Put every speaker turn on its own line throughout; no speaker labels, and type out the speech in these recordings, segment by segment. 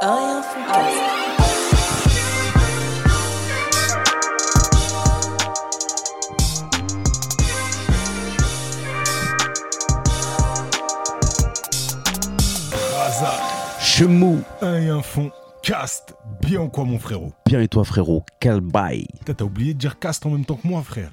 Rien fantastique.
Chemou.
Et un fond cast. Bien ou quoi, mon frérot
Bien et toi, frérot Quel bail
Putain, T'as oublié de dire cast en même temps que moi, frère.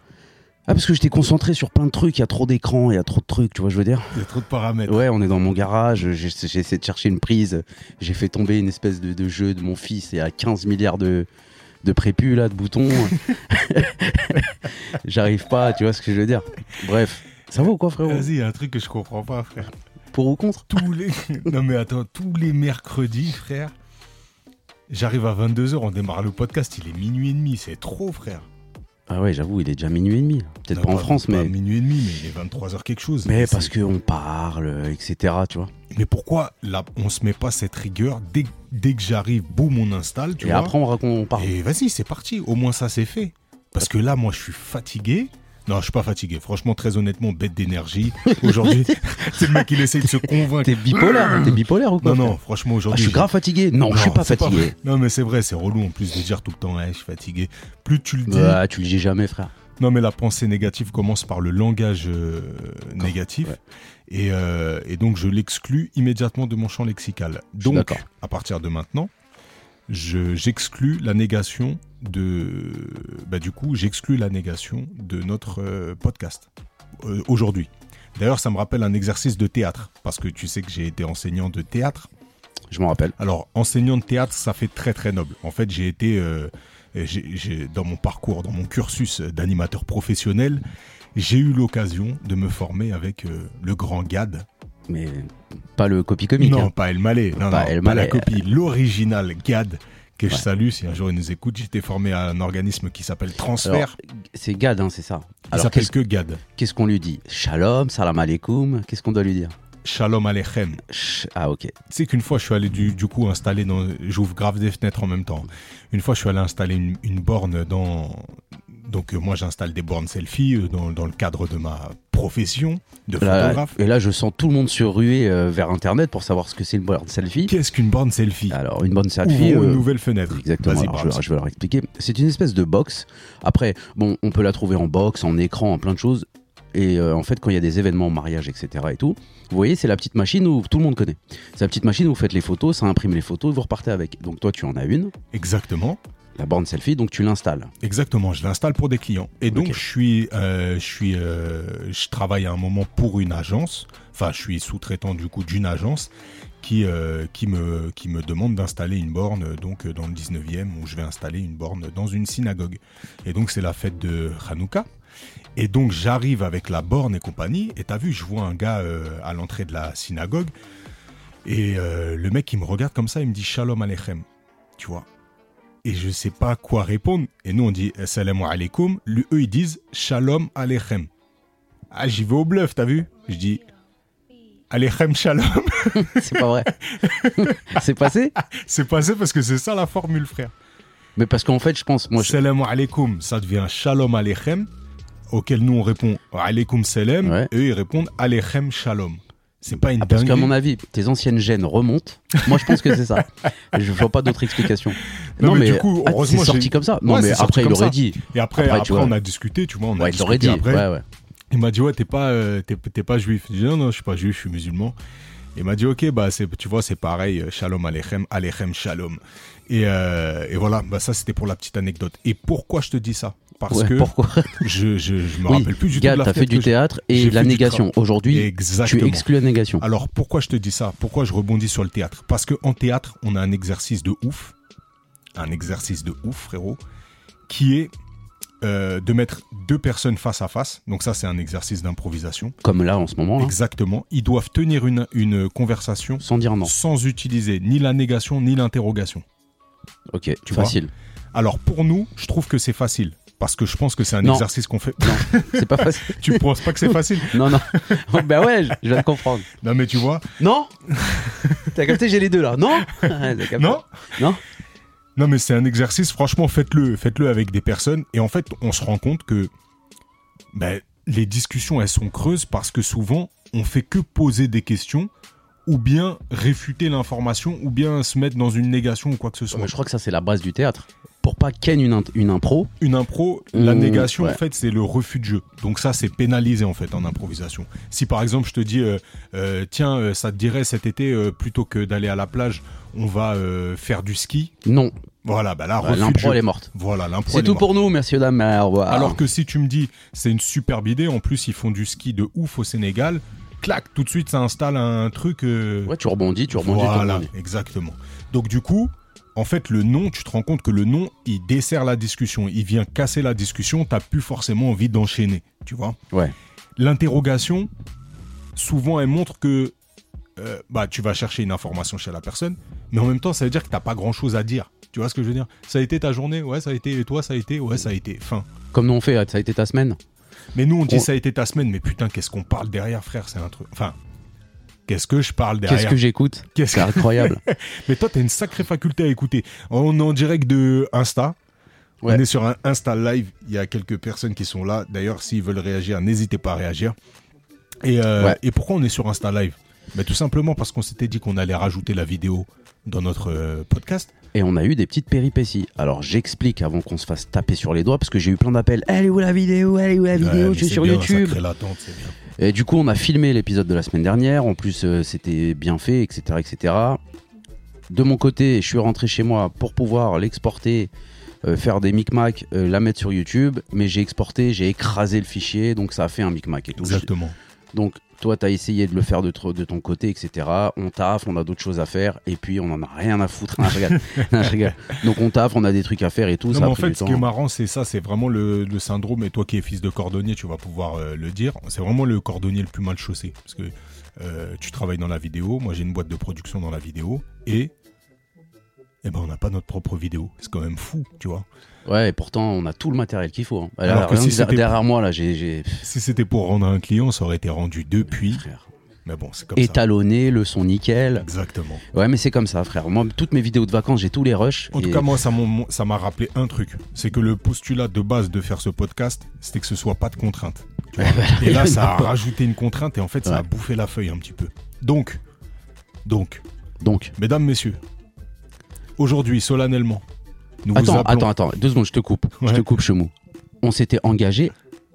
Ah, parce que j'étais concentré sur plein de trucs. Il y a trop d'écrans, il y a trop de trucs, tu vois, je veux dire.
Il y a trop de paramètres.
Ouais, on est dans mon garage. J'ai j'ai essayé de chercher une prise. J'ai fait tomber une espèce de, de jeu de mon fils et à 15 milliards de de prépu là de boutons j'arrive pas tu vois ce que je veux dire bref ça va ou quoi frérot
Vas-y, il y a un truc que je comprends pas, frère.
pour ou contre
Tous les. non, mais attends, tous les mercredis, frère, j'arrive à 22h, on démarre le podcast, il est minuit et demi, c'est trop, frère.
ah ouais j'avoue il est déjà minuit et demi peut-être
Non,
pas en France
pas
mais
minuit et demi, mais il est 23h quelque chose.
mais
C'est-
parce que on parle etc tu vois
Mais pourquoi là, on se met pas cette rigueur Dès, dès que j'arrive, boum, on installe, tu
et
vois.
après on raconte on parle
Et vas-y, c'est parti. Au moins, ça, c'est fait. Parce que là, moi, je suis fatigué. Non, je suis pas fatigué. Franchement, très honnêtement, bête d'énergie. Aujourd'hui, c'est le mec, il essaie de se convaincre.
t'es bipolaire t'es bipolaire ou quoi
Non,
frère
non, franchement,
Ah,
aujourd'hui.
je suis grave fatigué Non, je suis pas
c'est
fatigué.
vrai. Non, mais c'est vrai, c'est relou en plus de dire tout le temps, Ouais, je suis fatigué. Plus tu le dis.
Bah, tu le dis jamais, frère.
Non, mais la pensée négative commence par le langage euh, négatif.
ouais.
Et, euh, et donc, je l'exclus immédiatement de mon champ lexical.
Je suis
Donc,
d'accord.
à partir de maintenant, je- j'exclus la négation de. Bah, du coup, j'exclus la négation de notre euh, podcast euh, aujourd'hui. D'ailleurs, ça me rappelle un exercice de théâtre, parce que tu sais que j'ai été enseignant de théâtre.
Je m'en rappelle.
Alors, enseignant de théâtre, ça fait très très noble. En fait, j'ai été, euh, j'ai- j'ai- dans mon parcours, dans mon cursus d'animateur professionnel, j'ai eu l'occasion de me former avec euh, le grand Gad.
Mais pas le copie comique.
non,
hein.
pas El Malé, non,
Pas
non,
El
pas la
Malé.
copie, l'original Gad que je
Ouais.
salue si un jour il nous écoute. J'étais formé à un organisme qui s'appelle Transfert.
Alors, C'est Gad, hein, c'est ça.
il
Alors,
s'appelle
qu'est-ce
que Gad.
qu'est-ce qu'on lui dit Shalom, salam alaikum. Qu'est-ce qu'on doit lui dire
Shalom Alechem.
Ch- Ah, ok.
Tu sais qu'une fois, je suis allé du, du coup installer dans. J'ouvre grave des fenêtres en même temps. Une fois, je suis allé installer une, une borne dans. Donc, euh, moi, j'installe des bornes selfie euh, dans, dans le cadre de ma profession de
Là-
photographe.
et là, je sens tout le monde se ruer euh, vers Internet pour savoir ce que c'est une bonne selfie.
Qu'est-ce qu'une borne selfie
Alors, une bonne Ah, selfie.
Ouvrons
euh,
une nouvelle fenêtre.
Exactement,
Vas-y,
alors je,
Barnes.
vais- je vais leur expliquer. C'est une espèce de box. Après, bon, on peut la trouver en box, en écran, en plein de choses. Et euh, en fait, quand il y a des événements, mariage, etc. et tout, vous voyez, c'est la petite machine où tout le monde connaît. C'est la petite machine où vous faites les photos, ça imprime les photos et vous repartez avec. Donc toi, tu en as une,
Exactement.
la borne selfie, donc tu l'installes.
Exactement, je l'installe pour des clients. Et donc,
Ok.
je suis, euh, je suis, euh, je travaille à un moment pour une agence. Enfin, je suis sous-traitant du coup d'une agence qui, euh, qui me, qui me demande d'installer une borne euh, donc euh, dans le 19e où je vais installer une borne dans une synagogue. Et donc, c'est la fête de Hanouka. Et donc, j'arrive avec la borne et compagnie. Et t'as vu, je vois un gars euh, à l'entrée de la synagogue. Et euh, le mec, il me regarde comme ça, il me dit Shalom Alechem. Tu vois et je sais pas quoi répondre. Et nous, on dit Assalamu alaikum. Lui, eux, ils disent Shalom alechem. Ah, j'y vais au bluff, t'as vu Je dis Alechem shalom.
c'est pas vrai. c'est passé
c'est passé parce que c'est ça la formule, frère.
Mais parce qu'en fait, je pense, moi, je...
Assalamu alaikum, ça devient Shalom alechem, auquel nous, on répond Aleikum salam.
Ouais.
Eux, ils répondent Alechem shalom. C'est pas une
Ah, parce qu'à
dinguerie.
mon avis, tes anciennes gènes remontent. Moi, je pense que c'est ça. Je vois pas d'autre explication.
Non, mais du coup,
ah, c'est
heureusement, j'ai-
sorti comme ça. Non,
Ouais,
mais
c'est sorti
après, il
comme ça.
aurait dit.
Et après,
Après,
après,
tu vois.
on a discuté, tu vois, on a
Ouais, il l'aurait
discuté
dit.
après.
Ouais, ouais.
Il m'a dit ouais t'es pas euh, t'es, t'es pas juif. J'ai dit non non je suis pas juif, je suis musulman. Il m'a dit ok bah c'est tu vois c'est pareil euh, shalom alechem alechem shalom. Et, euh, et voilà bah ça c'était pour la petite anecdote. Et pourquoi je te dis ça Parce
Ouais,
que
pourquoi
je, je je me
Oui,
rappelle plus du
Gad,
tout de la
t'as fait
fête
du
que je-
théâtre
j'ai
et de la
fait du
négation. Aujourd'hui, tu
Exactement. Ah.
exclus la négation.
Alors pourquoi je te dis ça Pourquoi je rebondis sur le théâtre Parce que en théâtre on a un exercice de ouf, un exercice de ouf frérot, qui est euh, de mettre deux personnes face à face. Donc ça c'est un exercice d'improvisation.
Comme là, en ce moment, là,
Exactement. Ils doivent tenir une, une conversation
sans dire non.
sans utiliser ni la négation ni l'interrogation.
Ok,
Tu
facile.
Alors pour nous, je trouve que c'est facile. Parce que je pense que c'est un
Non.
exercice qu'on fait.
C'est pas facile.
tu penses pas que c'est facile
Non, non. ben ouais, je je viens de comprendre.
Non, mais tu vois.
Non T'as capté, j'ai les deux là. Non T'as capté
Non
Eh ben, Non
Non, mais c'est un exercice. Franchement, faites-le. Faites-le avec des personnes. Et en fait, on se rend compte que ben, les discussions, elles sont creuses parce que souvent, on fait que poser des questions ou bien réfuter l'information, ou bien se mettre dans une négation ou quoi que ce soit.
Ouais, mais je crois que ça, c'est la base du théâtre. Pour pas ken une, int- une impro,
Une impro, la
Mmh,
négation,
ouais.
en fait, c'est le refus de jeu. Donc ça, c'est pénalisé, en fait, en improvisation. Si, par exemple, je te dis, euh, euh, tiens, euh, ça te dirait cet été, euh, plutôt que d'aller à la plage, on va euh, faire du ski.
non.
Voilà, bah là,
Bah,
refus de
L'impro,
jeu.
elle est morte.
Voilà, l'impro,
C'est
elle est
tout
morte.
pour nous, messieurs, dames. Au revoir.
Alors que si tu me dis, c'est une superbe idée, en plus, ils font du ski de ouf au Sénégal, clac, tout de suite, ça installe un truc... euh,
Ouais, tu rebondis, tu rebondis, tu
voilà,
rebondis.
exactement. Donc du coup, en fait, le non, tu te rends compte que le non, il dessert la discussion, il vient casser la discussion, t'as plus forcément envie d'enchaîner, tu vois.
Ouais.
L'interrogation, souvent, elle montre que euh, bah, tu vas chercher une information chez la personne, mais en même temps, ça veut dire que t'as pas grand-chose à dire. Tu vois ce que je veux dire Ça a été ta journée Ouais, ça a été. Et toi, ça a été Ouais, ça a été. Fin.
Comme nous on fait, ça a été ta semaine.
Mais nous, on dit
On-
ça a été ta semaine, mais putain, qu'est-ce qu'on parle derrière, frère C'est un truc. Enfin, qu'est-ce que je parle
Qu'est-ce
derrière
que j'écoute
Qu'est-ce
C'est incroyable.
mais toi, t'as une sacrée faculté à écouter. On est en direct de Insta.
Ouais.
On est sur un Insta live. Il y a quelques personnes qui sont là. D'ailleurs, s'ils veulent réagir, n'hésitez pas à réagir. Et, euh,
Ouais.
et pourquoi on est sur Insta live Mais Tout simplement parce qu'on s'était dit qu'on allait rajouter la vidéo dans notre euh, podcast.
Et on a eu des petites péripéties. Alors j'explique avant qu'on se fasse taper sur les doigts parce que j'ai eu plein d'appels. Elle est où la vidéo Elle est où la vidéo
Ouais, Euh,
Je suis
mais c'est
sur
bien,
YouTube.
Ça crée l'attente, c'est bien.
Et du coup, on a filmé l'épisode de la semaine dernière. En plus, euh, c'était bien fait, etc., etc. De mon côté, je suis rentré chez moi pour pouvoir l'exporter, euh, faire des micmacs, euh, la mettre sur YouTube. Mais j'ai exporté, j'ai écrasé le fichier, donc ça a fait un micmac et tout.
Exactement.
Donc toi, t'as essayé de le faire de, tro- de ton côté, etc. On taffe, on a d'autres choses à faire, et puis on en a rien à foutre. Non, je rigole. Non, je rigole. Donc on taffe, on a des trucs à faire et tout.
Non,
ça
mais
a
en
pris
fait,
du
ce
temps.
qui est marrant, c'est ça, c'est vraiment le, le syndrome, et toi qui es fils de cordonnier, tu vas pouvoir euh, le dire, c'est vraiment le cordonnier le plus mal chaussé. Parce que euh, tu travailles dans la vidéo, moi j'ai une boîte de production dans la vidéo, et eh ben, on n'a pas notre propre vidéo. C'est quand même fou, tu vois.
Ouais, et pourtant on a tout le matériel qu'il faut. hein.
Alors
Là,
que
rien
si
que der-
c'était-
derrière moi là, j'ai- j'ai
Si c'était pour rendre à un client, ça aurait été rendu depuis,
frère,
mais bon, c'est comme ça.
étalonné, le son nickel.
Exactement.
Ouais, mais c'est comme ça, frère. Moi, toutes mes vidéos de vacances, j'ai tous les rushs.
En tout
et-
cas, moi, ça m'en- ça m'a rappelé un truc. C'est que le postulat de base de faire ce podcast, c'était que ce soit pas de contraintes. tu vois. et là, ça a rajouté une contrainte et en fait, ça a
Ouais.
bouffé la feuille un petit peu. Donc, donc,
donc.
mesdames, messieurs, aujourd'hui, solennellement, nous vous
Attends,
appelons.
attends, attends, deux secondes, je te coupe. Je
Ouais.
te coupe, Chemou. On s'était engagé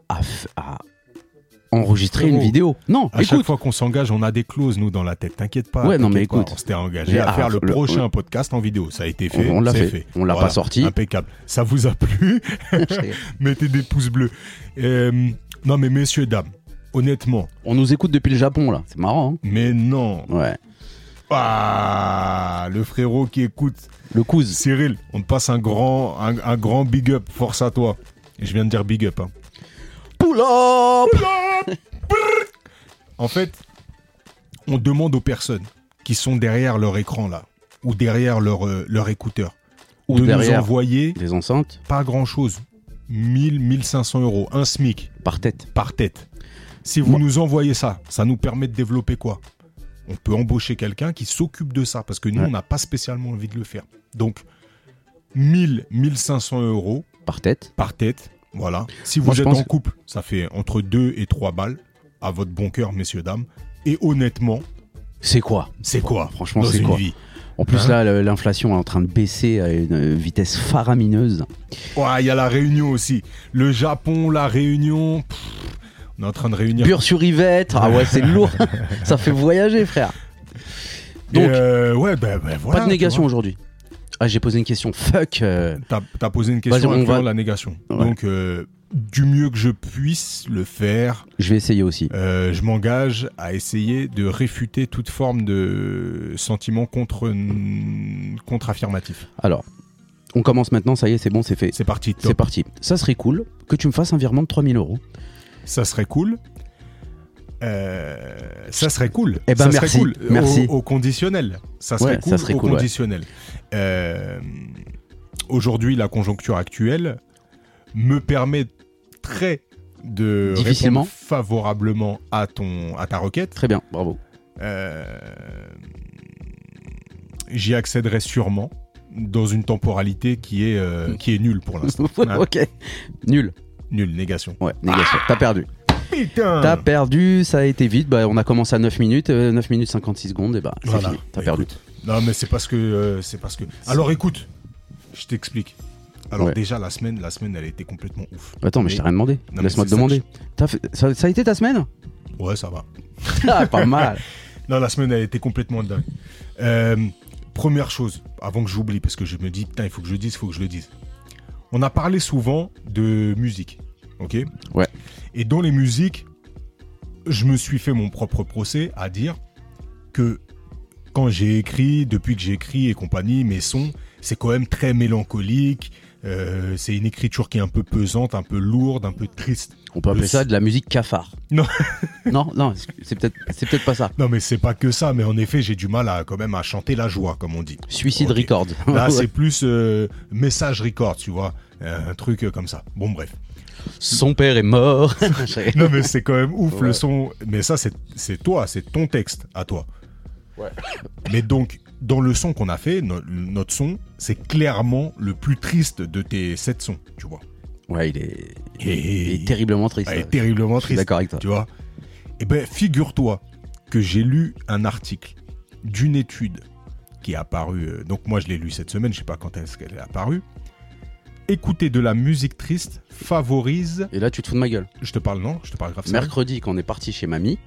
à, f- à enregistrer une
Frérot,
vidéo. Non,
À chaque
écoute.
fois qu'on s'engage, on a des clauses, nous, dans la tête. T'inquiète pas.
Ouais, non, mais
t'inquiète pas.
écoute.
On s'était engagé
Mais
à
ah,
faire le,
le-
prochain podcast en vidéo. Ça a été fait.
On- on l'a
c'est
fait. On l'a pas sorti.
Impeccable. Ça vous a plu Mettez des pouces bleus. Euh, non, mais messieurs, dames, honnêtement,
On nous écoute depuis le Japon, là. C'est marrant. hein
mais non.
ouais.
Ah, le frérot qui écoute.
Le couz.
Cyril, on te passe un grand, un, un grand big up. Force à toi. Et Je viens de dire big up. hein.
Pull up
En fait, on demande aux personnes qui sont derrière leur écran là, ou derrière leur, euh, leur écouteur,
Ou
de nous
derrière
envoyer
des enceintes
pas grand chose. 1000, 1500 euros, un SMIC
par tête.
par tête. Si vous
Moi-
nous envoyez ça, ça nous permet de développer quoi On peut embaucher quelqu'un qui s'occupe de ça, parce que nous,
Ouais.
on n'a pas spécialement envie de le faire. Donc, 1000, 1500 euros
Par tête.
par tête. Voilà. Si vous
Moi, je
êtes
pense
en
que-
couple, ça fait entre 2 et 3 balles à votre bon cœur, messieurs, dames. Et honnêtement,
C'est quoi
c'est quoi
Franchement,
dans
c'est
une
quoi
vie
En plus,
Hein
là, le- l'inflation est en train de baisser à une euh, vitesse faramineuse.
Ouais, il y a la Réunion aussi. Le Japon, la Réunion. pff, on est en train de réunir.
Pur sur Yvette. Ah ouais, c'est lourd. Ça fait voyager, frère.
Et,
Donc,
euh, ouais, ben, ben, voilà,
pas
tu
de négation
vois.
aujourd'hui. Ah, j'ai posé une question. Fuck. euh,
T'as t'as posé une
Vas-y,
question
on
incluant
va-
la négation.
Ouais.
Donc, euh, du mieux que je puisse le faire,
je vais essayer aussi.
euh, je m'engage à essayer de réfuter toute forme de sentiment contre contre-affirmatif.
Alors, on commence maintenant. Ça y est, c'est bon, c'est fait.
C'est parti.
C'est
Top.
parti. Ça serait cool que tu me fasses un virement de 3000 euros.
Ça serait cool. Euh, ça serait cool.
Eh ben,
ça serait
merci.
cool. Au-
Merci.
Au, conditionnel. Ça serait
Ouais,
cool.
ça serait
au
cool, ouais.
conditionnel. Euh, Aujourd'hui, la conjoncture actuelle me permet très de
Difficilement.
répondre favorablement à ton à ta requête.
Très bien, bravo.
Euh, J'y accéderai sûrement dans une temporalité qui est
Hmm.
euh, qui est nulle pour l'instant.
ok. Nul.
Nulle négation.
Ouais, négation. T'as perdu.
Putain
T'as perdu, ça a été vite. Bah, on a commencé à 9 minutes, euh, 9 minutes 56 secondes, et bah, c'est
Voilà.
fini. T'as
Bah,
perdu.
écoute. Non, mais c'est parce que. euh, c'est parce que. Alors écoute, je t'explique. Alors
Ouais.
déjà, la semaine, la semaine, elle était complètement ouf.
Bah, Attends, mais je t'ai rien demandé.
mais
Laisse-moi
c'est
te
ça
demander. T'as fait- Ça, ça a été ta semaine
Ouais, ça va.
Ah, pas mal.
Non, la semaine, elle était complètement dingue. Euh, première chose, avant que j'oublie, parce que je me dis, putain, il faut que je le dise, il faut que je le dise. On a parlé souvent de musique, ok
Ouais.
Et dans les musiques, je me suis fait mon propre procès à dire que quand j'ai écrit, depuis que j'écris et compagnie, mes sons, c'est quand même très mélancolique. euh, c'est une écriture qui est un peu pesante, un peu lourde, un peu triste.
On peut appeler ça de la musique cafard.
Non.
non, non, c'est peut-être c'est peut-être pas ça.
Non, mais c'est pas que ça. Mais en effet, j'ai du mal à quand même à chanter la joie, comme on dit.
Suicide
Ok.
Record.
Là,
Ouais.
c'est plus euh, message record, tu vois. Euh, un truc euh, comme ça. Bon, bref.
Son père est mort.
Non, mais c'est quand même ouf
Ouais.
le son. Mais ça, c'est c'est toi, c'est ton texte à toi.
Ouais.
Mais donc, dans le son qu'on a fait, no- notre son, c'est clairement le plus triste de tes sept sons, tu vois.
ouais, il est,
Et-
il est terriblement triste.
Ah,
ouais.
et terriblement
Je suis
triste.
d'accord avec toi.
Tu vois Eh ben, figure-toi que j'ai lu un article d'une étude qui est apparue. euh, donc, moi, je l'ai lu cette semaine, je sais pas quand est-ce qu'elle est apparue. Écouter de la musique triste favorise.
Et là, tu te fous de ma gueule.
Je te parle, non Je te parle grave ça
Mercredi, quand on est parti chez mamie,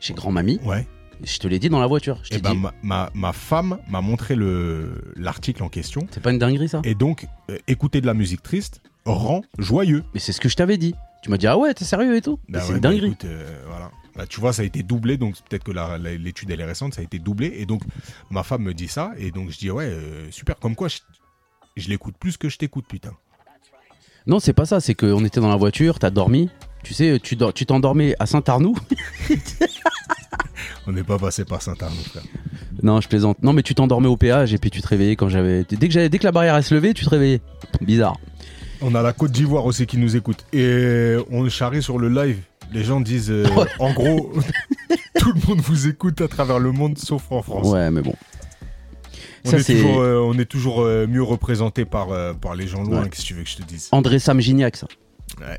chez grand-mamie,
Ouais.
je te l'ai dit dans la voiture. Je t'ai
Eh ben,
dit,
ma, ma- ma femme m'a montré le- l'article en question.
c'est pas une dinguerie ça
Et donc, euh, écouter de la musique triste rend joyeux.
Mais c'est ce que je t'avais dit. Tu m'as dit, ah ouais, t'es sérieux et tout Mais
Bah
C'est
ouais,
une
bah
dinguerie.
écoute, euh, voilà. Bah, tu vois, ça a été doublé, donc peut-être que la- la- l'étude elle est récente, ça a été doublé. Et donc, ma femme me dit ça, et donc je dis, ouais, euh, super, comme quoi je, je l'écoute plus que je t'écoute, putain.
Non, c'est pas ça, c'est qu'on était dans la voiture, t'as dormi. Tu sais, tu dor- tu t'endormais à Saint-Arnoux.
On n'est pas passé par Saint-Arnaud, frère.
non, je plaisante. Non, mais tu t'endormais au péage et puis tu te réveillais quand j'avais. Dès que, j'avais- dès que la barrière elle se levait, tu te réveillais. Bizarre.
On a la Côte d'Ivoire aussi qui nous écoute. Et on charrie sur le live. Les gens disent, euh, en gros, tout le monde vous écoute à travers le monde, sauf en France.
Ouais, mais bon.
on,
ça,
est
c'est-
toujours, euh, on est toujours euh, mieux représenté par, euh, par les gens loin,
Ouais.
qu'est-ce que tu veux que je te dise
André Sam Gignac, ça.
Ouais.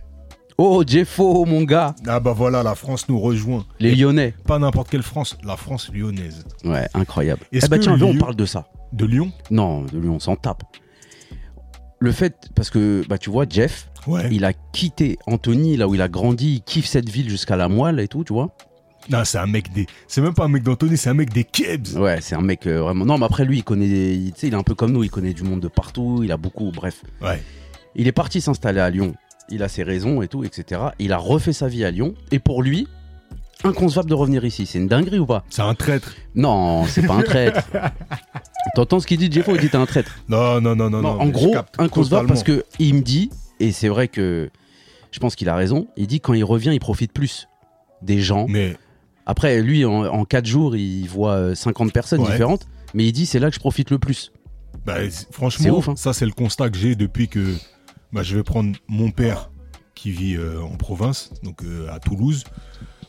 Oh, Jeffo, mon gars.
Ah bah voilà, la France nous rejoint.
Les
Et
Lyonnais.
Pas n'importe quelle France, la France lyonnaise.
Ouais, incroyable. Eh
Est-ce
bah
que
tiens, viens, on
Lyon-
parle de ça.
De Lyon
Non, de lui, on s'en tape. Le fait, parce que bah, tu vois, Jeff,
Ouais.
il a quitté Anthony là où il a grandi, il kiffe cette ville jusqu'à la moelle et tout, tu vois.
Non, c'est un mec des. C'est même pas un mec d'Anthony, c'est un mec des Kebs.
Ouais, c'est un mec euh, vraiment. Non, mais après lui, il connaît, il, tu sais, il est un peu comme nous, il connaît du monde de partout, il a beaucoup, bref.
Ouais.
Il est parti s'installer à Lyon, il a ses raisons et tout, etc. Il a refait sa vie à Lyon, et pour lui, inconcevable de revenir ici. C'est une dinguerie ou pas
C'est un traître.
Non, c'est pas un traître. T'entends ce qu'il dit, Jeffo Il dit t'es un traître.
Non, non, non, non.
Non,
non, mais
en
je
gros,
capte totalement.
inconcevable parce que il me dit, et c'est vrai que je pense qu'il a raison, il dit quand il revient, il profite plus des gens.
Mais
Après, lui, en, en 4 jours, il voit euh, 50 personnes
Ouais.
différentes, mais il dit c'est là que je profite le plus.
bah, c'est- franchement,
C'est ouf, hein.
ça, c'est le constat que j'ai depuis que bah, je vais prendre mon père qui vit euh, en province, donc euh, à Toulouse,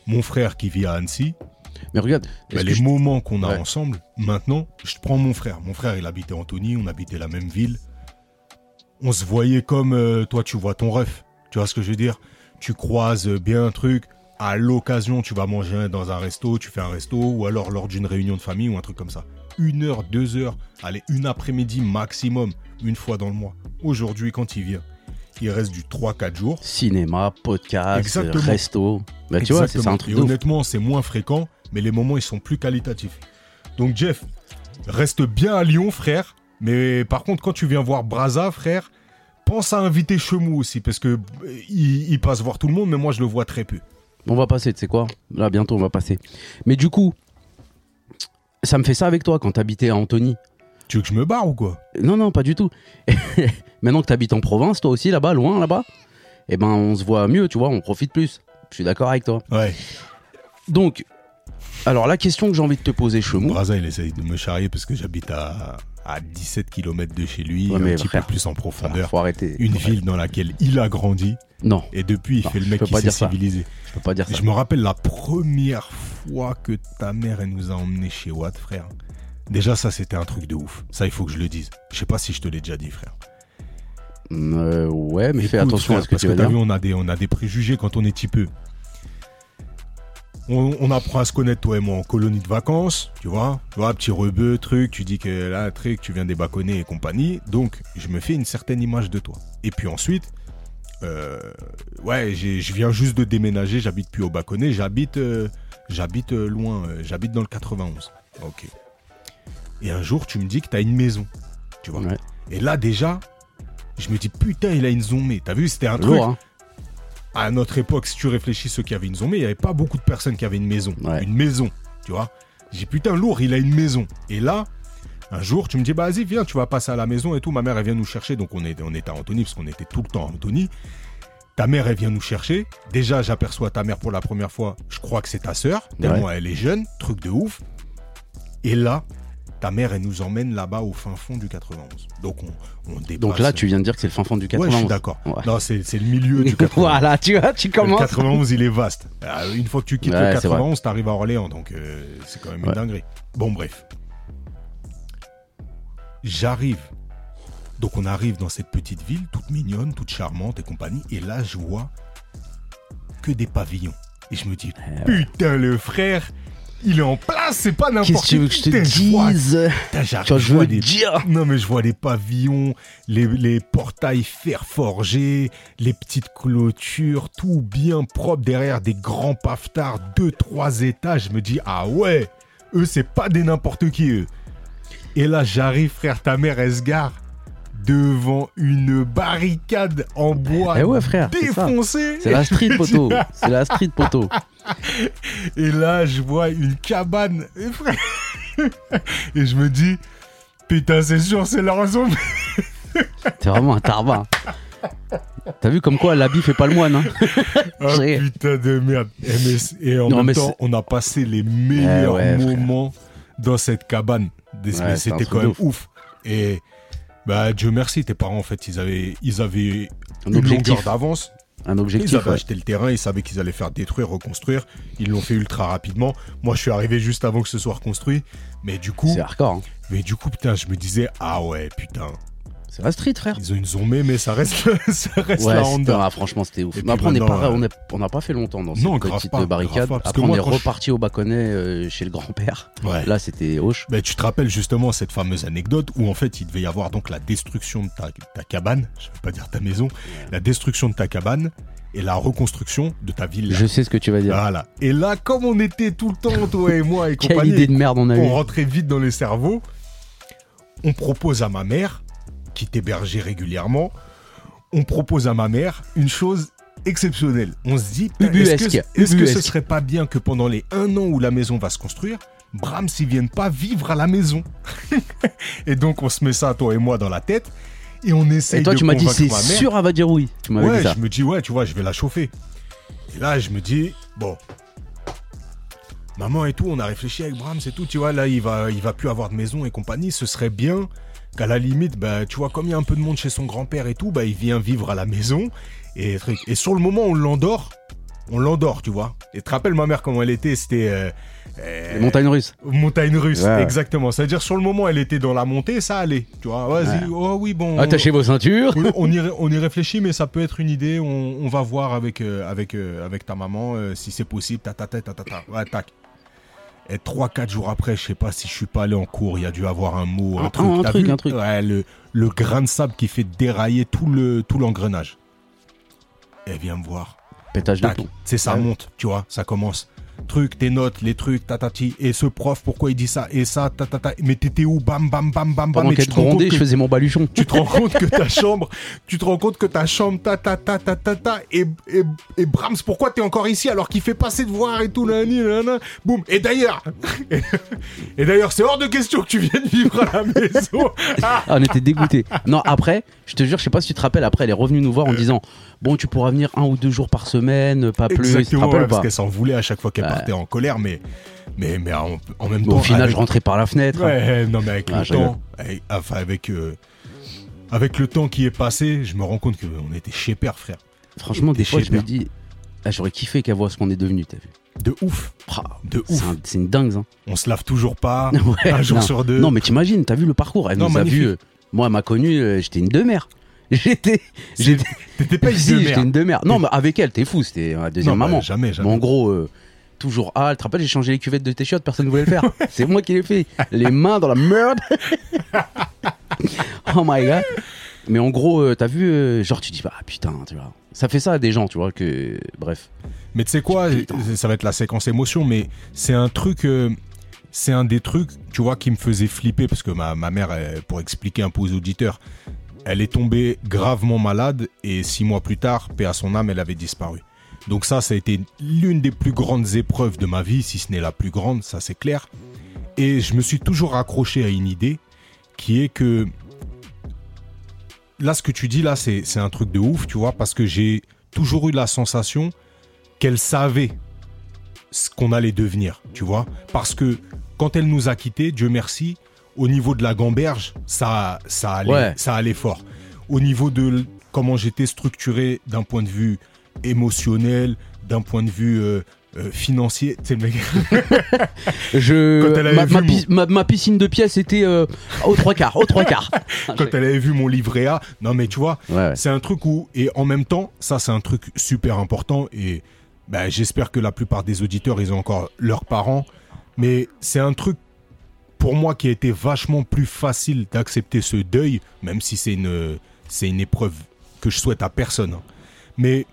mon frère qui vit à Annecy.
Mais regarde,
Bah,
est-ce que
les
je-
moments qu'on a
Ouais.
ensemble, maintenant, je prends mon frère. Mon frère, il habitait Anthony, on habitait la même ville. On se voyait comme euh, toi, tu vois ton ref. Tu vois ce que je veux dire Tu croises euh, bien un truc. À l'occasion, tu vas manger un- dans un resto, tu fais un resto, ou alors lors d'une réunion de famille ou un truc comme ça. Une heure, deux heures, allez, une après-midi maximum, une fois dans le mois. Aujourd'hui, quand il vient, il reste du 3-4 jours.
cinéma, podcast,
Exactement.
resto. Bah, tu vois, c'est c'est
Exactement.
un truc
Et
de ouf.
honnêtement, c'est moins fréquent, mais les moments, ils sont plus qualitatifs. Donc, Jeff, reste bien à Lyon, frère. Mais par contre, quand tu viens voir Braza, frère, pense à inviter Chemou aussi, parce que euh, il, il passe voir tout le monde, mais moi, je le vois très peu.
On va passer, tu sais quoi Là, bientôt, on va passer. Mais du coup, ça me fait ça avec toi quand t'habitais à Antony.
Tu veux que je me barre ou quoi
Non, non, pas du tout. Maintenant que t'habites en province, toi aussi, là-bas, loin, là-bas, eh ben, on se voit mieux, tu vois, on profite plus. Je suis d'accord avec toi.
Ouais,
Donc, alors la question que j'ai envie de te poser, Chemou,
Braza, il essaye de me charrier parce que j'habite à, à 17 km de chez lui,
Ouais,
un
mais
petit
frère,
peu plus en
il
profondeur.
faut arrêter.
Une
Ouais.
ville dans laquelle il a grandi,
Non,
et depuis, il
Non,
fait le
je
mec
peux
qui
pas
s'est
dire ça.
civilisé.
je peux pas dire ça.
Je me rappelle la première fois que ta mère elle nous a emmenés chez Watt, frère. Déjà, ça, c'était un truc de ouf. Ça, il faut que je le dise. Je sais pas si je te l'ai déjà dit, frère.
Mm, euh, ouais, mais fais
Écoute,
attention
frère,
à ce que
parce
tu vas
t'as
dire.
vu, on a, des, on a des préjugés quand on est petit peu. on, on apprend à se connaître, toi et moi, en colonie de vacances, tu vois. Tu vois, petit rebeu, truc, tu dis que là, truc, tu viens débaconner et compagnie. Donc, je me fais une certaine image de toi. Et puis ensuite, euh, ouais, j'ai- je viens juste de déménager, j'habite plus au Baconnet, j'habite euh, j'habite euh, loin, euh, j'habite dans le 91. Ok. Et un jour, tu me dis que t'as une maison, tu vois.
Ouais.
Et là, déjà, je me dis, putain, il a une zombie. T'as vu, c'était un truc.
Lourd, hein.
À notre époque, si tu réfléchis, ceux qui avaient une zombie, il n'y avait pas beaucoup de personnes qui avaient une maison.
Ouais.
Une maison, tu vois. J'ai dit, putain, lourd, il a une maison. Et là, un jour, tu me dis, bah vas-y, viens, tu vas passer à la maison et tout. Ma mère, elle vient nous chercher. Donc, on était, on était à Antony, parce qu'on était tout le temps à Antony. Ta mère, elle vient nous chercher. Déjà, j'aperçois ta mère pour la première fois. Je crois que c'est ta sœur. Tellement elle est jeune, truc de ouf. Et là, ta mère, elle nous emmène là-bas au fin fond du 91. Donc, on, on dépasse.
Donc là, tu viens de dire que c'est le fin fond du
Ah, Ouais, je
91.
suis d'accord.
Ouais.
Non, c'est c'est le milieu du 91.
voilà, tu vois, tu
Le
commences.
91, il est vaste. Euh, Une fois que tu quittes
Ouais,
le
c'est vrai.
91, t'arrives à Orléans, donc euh, c'est quand même
Ouais.
une dinguerie. Bon, bref. J'arrive. Donc on arrive dans cette petite ville, toute mignonne, toute charmante et compagnie, et là je vois que des pavillons. Et je me dis,
Eh
putain le frère, il est en place, c'est pas
Qu'est-ce
n'importe
que tu veux que je te
Putain, vois-
dise
Putain, j'arrive,
Tu vois, je
vois
veux
des-
dire.
non mais je vois les pavillons, les, les portails fer forgés, les petites clôtures, tout bien propre derrière des grands paftards, deux, trois étages. Je me dis, ah ouais, eux c'est pas des n'importe qui eux. Et là j'arrive, frère, ta mère elle se gare devant une barricade en bois
Eh ouais, frère, c'est ça.
défoncée.
C'est la street, poteau. C'est la street, poteau.
Et là, je vois une cabane. Et, frère- et je me dis, putain, c'est sûr, c'est leur zombie.
T'es vraiment un tarbin. T'as vu comme quoi l'habit fait pas le moine. Hein
Ah,
J'ai-
putain de merde. Et, mais- et en
Non, mais
même temps,
c'est-
on a passé les meilleurs
ouais, frère.
moments dans cette cabane. Des-
Ouais,
mais
c'est un
C'était
truc
quand même
de
ouf. Et bah, Dieu merci, tes parents, en fait, ils avaient, ils avaient
Un
une longueur
objectif.
d'avance.
Un
Ils
objectif.
avaient
ouais.
acheté le terrain, ils savaient qu'ils allaient faire détruire, reconstruire. Ils l'ont fait ultra rapidement. Moi, je suis arrivé juste avant que ce soit reconstruit. Mais du coup,
C'est hardcore. hein.
mais du coup, putain, je me disais, ah ouais, putain,
C'est la street, frère.
ils ont une zombie, mais ça reste, ça reste
Ouais,
la
c'était-
Honda.
ah, franchement, c'était ouf.
Et
Mais
puis
après, on n'a
maintenant,
pas,
euh,
on est- on n'a pas fait longtemps dans cette
Non, grave
petite
pas,
barricade.
grave pas, parce
après,
que
on
moi,
est
quand je-
reparti au Baconnet euh, chez le grand-père.
Ouais.
Là, c'était Hoche.
Mais Ben, tu te rappelles justement cette fameuse anecdote où en fait il devait y avoir donc la destruction de ta, ta cabane, je veux pas dire ta maison, la destruction de ta cabane et la reconstruction de ta ville.
Je sais ce que tu vas dire.
Voilà. Et là, comme on était tout le temps, toi et moi et
Quelle
compagnie,
idée de merde on a
on
eu.
rentrait vite dans les cerveaux. On propose à ma mère, qui t'hébergeait régulièrement, on propose à ma mère une chose exceptionnelle. On se dit, putain, est-ce que,
Ubuesque,
est-ce que ce
ubuesque.
serait pas bien que pendant les un an où la maison va se construire, Brahms ils viennent pas vivre à la maison Et donc on se met ça, toi et moi, dans la tête, et on essaye
Et toi,
de
tu m'as dit,
convaincre
c'est
ma mère.
sûr, elle va dire oui. Tu m'avais
Ouais,
dit ça.
je me dis, ouais, tu vois, je vais la chauffer. Et là, je me dis, bon. Maman et tout, on a réfléchi avec Brahms et tout, tu vois, là, il va, il va plus avoir de maison et compagnie. Ce serait bien qu'à la limite, bah, tu vois, comme il y a un peu de monde chez son grand-père et tout, bah, il vient vivre à la maison. Et, truc. et sur le moment, on l'endort. On l'endort, tu vois. Et tu te rappelles ma mère comment elle était C'était. euh, euh,
Les montagnes russes.
Montagne russe,
Ouais.
exactement. C'est-à-dire, sur le moment, elle était dans la montée, ça allait. Tu vois, vas-y, oh oui, bon. on-
Attachez vos ceintures.
on, on y, ré- on y réfléchit, mais ça peut être une idée. On, on va voir avec, euh, avec, euh, avec ta maman euh, si c'est possible. Ta, ta, ta, ta, ta, ta. Ouais, tac. Et 3-4 jours après, je sais pas si je suis pas allé en cours, il y a dû avoir un mot, un
Ah,
truc.
un
t'as
truc,
vu
un truc.
Ouais, le, le grain de sable qui fait dérailler tout le tout l'engrenage. Elle vient me voir.
Pétage de
Tac.
plomb.
C'est ça
Ouais.
monte, tu vois, ça commence. Truc, tes notes, les trucs, tatati. Et ce prof, pourquoi il dit ça Et ça, tatata. Mais t'étais où Bam, bam, bam, bam, bam.
Pendant
Et tu
qu'elle
te rends compte
grondait,
que
je faisais mon baluchon.
tu te rends compte que ta chambre, tu te rends compte que ta chambre, ta ta ta ta ta ta, et, et, et Brahms, pourquoi t'es encore ici alors qu'il fait pas ses devoirs et tout, nanani, nanana, boum, et d'ailleurs, et, d'ailleurs, c'est hors de question que tu viennes vivre à la maison. Ah,
Ah, on était dégoûtés. Non, après, je te jure, je sais pas si tu te rappelles, après, elle est revenue nous voir
Euh.
en disant Bon, tu pourras venir un ou deux jours par semaine, pas plus. Tu te
Exactement,
rappelles
ouais,
ou pas
parce qu'elle s'en voulait à chaque fois qu'elle
Ouais.
partait en colère, mais, mais, mais en, en même
Bon,
temps.
Au final,
avec-
je rentrais par la fenêtre.
Ouais, non, mais avec
Ah,
le
je rigole.
temps, avec- enfin, avec, euh, avec le temps qui est passé, je me rends compte qu'on était chez père, frère.
Franchement, des
T'es
fois,
chez
je me
Pierre.
dis Ah, J'aurais kiffé qu'elle voit ce qu'on est devenu, t'as vu
De ouf,
Pra,
de
C'est
ouf.
un- c'est une dingue, hein.
On se lave toujours pas.
Ouais,
un jour
non.
sur deux.
Non, mais t'imagines, t'as vu le parcours Elle
Non,
nous a
magnifique.
vu. euh, moi, elle m'a connu, euh, j'étais une demeure. J'étais. J'étais
T'étais pas une
Si,
demeure.
j'étais une demeure. Non, mais avec elle, t'es fou, c'était la deuxième
Non, bah,
maman.
jamais, jamais.
Mais en gros, euh, toujours ah, tu te rappelles, j'ai changé les cuvettes de tes chiottes, personne ne voulait le faire. C'est moi qui l'ai fait. Les mains dans la merde. oh my god. Mais en gros, euh, t'as vu, euh, genre tu dis bah putain, tu vois. Ça fait ça à des gens, tu vois, que bref.
Mais tu sais quoi,
Putain.
ça va être la séquence émotion, mais c'est un truc, euh, c'est un des trucs, tu vois, qui me faisait flipper parce que ma, ma mère, elle, pour expliquer un peu aux auditeurs, elle est tombée gravement malade et six mois plus tard, paix à son âme, elle avait disparu. Donc ça, ça a été l'une des plus grandes épreuves de ma vie, si ce n'est la plus grande, ça c'est clair. Et je me suis toujours accroché à une idée qui est que là, ce que tu dis là, c'est c'est un truc de ouf, tu vois, parce que j'ai toujours eu la sensation qu'elle savait ce qu'on allait devenir, tu vois. Parce que quand elle nous a quittés, Dieu merci, au niveau de la gamberge, ça, ça, allait,
Ouais.
ça allait fort. Au niveau de l- comment j'étais structuré d'un point de vue émotionnel, d'un point de vue euh, euh, financier, tu sais, le mec,
Je
Quand elle avait
ma,
vu
ma
mon-
pis- ma- ma piscine de pièces était euh, aux trois quarts, aux trois quarts.
quand elle avait vu mon livret A, non mais tu vois,
Ouais, ouais.
C'est un truc où, et en même temps, ça c'est un truc super important et bah, j'espère que la plupart des auditeurs, ils ont encore leurs parents, mais c'est un truc pour moi qui a été vachement plus facile d'accepter ce deuil, même si c'est une, c'est une épreuve que je souhaite à personne. hein. Mais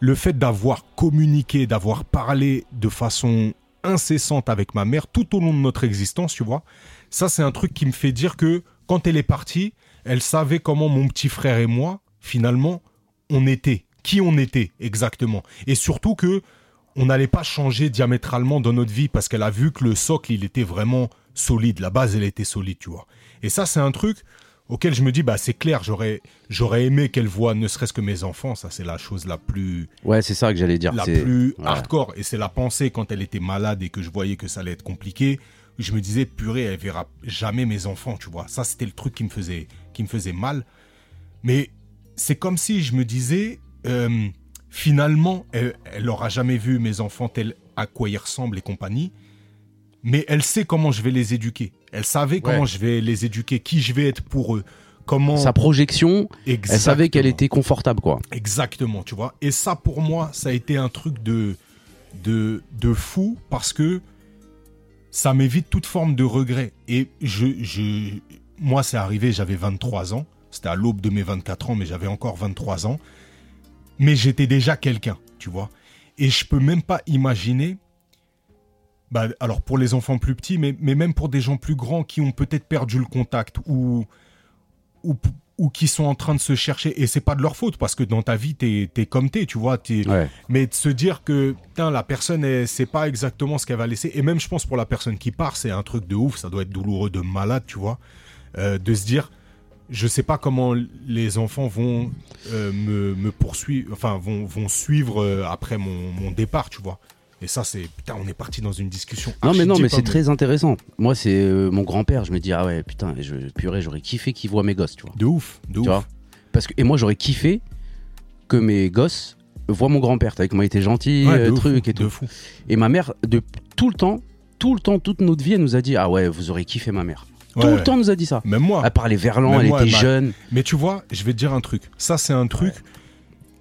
le fait d'avoir communiqué, d'avoir parlé de façon incessante avec ma mère tout au long de notre existence, tu vois, ça c'est un truc qui me fait dire que quand elle est partie, elle savait comment mon petit frère et moi, finalement, on était, qui on était exactement. Et surtout que on n'allait pas changer diamétralement dans notre vie parce qu'elle a vu que le socle, il était vraiment solide. La base, elle était solide, tu vois. Et ça, c'est un truc auquel je me dis, bah, c'est clair, j'aurais, j'aurais aimé qu'elle voit ne serait-ce que mes enfants. Ça, c'est la chose la plus,
Ouais, c'est ça que j'allais dire.
la
c'est-
plus
ouais.
hardcore. Et c'est la pensée quand elle était malade et que je voyais que ça allait être compliqué. Je me disais, purée, elle verra jamais mes enfants, tu vois. Ça, c'était le truc qui me faisait, qui me faisait mal. Mais c'est comme si je me disais, euh, finalement, elle, elle aura jamais vu mes enfants tels à quoi ils ressemblent et compagnie. Mais elle sait comment je vais les éduquer. Elle savait comment je vais les éduquer, qui je vais être pour eux, comment.
Sa projection, elle savait qu'elle
Exactement.
était confortable, quoi.
Exactement, tu vois. Et ça, pour moi, ça a été un truc de, de, de fou parce que ça m'évite toute forme de regret. Et je, je, moi, c'est arrivé, j'avais 23 ans. C'était à l'aube de mes 24 ans, mais j'avais encore 23 ans. Mais j'étais déjà quelqu'un, tu vois. Et je peux même pas imaginer. Bah, alors pour les enfants plus petits, mais, mais même pour des gens plus grands qui ont peut-être perdu le contact ou, ou, p- ou qui sont en train de se chercher. Et c'est pas de leur faute parce que dans ta vie, t'es es comme t'es, tu vois. t'es-
Ouais.
mais de se dire que putain, la personne, elle sait pas exactement ce qu'elle va laisser. Et même, je pense, pour la personne qui part, c'est un truc de ouf. Ça doit être douloureux de malade, tu vois. Euh, de se dire, je sais pas comment les enfants vont euh, me, me poursuivre, enfin, vont, vont suivre euh, après mon, mon départ, tu vois. Et ça, c'est putain, on est parti dans une discussion.
Non mais non
archi
mais
deep, hein,
c'est très intéressant. Moi c'est euh, mon grand-père, je me dis ah ouais putain je, purée j'aurais kiffé qu'il voit mes gosses tu vois.
De ouf, de
Tu
ouf.
vois Parce que et moi j'aurais kiffé que mes gosses voient mon grand-père. T'as vu comment il était gentil,
Ouais, de
euh,
ouf,
truc et
de
tout.
fou.
Et ma mère de tout le temps, tout le temps, toute notre vie elle nous a dit ah ouais vous aurez kiffé ma mère. tout
Ouais,
le temps elle nous a dit ça.
Même moi.
Elle parlait verlan,
Même
elle
moi,
était
elle m'a-
jeune.
Mais tu vois, je vais te dire un truc. Ça, c'est un truc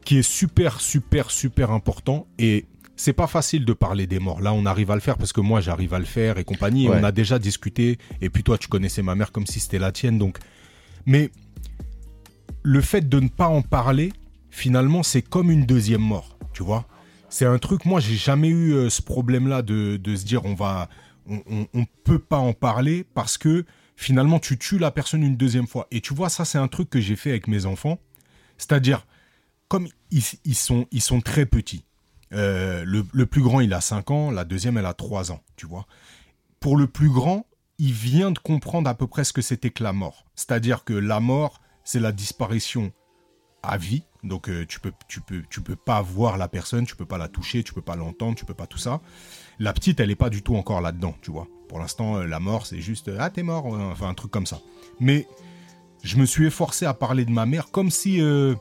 qui est super, super, super important. Et c'est pas facile de parler des morts. Là, on arrive à le faire parce que moi, j'arrive à le faire et compagnie. Et
Ouais.
On a déjà discuté. Et puis toi, tu connaissais ma mère comme si c'était la tienne. Donc, mais le fait de ne pas en parler, finalement, c'est comme une deuxième mort. Tu vois C'est un truc. Moi, j'ai jamais eu euh, ce problème-là de, de se dire on va, on, on- on peut pas en parler parce que finalement, tu tues la personne une deuxième fois. Et tu vois, ça, c'est un truc que j'ai fait avec mes enfants. C'est-à-dire, comme ils, ils sont, ils sont très petits, euh, le, le plus grand, il a 5 ans, la deuxième, elle a 3 ans, tu vois. Pour le plus grand, il vient de comprendre à peu près ce que c'était que la mort. C'est-à-dire que la mort, c'est la disparition à vie. Donc, euh, tu peux, tu, peux, tu peux pas voir la personne, tu peux pas la toucher, tu peux pas l'entendre, tu peux pas tout ça. La petite, elle est pas du tout encore là-dedans, tu vois. Pour l'instant, euh, la mort, c'est juste euh, Ah, t'es mort, euh, enfin, un truc comme ça. Mais je me suis efforcé à parler de ma mère comme si, euh,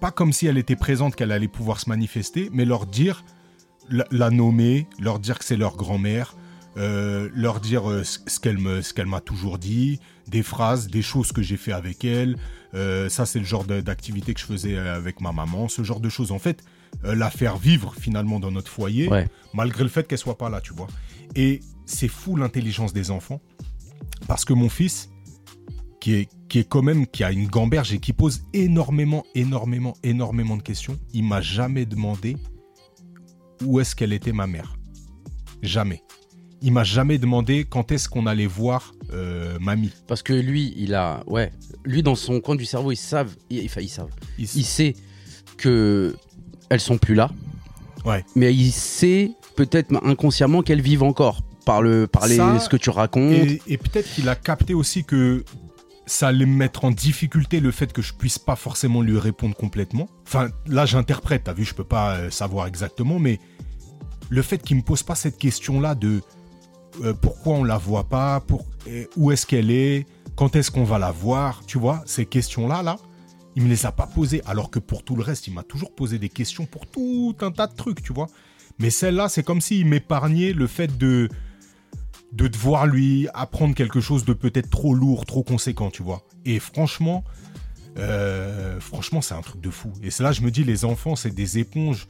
pas comme si elle était présente, qu'elle allait pouvoir se manifester, mais leur dire, la, la nommer, leur dire que c'est leur grand-mère, euh, leur dire euh, ce ce qu'elle me- ce qu'elle m'a toujours dit, des phrases, des choses que j'ai fait avec elle. Euh, ça, c'est le genre de- d'activité que je faisais euh, avec ma maman, ce genre de choses. En fait, euh, la faire vivre finalement dans notre foyer,
Ouais.
malgré le fait qu'elle soit pas là, tu vois. Et c'est fou l'intelligence des enfants, parce que mon fils, qui est, qui est quand même, qui a une gamberge et qui pose énormément, énormément, énormément de questions, il m'a jamais demandé où est-ce qu'elle était ma mère. Jamais. Il m'a jamais demandé quand est-ce qu'on allait voir euh, mamie.
Parce que lui, il a. Ouais. Lui, dans son coin du cerveau, ils savent. il- Enfin, ils savent.
Il-
Il sait que elles sont plus là.
Ouais.
Mais il sait peut-être inconsciemment qu'elles vivent encore par le par les,
Ça,
ce que tu racontes.
Et, et peut-être qu'il a capté aussi que ça allait me mettre en difficulté le fait que je puisse pas forcément lui répondre complètement. Enfin, là, j'interprète, t'as vu, je peux pas euh, savoir exactement, mais le fait qu'il me pose pas cette question-là de euh, pourquoi on la voit pas, pour, et où est-ce qu'elle est, quand est-ce qu'on va la voir, tu vois, ces questions-là, là, il me les a pas posées, alors que pour tout le reste, il m'a toujours posé des questions pour tout un tas de trucs, tu vois. Mais celle-là, c'est comme s'il m'épargnait le fait de de devoir lui apprendre quelque chose de peut-être trop lourd, trop conséquent, tu vois. Et franchement, euh, franchement, c'est un truc de fou. Et c'est là, je me dis, les enfants, c'est des éponges,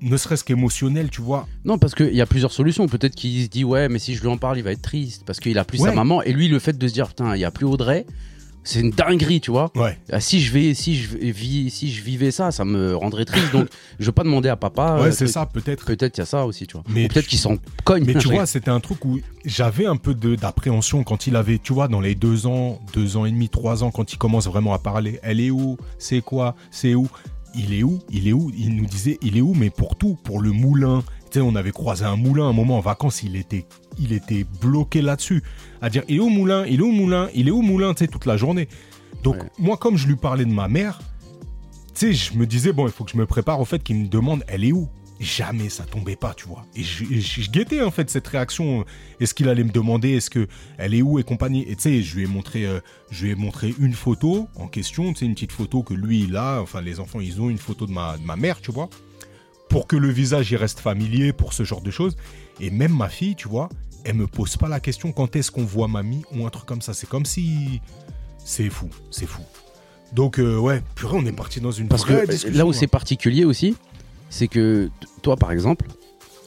ne serait-ce qu'émotionnelles, tu vois.
Non, parce qu'il y a plusieurs solutions. Peut-être qu'il se dit ouais, mais si je lui en parle, il va être triste parce qu'il a plus sa
Ouais.
maman. Et lui, le fait de se dire putain, il y a plus Audrey, c'est une dinguerie, tu vois.
Ouais.
Ah, si je vais, si je vis, si je vivais ça, ça me rendrait triste. Donc, je veux pas demander à papa.
ouais,
euh,
c'est
truc.
ça, peut-être.
Peut-être il y a ça aussi, tu vois.
Mais
Ou peut-être
tu-
qu'il s'en cogne.
Mais tu
Je
vois, c'était un truc où j'avais un peu de- d'appréhension quand il avait, tu vois, dans les deux ans, deux ans et demi, trois ans, quand il commence vraiment à parler, elle est où C'est quoi C'est où Il est où Il est où Il nous disait, il est où Mais pour tout, pour le moulin. Tu sais, on avait croisé un moulin un moment en vacances, il était, il était bloqué là-dessus, à dire, il est où moulin Il est où moulin Il est où moulin Tu sais, toute la journée. Donc,
Ouais.
moi, comme je lui parlais de ma mère, tu sais, je me disais, bon, il faut que je me prépare au fait qu'il me demande, elle est où Jamais ça tombait pas, tu vois. Et je, et je- je guettais en fait cette réaction. Est-ce qu'il allait me demander, est-ce que elle est où et compagnie Et tu sais, je lui ai montré, euh, je lui ai montré une photo en question, tu sais, une petite photo que lui il a. Enfin, les enfants ils ont une photo de ma, de ma mère, tu vois, pour que le visage il reste familier, pour ce genre de choses. Et même ma fille, tu vois, elle me pose pas la question quand est-ce qu'on voit mamie ou un truc comme ça. C'est comme si, c'est fou, c'est fou. Donc euh, ouais, purée, on est parti dans une
Parce que
vraie
euh,
discussion,
là où
hein.
c'est particulier aussi, c'est que t- toi, par exemple,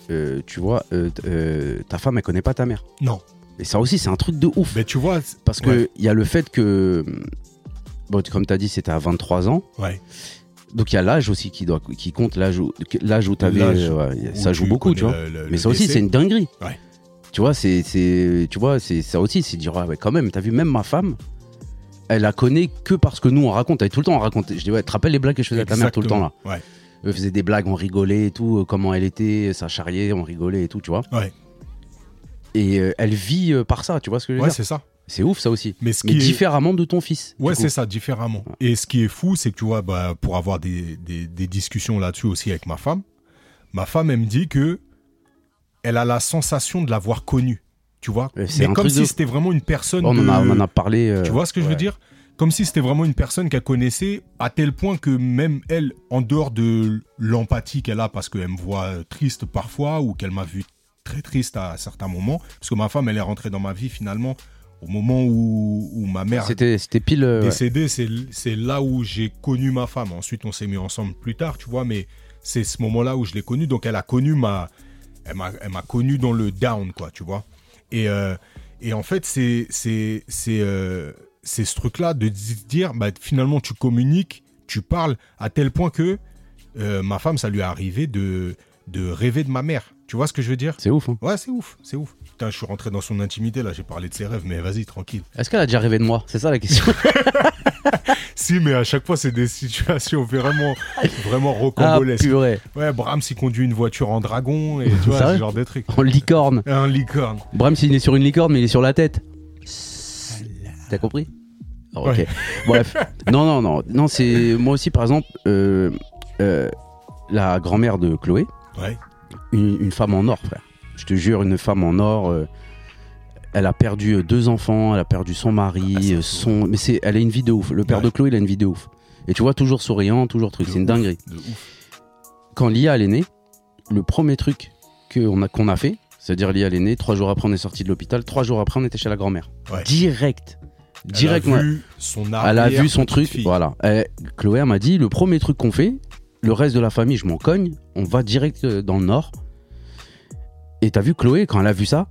euh, tu vois, euh, t- euh, ta femme, elle connaît pas ta mère.
hein. non,
Et ça aussi, c'est un truc de ouf.
mais tu vois, c'est-
Parce que il y a le fait que, hum, bon, comme tu as dit, c'était à 23 ans.
ouais,
Donc il y a l'âge aussi qui, doit, qui compte, l'âge où, que- l'âge où t'avais.
L'âge
euh, ouais,
où
ça joue
tu
beaucoup, tu
connais
vois.
le- le-
Mais
le
ça aussi,
décès.
c'est une dinguerie.
Ouais.
Tu vois, c'est, c'est, tu vois, c'est ça aussi, c'est de dire ah ouais, quand même. T'as vu, même ma femme, elle la connaît que parce que nous on raconte. Elle tout le temps on racontait. Je dis ouais, tu te rappelles les blagues que je faisais à ta mère tout le temps là.
Ouais.
Elle faisait des blagues, on rigolait et tout. euh, comment elle était, ça charriait, on rigolait et tout, tu vois.
Ouais.
Et euh, elle vit euh, par ça, tu vois ce que je veux
Ouais,
dire
c'est ça.
C'est ouf ça aussi.
Mais ce
Mais
qui est-
différemment de ton fils. du
Ouais,
coup.
c'est ça, différemment. Et ce qui est fou, c'est que tu vois, bah, pour avoir des, des- des discussions là-dessus aussi avec ma femme, ma femme, elle me dit que elle a la sensation de l'avoir connue. Tu vois
Ouais, c'est
Mais
un
comme
truc
si
de-
c'était vraiment une personne.
On en, a,
de-
on en a parlé. euh,
Tu vois ce que je veux
ouais.
dire Comme si c'était vraiment une personne qu'elle connaissait à tel point que même elle, en dehors de l'empathie qu'elle a parce qu'elle me voit triste parfois ou qu'elle m'a vu très triste à certains moments, parce que ma femme, elle est rentrée dans ma vie finalement au moment où, où ma mère
C'était, c'était pile. euh, ouais.
décédé, c'est- c'est là où j'ai connu ma femme. Ensuite, on s'est mis ensemble plus tard, tu vois, mais c'est ce moment-là où je l'ai connue. Donc, elle a connu ma. Elle m'a elle m'a connu dans le down, quoi, tu vois. Et, euh, et en fait, c'est c'est- c'est, euh, c'est ce truc-là de di- dire, bah, finalement, tu communiques, tu parles, à tel point que euh, ma femme, ça lui est arrivé de, de rêver de ma mère. Tu vois ce que je veux dire
C'est ouf. hein.
Ouais, c'est ouf, c'est ouf. Putain, je suis rentré dans son intimité, là, j'ai parlé de ses rêves, mais vas-y, tranquille.
Est-ce qu'elle a déjà rêvé de moi C'est ça la question.
Si, mais à chaque fois, c'est des situations vraiment, vraiment
ah
rocambolesques.
purée,
ouais, Brahms, il conduit une voiture en dragon et tu vois,
Sérieux
ce genre de truc.
en licorne.
Un licorne.
Brahms, il est sur une licorne, mais il est sur la tête. T'as compris Oh, Ok.
Ouais.
Bref. Non, non, non. Non, c'est moi aussi, par exemple, euh, euh, la grand-mère de Chloé,
Ouais,
une, une femme en or, frère. Je te jure, une femme en or. euh, elle a perdu euh, deux enfants, elle a perdu son
Ah, c'est
mari, euh, son. Mais c'est, elle a une vie de ouf. Le père
Ouais.
de Chloé, il a une vie de ouf. Et tu vois, toujours souriant, toujours truc.
De
C'est une
ouf.
dinguerie.
de ouf.
Quand Lia, elle est née, le premier truc que on a- qu'on a, fait, C'est-à-dire, Lia, elle est née. Trois jours après, on est sorti de l'hôpital. Trois jours après, on était chez la grand-mère.
Ouais.
Direct. Direct,
Elle a
moi.
vu son
Elle a
arrière
vu son
petite
truc.
fille.
Voilà. Eh, Chloé, elle m'a dit le premier truc qu'on fait, le reste de la famille, je m'en cogne. On va direct euh, dans le nord. Et t'as vu, Chloé, quand elle a vu ça,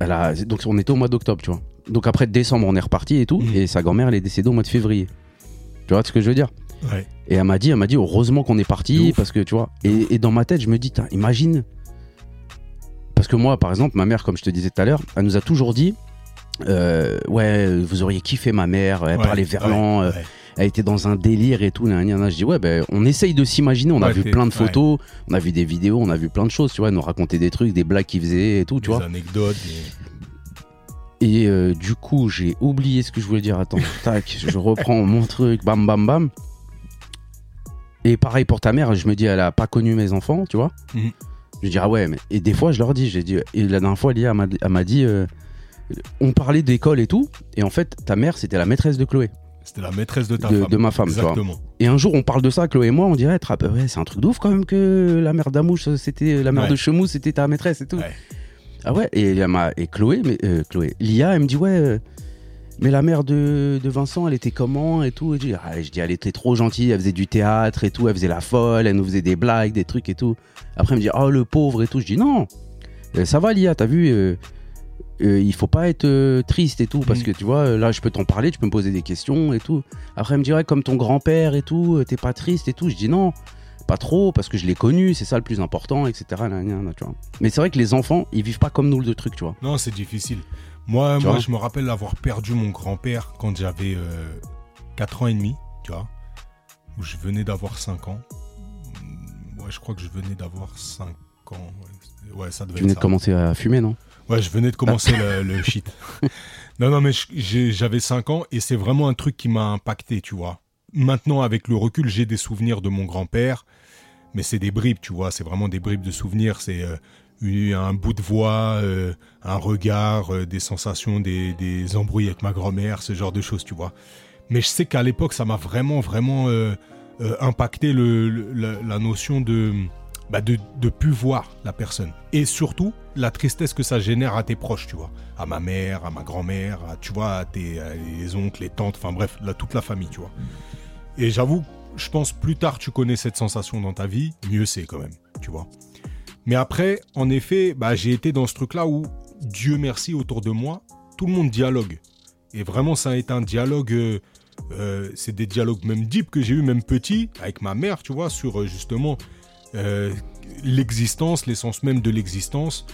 elle a... donc on était au mois d'octobre, tu vois. Donc après décembre, on est reparti et tout.
Mhm.
Et sa grand-mère, elle est décédée au mois de février. Tu vois ce que je veux dire
Ouais.
et elle m'a dit, elle m'a dit, heureusement qu'on est
De
parti,
ouf.
parce que tu vois. Et, et dans ma tête, je me dis, Tain, imagine. Parce que moi, par exemple, ma mère, comme je te disais tout à l'heure, elle nous a toujours dit, euh, ouais, vous auriez kiffé ma mère, elle
Ouais,
parlait
ouais,
verlan, euh,
ouais.
elle était dans un délire et tout. gna, gna, gna. Je dis, ouais, ben, on essaye de s'imaginer. On a
Ouais,
vu
t'es-
plein de photos, on a vu des vidéos, on a vu plein de choses, tu vois. Elle nous racontait des trucs, des blagues qu'ils faisaient et tout, tu
Des
vois.
anecdotes. des-
Et euh, du coup, j'ai oublié ce que je voulais dire. Attends, tac, je reprends mon truc, bam, bam, bam. Et pareil pour ta mère, je me dis, elle a pas connu mes enfants, tu vois.
Mhm.
Je dis, ah ouais, mais. Et des fois, je leur dis, j'ai dit, et la dernière fois, Lia elle m'a- elle m'a dit, euh, on parlait d'école et tout, et en fait, ta mère, c'était la maîtresse de Chloé,
C'était la maîtresse de ta
de,
femme.
de ma femme, tu vois.
Exactement.
Et un jour, on parle de ça, Chloé et moi, on dirait, Ah, bah ouais, c'est un truc de ouf quand même que la mère d'Amouche, euh, c'était la mère
Ouais.
de Chemou, c'était ta maîtresse et tout.
Ouais.
Ah ouais, et, elle m'a- et Chloé, mais, euh, Chloé, Lia, elle me dit, ouais, euh, mais la mère de, de Vincent, elle était comment et tout. Et je, dis, Ah, je dis, elle était trop gentille, elle faisait du théâtre et tout, elle faisait la folle, elle nous faisait des blagues, des trucs et tout. Après, elle me dit, oh, le pauvre et tout. Je dis, non, euh, ça va, Lia, t'as vu euh, euh, il faut pas être euh, triste et tout parce
Mm.
que tu vois euh, là je peux t'en parler tu peux me poser des questions et tout après elle me dit ouais comme ton grand-père et tout euh, t'es pas triste et tout je dis non pas trop parce que je l'ai connu c'est ça le plus important etc Gna, gna, gna, tu vois. mais c'est vrai que les enfants ils vivent pas comme nous le truc tu vois
Non, c'est difficile. Moi,
Tu
moi
vois
je me rappelle avoir perdu mon grand-père quand j'avais euh, 4 ans et demi, tu vois. Où je venais d'avoir 5 ans. Mm, Ouais, je crois que je venais d'avoir 5 ans. Ouais, Ouais, ça devait
tu venais
être ça.
de commencer à fumer non
Ouais, je venais de commencer le, le shit. Non, non, mais je- j'ai- j'avais 5 ans et c'est vraiment un truc qui m'a impacté, tu vois. Maintenant, avec le recul, j'ai des souvenirs de mon grand-père, mais c'est des bribes, tu vois. C'est vraiment des bribes de souvenirs. C'est euh, une- un bout de voix, euh, un regard, euh, des sensations, des, des embrouilles avec ma grand-mère, ce genre de choses, tu vois. Mais je sais qu'à l'époque, ça m'a vraiment, vraiment euh, euh, impacté le, le- la, la notion de, bah, de, de plus voir la personne. Et surtout, la tristesse que ça génère à tes proches, tu vois. À ma mère, à ma grand-mère, à, tu vois, à tes à les oncles, les tantes, enfin bref, là, toute la famille, tu vois. Et j'avoue, je pense plus tard tu connais cette sensation dans ta vie, mieux c'est quand même, tu vois. Mais après, en effet, bah, j'ai été dans ce truc-là où, Dieu merci, autour de moi, tout le monde dialogue. Et vraiment, ça a été un dialogue. euh, euh, c'est des dialogues même deep que j'ai eu, même petit, avec ma mère, tu vois, sur euh, justement euh, l'existence, l'essence même de l'existence,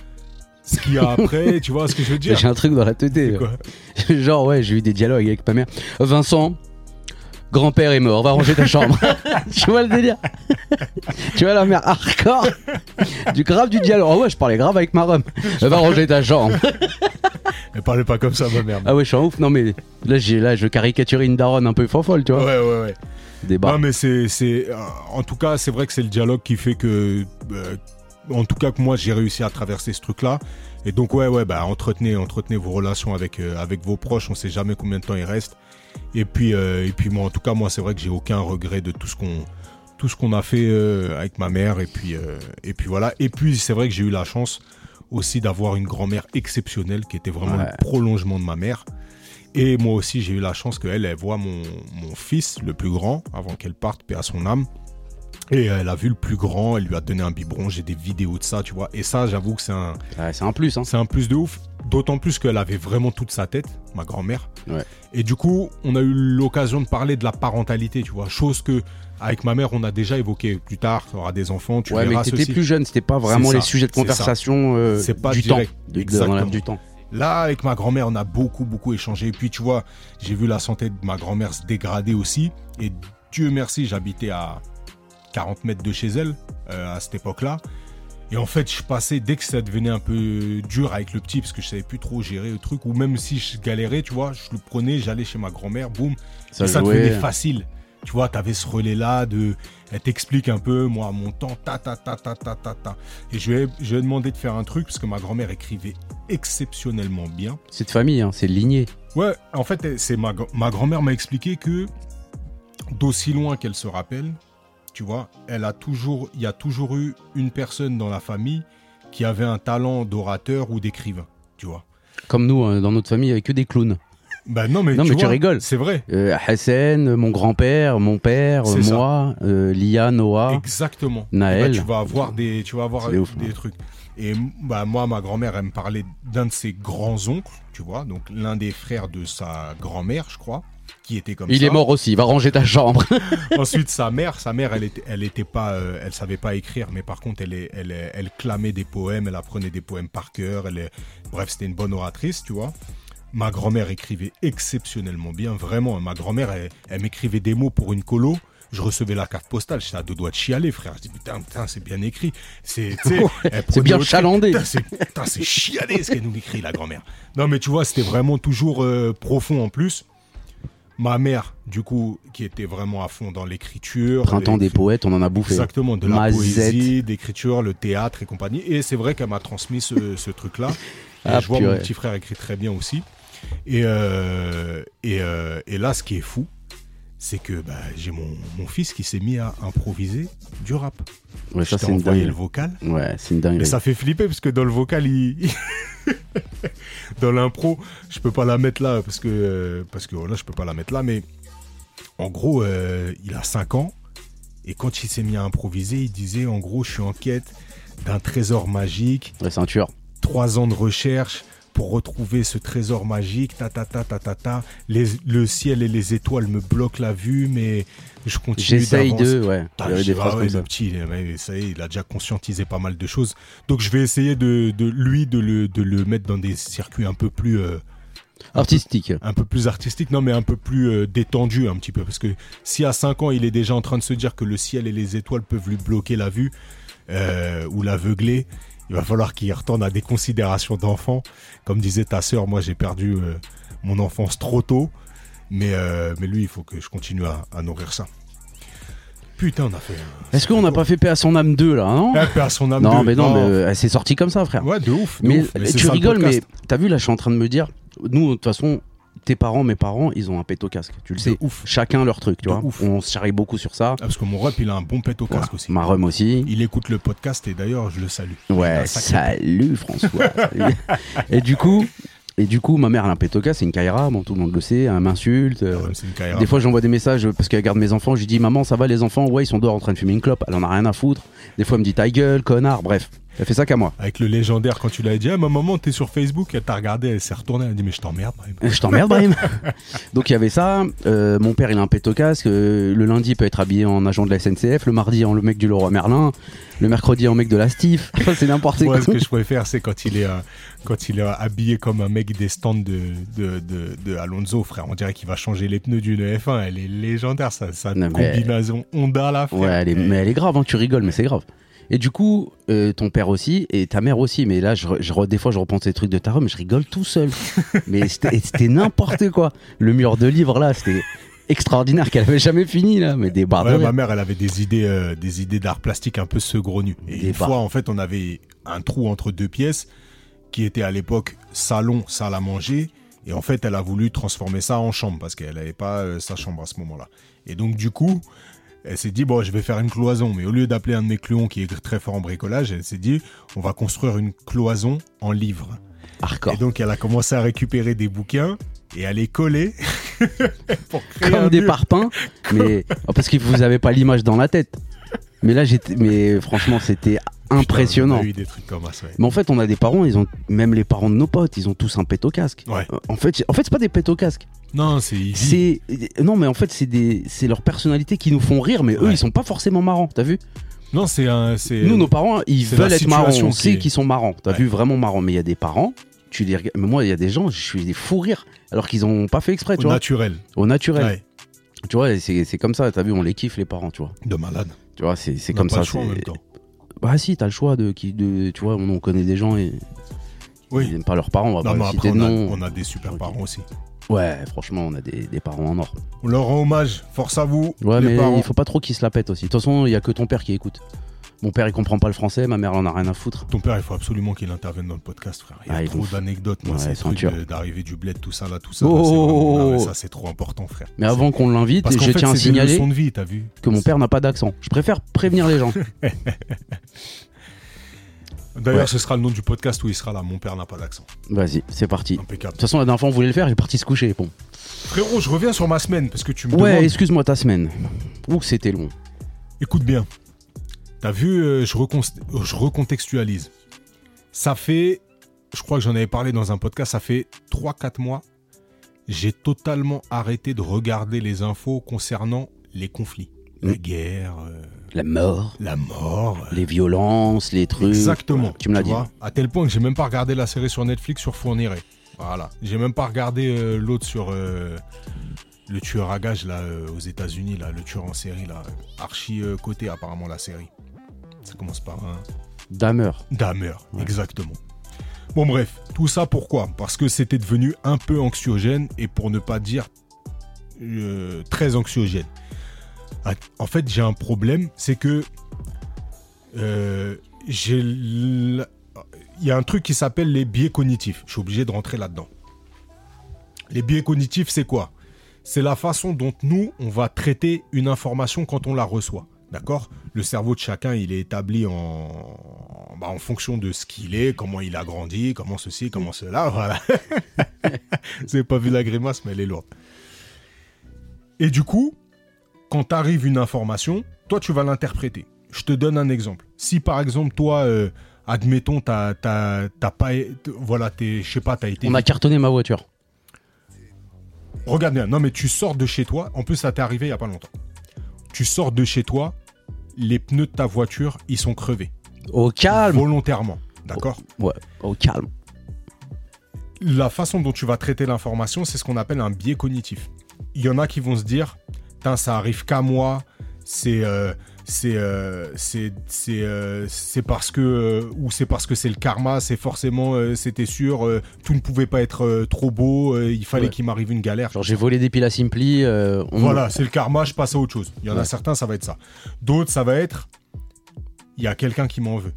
ce qu'il y a après, tu vois ce que je veux dire
j'ai un truc dans la tête euh.
C'est quoi
genre ouais j'ai eu des dialogues avec ma mère Vincent grand-père est mort va ranger ta chambre tu vois le délire tu vois la mère hardcore du grave du dialogue ah ouais je parlais grave avec ma rhum va ranger ta chambre
Elle parlait pas comme ça, ma mère.
Ah ouais, je suis un ouf. Non, mais là, j'ai, là je caricature une daronne un peu fofolle, tu
Ouais,
vois.
ouais, ouais.
Des
Non,
barres.
mais c'est, c'est, euh, en tout cas, c'est vrai que c'est le dialogue qui fait que, euh, en tout cas, que moi j'ai réussi à traverser ce truc-là. Et donc ouais, ouais, bah entretenez, entretenez vos relations avec euh, avec vos proches. On sait jamais combien de temps il reste. Et puis euh, et puis moi, en tout cas, moi c'est vrai que j'ai aucun regret de tout ce qu'on tout ce qu'on a fait euh, avec ma mère. Et puis euh, et puis voilà. Et puis c'est vrai que j'ai eu la chance aussi d'avoir une grand-mère exceptionnelle qui était vraiment
Ouais.
le prolongement de ma mère. Et moi aussi, j'ai eu la chance qu'elle, elle voit mon, mon fils, le plus grand, avant qu'elle parte, paix à son âme. Et elle a vu le plus grand, elle lui a donné un biberon, j'ai des vidéos de ça, tu vois. Et ça, j'avoue que c'est un,
Ouais, c'est un plus, hein.
c'est un plus de ouf. D'autant plus qu'elle avait vraiment toute sa tête, ma grand-mère.
Ouais.
Et du coup, on a eu l'occasion de parler de la parentalité, tu vois. Chose que, avec ma mère, on a déjà évoqué plus tard. Tu auras des enfants, tu
ouais, mais
verras
t'étais
ceci.
plus jeune, c'était pas vraiment
C'est
les
ça,
sujets de
c'est ça.
conversation euh,
C'est pas
du
direct,
temps. De- de-
exactement.
dans l'air du temps.
Là, avec ma grand-mère, on a beaucoup, beaucoup échangé. Et puis, tu vois, j'ai vu la santé de ma grand-mère se dégrader aussi. Et Dieu merci, j'habitais à 40 mètres de chez elle euh, à cette époque-là. Et en fait, je passais, dès que ça devenait un peu dur avec le petit, parce que je savais plus trop gérer le truc, ou même si je galérais, tu vois, je le prenais, j'allais chez ma grand-mère, boum,
Ça,
et ça
jouait.
devenait facile. Tu vois, t'avais ce relais-là de. Elle t'explique un peu, moi, à mon temps, ta, ta, ta, ta, ta, ta, ta. Et je lui, ai, je lui ai demandé de faire un truc, parce que ma grand-mère écrivait exceptionnellement bien.
C'est de famille, hein, c'est ligné.
Ouais, en fait, elle- c'est ma, gr- ma grand-mère m'a expliqué que, d'aussi loin qu'elle se rappelle, tu vois, elle a toujours. Il y a toujours eu une personne dans la famille qui avaient un talent d'orateur ou d'écrivain, tu vois.
Comme nous, euh, dans notre famille, il n'y avait que des clowns.
Bah non, mais,
Non,
tu,
mais tu
vois,
rigoles.
C'est vrai.
Euh, Hassan, mon grand-père, mon père, euh,
C'est ça.
moi, euh, Lia, Noah.
Exactement.
Naël.
Et bah, tu vas avoir des, tu vas avoir
C'est ouf,
des
hein.
trucs. Et m- bah moi, ma grand-mère, elle me parlait d'un de ses grands oncles, tu vois, donc l'un des frères de sa grand-mère, je crois, qui était comme
Il
ça.
est mort aussi, va ranger ta chambre.
Ensuite, sa mère, sa mère, elle était, elle était pas, euh, elle savait pas écrire, mais par contre, elle, est- elle, est- elle clamait des poèmes, elle apprenait des poèmes par cœur. Elle est... Bref, c'était une bonne oratrice, tu vois. Ma grand-mère écrivait exceptionnellement bien, vraiment. Ma grand-mère, elle, elle m'écrivait des mots pour une colo. Je recevais la carte postale, j'étais à deux doigts de chialer, frère. Je dis putain, putain, c'est bien écrit. C'est, tu sais, elle
C'est
prenait
bien
autre-
chalandé.
Putain, c'est- Putain, c'est chialé ce qu'elle nous écrit, la grand-mère. Non, mais tu vois, c'était vraiment toujours euh, profond en plus. Ma mère, du coup, qui était vraiment à fond dans l'écriture.
Printemps des
l'écrit-
poètes, on en a bouffé.
Exactement, de la
Mazette.
poésie, d'écriture, le théâtre et compagnie. Et c'est vrai qu'elle m'a transmis ce, ce truc-là. Et
Ah,
je vois
purée.
mon petit frère écrit très bien aussi. Et, euh, et, euh, et là, ce qui est fou, c'est que bah, j'ai mon, mon fils qui s'est mis à improviser du rap.
Ouais,
je
ça
t'ai
c'est une
envoyé le
dinguerie.
vocal.
Ouais, c'est une
Mais
dinguerie.
ça fait flipper parce que dans le vocal, il... dans l'impro, je peux pas la mettre là parce que euh, parce que voilà, je peux pas la mettre là. Mais en gros, euh, il a 5 ans et quand il s'est mis à improviser, il disait en gros, je suis en quête d'un trésor magique,
Ouais, c'est un tueur.
3 ans de recherche pour retrouver ce trésor magique, ta ta ta ta ta ta. Les- le ciel et les étoiles me bloquent la vue, mais je continue
J'essaye
d'avancer.
de, ouais. Il y
Ah,
avait
je
des
dis,
phrases
ah ouais, le
comme ça.
petit, il, est- ouais, ça y est, il a déjà conscientisé pas mal de choses. Donc je vais essayer de, de lui de le, de le mettre dans des circuits un peu plus euh,
Artistique.
un peu plus artistiques, non mais un peu plus euh, détendus un petit peu parce que si à 5 ans il est déjà en train de se dire que le ciel et les étoiles peuvent lui bloquer la vue euh, ou l'aveugler, il va falloir qu'il retourne à des considérations d'enfant. Comme disait ta sœur, moi j'ai perdu euh, mon enfance trop tôt, mais euh, mais lui il faut que je continue à, à nourrir ça. Putain, on a fait. un-
Est-ce qu'on n'a pas fait paix à son âme 2 là, non
ah, paix à son âme
Non,
de-
mais non, mais euh, elle s'est sortie comme ça, frère.
Ouais, de ouf. de
mais
ouf. c'est
tu
ça, le
rigoles, mais
podcast.
t'as vu là, je suis en train de me dire, nous, de toute façon, tes parents, mes parents, ils ont un pète au casque, tu le sais.
De ouf.
Chacun leur truc, tu
De
vois.
ouf.
On se charrie beaucoup sur ça.
Ah, parce que mon rep, il a un bon pet au casque aussi.
Ma rhum aussi.
Il écoute le podcast et d'ailleurs, je le salue. Il a
Ouais,
un sacré-
salut François. Salut. et du coup, et du coup, ma mère, elle a un pète au casque, c'est une caïra, bon, tout le monde le sait, elle m'insulte. euh,
Ah Ouais, C'est une carrière.
Des fois, j'envoie des messages euh, parce qu'elle garde mes enfants. Je lui dis Maman, ça va les enfants Ouais, ils sont dehors en train de fumer une clope. Elle en a rien à foutre. Des fois, elle me dit Ta gueule, connard. Bref, elle fait ça qu'à moi.
Avec le légendaire, quand tu l'as dit, à ma maman, t'es sur Facebook, elle t'a regardé, elle s'est retournée, elle a dit, mais je t'emmerde. Brahim.
Je t'emmerde, Brahim. Donc, il y avait ça. Euh, mon père, il a un pète au casque. Euh, le lundi, il peut être habillé en agent de la SNCF. Le mardi, en le mec du Leroy Merlin. Le mercredi, en mec de la Stif. Enfin, c'est n'importe
Moi,
quoi.
ce que je préfère, c'est quand il est, euh, quand il est euh, habillé comme un mec des stands de, de, de, de Alonso, frère. On dirait qu'il va changer les pneus d'une F1. Elle est légendaire, sa, sa
Non, mais-
combinaison Honda, là, frère.
Ouais, elle est-
Elle-
mais elle est grave, hein, tu rigoles, mais c'est grave. Et du coup, euh, ton père aussi, et ta mère aussi, mais là, je, re- je re- des fois, je repense ces trucs de ta mais je rigole tout seul. mais c'était c'était n'importe quoi. Le mur de livres, là, c'était extraordinaire qu'elle avait jamais fini, là, mais des barres de
Ouais, bah,
rire.
ma mère, elle avait des idées, euh, des idées d'art plastique un peu saugrenues. Et
Des
une
bars.
fois, en fait, on avait un trou entre deux pièces qui était à l'époque salon, salle à manger. Et en fait, elle a voulu transformer ça en chambre parce qu'elle n'avait pas euh, sa chambre à ce moment-là. Et donc, du coup, elle s'est dit, bon, je vais faire une cloison. Mais au lieu d'appeler un de mes clons qui est très fort en bricolage, elle s'est dit, on va construire une cloison en livres.
Hardcore.
Et donc, elle a commencé à récupérer des bouquins et à les coller pour créer
Comme
un
des
mur.
parpaings, mais oh, parce que vous avez pas l'image dans la tête. Mais là, j'étais, mais franchement, c'était impressionnant.
Putain, on a eu des trucs comme ça. ouais.
Mais en fait, on a des parents, ils ont même les parents de nos potes, ils ont tous un pète au casque.
Ouais. Mmh.
Euh, En fait, en fait, c'est pas des pètes au casque.
Non, c'est il vit.
C'est non mais en fait c'est des c'est leur personnalité qui nous font rire mais eux
Ouais.
ils sont pas forcément marrants t'as vu
Non, c'est un. c'est-
nous nos parents hein, ils
c'est la
veulent être marrants
situation
on
qui
sait
est-
qu'ils sont marrants t'as
Ouais.
vu vraiment marrants mais il y a des parents tu les regardes mais moi il y a des gens je suis des fous rires alors qu'ils ont pas fait exprès tu
au
vois
naturel.
au naturel
Ouais.
tu vois et c'est c'est comme ça t'as vu on les kiffe les parents tu vois
De malade.
tu vois c'est c'est
On
comme
n'a pas
ça
le choix en
c'est-
même temps.
bah si t'as le choix de qui de tu vois on, on connaît des gens et
Oui.
ils aiment pas leurs parents on va
Non,
pas
mais
citer
après,
de
on a,
nom.
on a des super
Ok.
parents aussi.
ouais franchement on a des, des parents en or
On leur rend hommage. Force à vous.
Ouais,
les
mais
parents.
il faut pas trop qu'il se la pète aussi. De toute façon, il y a que ton père qui écoute. Mon père, il comprend pas le français, ma mère, elle en a rien à foutre.
Ton père, il faut absolument qu'il intervienne dans le podcast, frère. Il y a
Ah, il est
trop
ouf.
d'anecdotes. Moi,
Ouais,
c'est
c'est un
truc
tueur.
de- d'arriver du bled, tout ça, là, tout ça.
Oh,
là, c'est
oh,
vraiment-
oh,
non, mais
oh.
ça, c'est trop important, frère.
Mais avant qu'on l'invite,
Parce
je
qu'en fait,
tiens à
c'est des
signaler
leçons de vie, t'as vu
que mon père n'a pas d'accent. Je préfère prévenir les gens.
D'ailleurs,
Ouais.
ce sera le nom du podcast où il sera là. Mon père n'a pas d'accent.
Vas-y, c'est parti. De
Impeccable.
toute façon, la dernière fois, on voulait le faire, il est parti se coucher. Bon.
Frérot, je reviens sur ma semaine parce que tu me
Ouais,
demandes.
excuse-moi ta semaine. Ouh, que c'était long.
Écoute bien. T'as vu, euh, je, reconst- euh, je recontextualise. Ça fait, je crois que j'en avais parlé dans un podcast, ça fait 3-4 mois, j'ai totalement arrêté de regarder les infos concernant les conflits. La
Mm.
guerre, euh,
La mort,
la mort. euh,
les violences, les trucs.
Exactement.
Tu me l'as dit.
vois, À tel point que j'ai même pas regardé la série sur Netflix sur Fourniret. Voilà. J'ai même pas regardé euh, l'autre sur euh, le tueur à gages là euh, aux États-Unis là, le tueur en série là, archi euh, coté apparemment la série. Ça commence par un
Damer.
Dahmer,
Ouais.
exactement. Bon bref, tout ça pourquoi Parce que c'était devenu un peu anxiogène et pour ne pas dire euh, très anxiogène. Ah, En fait, j'ai un problème, c'est que euh, j'ai l- il y a un truc qui s'appelle les biais cognitifs. Je suis obligé de rentrer là-dedans. Les biais cognitifs, c'est quoi C'est la façon dont nous, on va traiter une information quand on la reçoit. D'accord Le cerveau de chacun, il est établi en, bah, en fonction de ce qu'il est, comment il a grandi, comment ceci, comment cela. Voilà. Vous n'avez pas vu la grimace, mais elle est lourde. Et du coup, quand t'arrive une information, toi, tu vas l'interpréter. Je te donne un exemple. Si par exemple, toi, euh, admettons, t'as t'as- t'as pas. é- t- Voilà, t'es- je sais pas, t'as été
On a cartonné ma voiture.
Regarde bien, non mais tu sors de chez toi, en plus ça t'est arrivé il n'y a pas longtemps. Tu sors de chez toi, les pneus de ta voiture, ils sont crevés.
Au calme.
Volontairement, d'accord
Ouais, au calme.
La façon dont tu vas traiter l'information, c'est ce qu'on appelle un biais cognitif. Il y en a qui vont se dire, Tain, ça arrive qu'à moi, c'est... euh, c'est euh, c'est c'est euh, c'est parce que euh, ou c'est parce que c'est le karma c'est forcément euh, c'était sûr euh, tout ne pouvait pas être euh, trop beau euh, il fallait
Ouais.
qu'il m'arrive une galère
Genre, j'ai volé des piles à Simply. euh, on-
Voilà, c'est le karma, je passe à autre chose. Il y en a
Ouais.
certains, ça va être ça. D'autres, ça va être. Il y a quelqu'un qui m'en veut.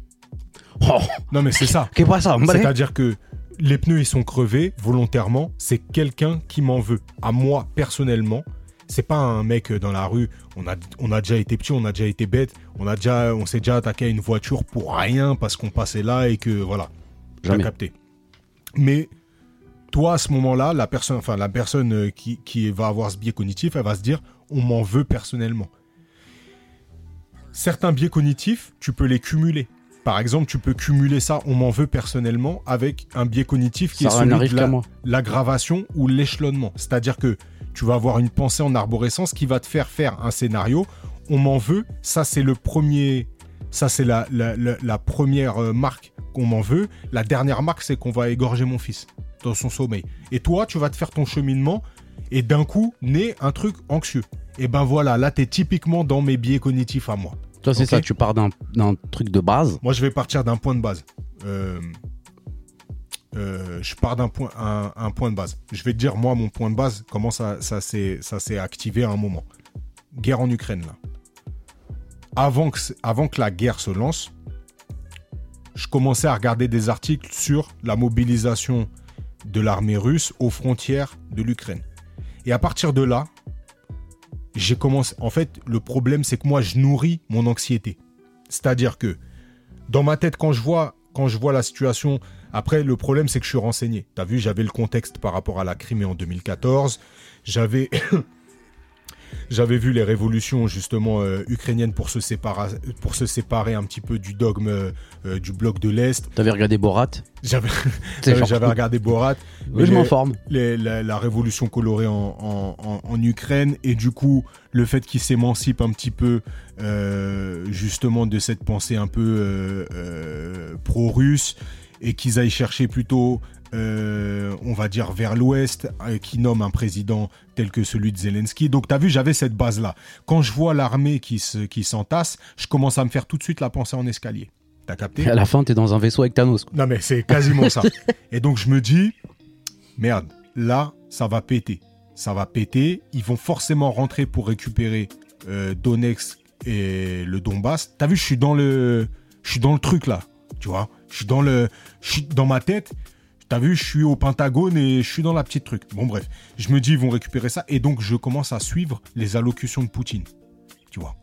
Oh,
Non, mais c'est ça.
qu'est-ce pas ça on me balait.
C'est-à-dire que les pneus, ils sont crevés volontairement. C'est quelqu'un qui m'en veut. À moi, personnellement, c'est pas un mec dans la rue. On a, on a déjà été petit, on a déjà été bête. On, a déjà, on s'est déjà attaqué à une voiture pour rien parce qu'on passait là et que voilà. T'as
Jamais.
capté. Mais toi, à ce moment-là, la personne, enfin la personne euh, qui, qui va avoir ce biais cognitif, elle va se dire, on m'en veut personnellement. Certains biais cognitifs, tu peux les cumuler. Par exemple, tu peux cumuler ça, on m'en veut personnellement, avec un biais cognitif qui
Ça
est celui
n'arrive
de
qu'à
la-
moi.
l'aggravation ou l'échelonnement. C'est-à-dire que tu vas avoir une pensée en arborescence qui va te faire faire un scénario. On m'en veut, ça c'est le premier, ça c'est la, la- la- la première euh, marque qu'on m'en veut. La dernière marque c'est qu'on va égorger mon fils dans son sommeil. Et toi, tu vas te faire ton cheminement et d'un coup naît un truc anxieux. Et ben voilà, là t'es typiquement dans mes biais cognitifs à moi.
Toi, c'est
Ok.
ça, tu pars d'un d'un truc de base.
Moi, je vais partir d'un point de base. Euh, euh, je pars d'un point, un, un point de base. Je vais te dire, moi, mon point de base, comment ça, ça s'est ça s'est activé à un moment. Guerre en Ukraine, là. Avant que, c- avant que la guerre se lance, je commençais à regarder des articles sur la mobilisation de l'armée russe aux frontières de l'Ukraine. Et à partir de là, j'ai commencé. En fait, le problème, c'est que moi, je nourris mon anxiété. C'est-à-dire que dans ma tête, quand je vois, quand je vois la situation, après, le problème, c'est que je suis renseigné. T'as vu, j'avais le contexte par rapport à la Crimée en 2014. J'avais. J'avais vu les révolutions justement euh, ukrainiennes pour se, séparer, pour se séparer un petit peu du dogme euh, euh, du bloc de l'Est.
T'avais regardé Borat.
J'avais
C'est genre-
j'avais regardé Borat.
Mais je
les-
m'informe.
les- la, la révolution colorée en, en- en- en Ukraine et du coup le fait qu'il s'émancipe un petit peu euh, justement de cette pensée un peu euh, euh, pro-russe et qu'ils aillent chercher plutôt euh, on va dire vers l'ouest euh, qui nomme un président tel que celui de Zelensky donc t'as vu j'avais cette base là quand je vois l'armée qui se- qui s'entasse je commence à me faire tout de suite la pensée en escalier t'as capté
Et à la fin, t'es dans un vaisseau avec Thanos. quoi.
non mais c'est quasiment ça. Et donc je me dis, merde, là, ça va péter. Ça va péter. Ils vont forcément rentrer pour récupérer euh, Donetsk et le Donbass. T'as vu, je suis dans le, je suis dans le truc là. Tu vois, je suis dans le, je suis dans ma tête. T'as vu, je suis au Pentagone et je suis dans la petite truc. Bon bref, je me dis ils vont récupérer ça et donc je commence à suivre les allocutions de Poutine. Tu vois.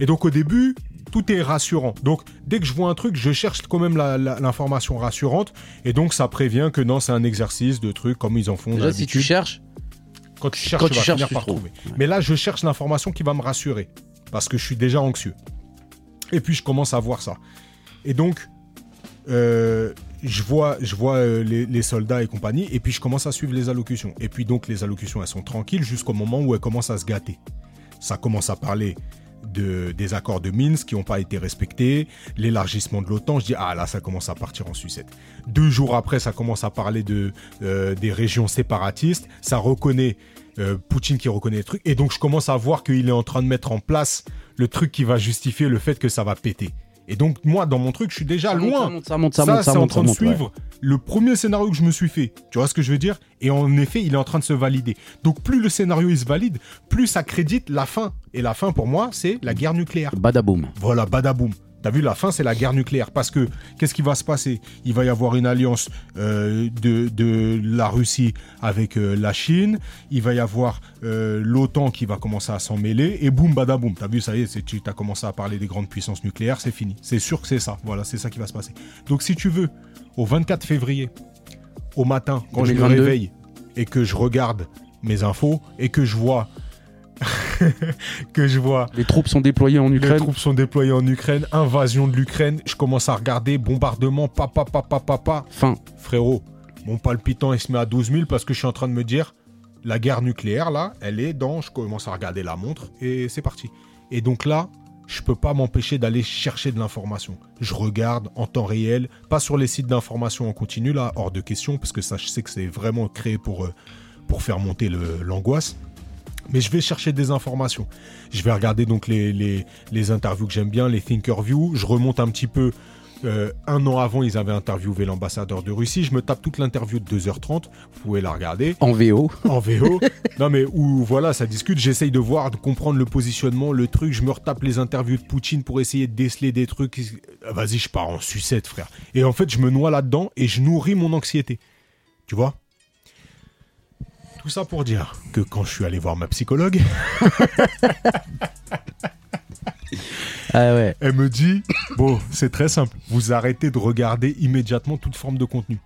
Et donc au début, tout est rassurant. Donc, dès que je vois un truc, je cherche quand même la- la- l'information rassurante. Et donc, ça prévient que non, c'est un exercice de trucs comme ils en font
Déjà, si tu
d'habitude.
cherches,
Quand tu cherches,
quand
tu
tu
vas
cherches,
finir
tu
par
trouves.
trouver.
Ouais.
Mais là, je cherche l'information qui va me rassurer. Parce que je suis déjà anxieux. Et puis, je commence à voir ça. Et donc, euh, je vois, je vois euh, les, les soldats et compagnie. Et puis, je commence à suivre les allocutions. Et puis, donc, les allocutions, elles sont tranquilles jusqu'au moment où elles commencent à se gâter. Ça commence à parler de, des accords de Minsk qui n'ont pas été respectés, l'élargissement de l'OTAN. Je dis, ah là, ça commence à partir en sucette. Deux jours après, ça commence à parler de, euh, des régions séparatistes. Ça reconnaît euh, Poutine qui reconnaît le truc. Et donc, je commence à voir qu'il est en train de mettre en place le truc qui va justifier le fait que ça va péter. Et donc, moi, dans mon truc, je suis déjà
ça monte,
Ah, loin
ça monte, ça monte, ça
ça,
monte, ça
c'est en
monte, ça
train de
monte, ouais.
suivre le premier scénario que je me suis fait. Tu vois ce que je veux dire Et en effet, il est en train de se valider. Donc plus le scénario il se valide, plus ça crédite la fin. Et la fin pour moi, c'est la guerre nucléaire.
Badaboum.
Voilà, badaboum. T'as vu, la fin, c'est la guerre nucléaire. Parce que, qu'est-ce qui va se passer Il va y avoir une alliance euh, de, de la Russie avec euh, la Chine. Il va y avoir euh, l'OTAN qui va commencer à s'en mêler. Et boum, badaboum. T'as vu, ça y est, c'est- tu as commencé à parler des grandes puissances nucléaires, c'est fini. C'est sûr que c'est ça. Voilà, c'est ça qui va se passer. Donc, si tu veux, au 24 février, au matin, quand je
2022.
me réveille et que je regarde mes infos et que je vois. que je vois
Les troupes sont déployées en
les
Ukraine.
troupes sont déployées en Ukraine, invasion de l'Ukraine. Je commence à regarder, bombardement, papa, papa, papa.
Fin.
Frérot, mon palpitant, il se met à 12 000 parce que je suis en train de me dire, la guerre nucléaire, là, elle est dans. Je commence à regarder la montre et c'est parti. Et donc là, je peux pas m'empêcher d'aller chercher de l'information. Je regarde en temps réel, pas sur les sites d'information en continu, là, hors de question, parce que ça, je sais que c'est vraiment créé pour, euh, pour faire monter le- l'angoisse. Mais je vais chercher des informations. Je vais regarder donc les, les, les interviews que j'aime bien, les Thinkerview. Je remonte un petit peu. euh, un an avant, ils avaient interviewé l'ambassadeur de Russie. Je me tape toute l'interview de 2h30. Vous pouvez la regarder
En VO.
en VO. non, mais où voilà, ça discute. J'essaye de voir, de comprendre le positionnement, le truc. Je me retape les interviews de Poutine pour essayer de déceler des trucs. Ah, Vas-y, je pars en sucette, frère. Et en fait, je me noie là-dedans et je nourris mon anxiété. Tu vois Tout ça pour dire que quand je suis allé voir ma psychologue,
Ah ouais.
elle me dit Bon, c'est très simple. Vous arrêtez de regarder immédiatement toute forme de contenu.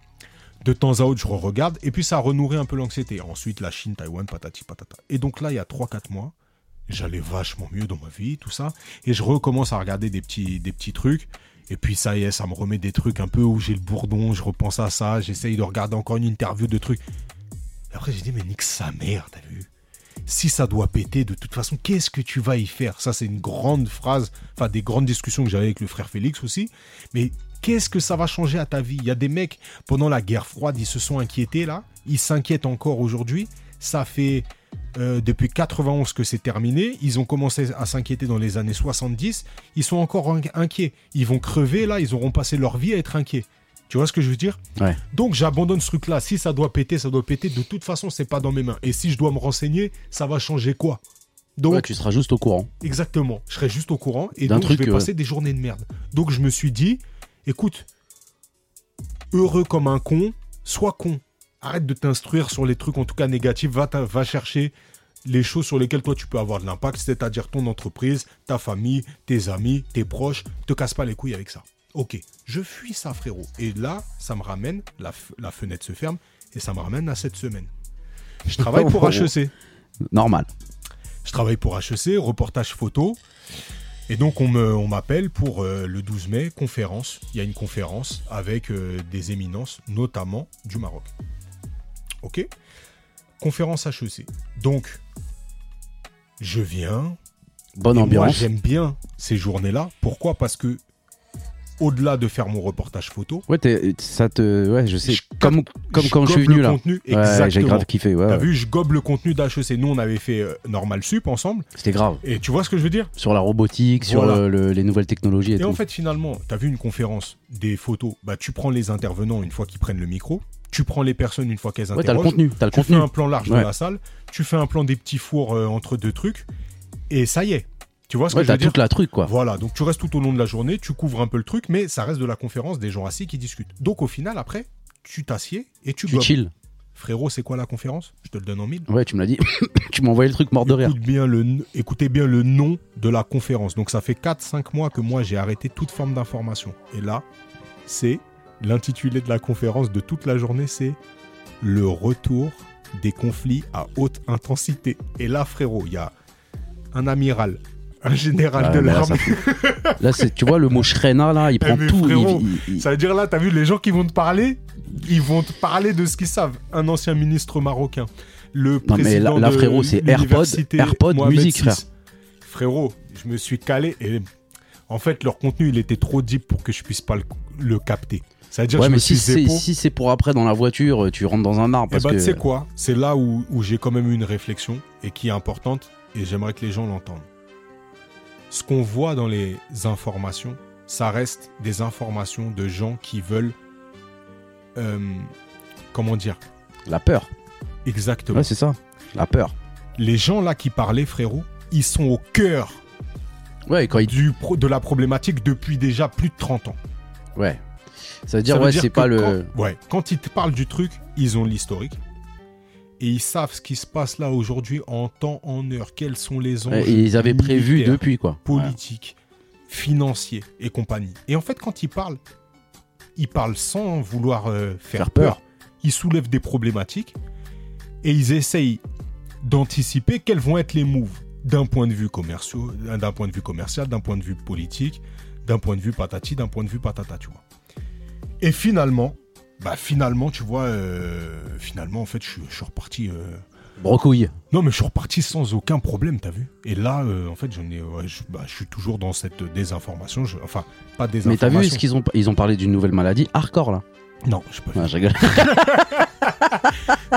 De temps à autre, je re-regarde et puis ça renourrit un peu l'anxiété. Ensuite, la Chine, Taïwan, patati patata. Et donc là, il y a 3-4 mois, j'allais vachement mieux dans ma vie, tout ça. Et je recommence à regarder des petits, des petits trucs. Et puis ça y est, ça me remet des trucs un peu où j'ai le bourdon, je repense à ça, j'essaye de regarder encore une interview de trucs. Et après, j'ai dit, mais nique sa mère, t'as vu si ça doit péter, de toute façon, qu'est-ce que tu vas y faire Ça, c'est une grande phrase, enfin des grandes discussions que j'avais avec le frère Félix aussi. Mais qu'est-ce que ça va changer à ta vie Il y a des mecs, pendant la guerre froide, ils se sont inquiétés là, ils s'inquiètent encore aujourd'hui. Ça fait euh, depuis 91 que c'est terminé, ils ont commencé à s'inquiéter dans les années 70, ils sont encore in- inquiets. Ils vont crever là, ils auront passé leur vie à être inquiets. Tu vois ce que je veux dire
Ouais.
donc j'abandonne ce truc-là. Si ça doit péter, ça doit péter. De toute façon, c'est pas dans mes mains. Et si je dois me renseigner, ça va changer quoi Donc
Ouais, tu seras juste au courant.
exactement, je serai juste au courant et
D'un
donc
truc,
je vais
euh,
passer des journées de merde. Donc je me suis dit, écoute, heureux comme un con, sois con. Arrête de t'instruire sur les trucs en tout cas négatifs. Va, t'in- va chercher les choses sur lesquelles toi tu peux avoir de l'impact, c'est-à-dire ton entreprise, ta famille, tes amis, tes proches. Te casse pas les couilles avec ça. Ok, je fuis ça, frérot. Et là, ça me ramène, la, f- la fenêtre se ferme, et ça me ramène à cette semaine. Je travaille pour
Oh.
E HEC.
Normal.
Je travaille pour HEC, reportage photo. Et donc, on me- on m'appelle pour euh, le 12 mai, conférence. Il y a une conférence avec euh, des éminences, notamment du Maroc. Ok Conférence HEC. Donc, je viens,
Bonne
et Moi,
ambiance.
j'aime bien ces journées-là. Pourquoi Parce que, au-delà de faire mon reportage photo,
Ouais, t'es- ça te. Ouais, je sais.
Je
Comme, comme quand je suis
gobe
venu
le
là.
contenu,
Ouais, j'ai
exactement.
grave kiffé. Ouais,
T'as
ouais.
vu, je gobe le contenu d'HEC. Nous, on avait fait euh, Normal Sup ensemble.
C'était grave.
Et tu vois ce que je veux dire
Sur la robotique, sur
Voilà.
le- le- les nouvelles technologies et,
Et
tout.
en fait, finalement, t'as vu une conférence, des photos. Bah, tu prends les intervenants une fois qu'ils prennent le micro. Tu prends les personnes une fois qu'elles
ouais, t'as le
interrogent.
contenu. T'as le
tu fais
contenu.
un plan large
Ouais.
de la salle. Tu fais un plan des petits fours euh, entre deux trucs. Et ça y est. Tu vois ce
Ouais,
que je veux
t'as
dire
toute la truc, quoi.
Voilà, donc tu restes tout au long de la journée, tu couvres un peu le truc, mais ça reste de la conférence, des gens assis qui discutent. Donc au final, après, tu t'assieds et tu,
Tu
gobes.
chill.
Frérot, c'est quoi la conférence Je te le donne en mille.
Ouais, tu me l'as dit. tu m'as envoyé le truc mort de rire.
Écoute bien le, n- écoutez bien le nom de la conférence. Donc ça fait 4-5 mois que moi j'ai arrêté toute forme d'information. Et là, c'est l'intitulé de la conférence de toute la journée, c'est le retour des conflits à haute intensité. Et là, frérot, il y a un amiral, un général
Ah,
de
mais là, ça
l'armée.
fout. Là, c'est, tu vois, le mot Shrena, là, il prend
Eh, mais
tout. il-
frérot,
il- il-
Ça veut dire là, t'as vu les gens qui vont te parler, ils vont te parler de ce qu'ils savent. Un ancien ministre marocain, le
mais
président
là- là,
de
frérot, c'est AirPod,
l'université
AirPod
Mohamed
musique,
VI.
frère.
Frérot, je me suis calé et en fait leur contenu il était trop deep pour que je puisse pas le, le capter. Ça veut dire
Ouais,
je me
mais
suis
si c'est,
zépo.
si c'est pour après dans la voiture, tu rentres dans un arbre.
Eh
Parce
ben, tu sais
que...
quoi C'est là où, où j'ai quand même eu une réflexion et qui est importante et j'aimerais que les gens l'entendent. Ce qu'on voit dans les informations, ça reste des informations de gens qui veulent. euh, comment dire
La peur.
Exactement.
Ouais, c'est ça. La peur.
les gens là qui parlaient, frérot, ils sont au cœur
Ouais, et quand il.
du pro- de la problématique depuis déjà plus de 30 ans.
Ouais. Ça veut dire,
Ça veut
ouais, c'est
que
pas le.
Quand, ouais, quand ils te parlent du truc, ils ont l'historique. Et ils savent ce qui se passe là aujourd'hui en temps, en heure. Quels sont les enjeux
Ouais, et ils avaient prévu
militaires,
depuis, quoi. Ouais.
politiques, financiers et compagnie. Et en fait, quand ils parlent, ils parlent sans vouloir euh, faire,
Faire peur.
peur. Ils soulèvent des problématiques et ils essayent d'anticiper quels vont être les moves d'un point de vue commercial, d'un point de vue commercial, d'un point de vue politique, d'un point de vue patati, d'un point de vue patata, tu vois. Et finalement, bah finalement, tu vois, euh, finalement, en fait, je suis, je suis reparti. euh,
Brocouille.
non, mais je suis reparti sans aucun problème, t'as vu Et là, euh, en fait, j'en ai, ouais, je, bah, je suis toujours dans cette désinformation. je- enfin, pas
Mais t'as
désinformation.
vu ce qu'ils ont. Ils ont parlé d'une nouvelle maladie hardcore, là.
Non, je peux.
Ouais, Ah, je rigole.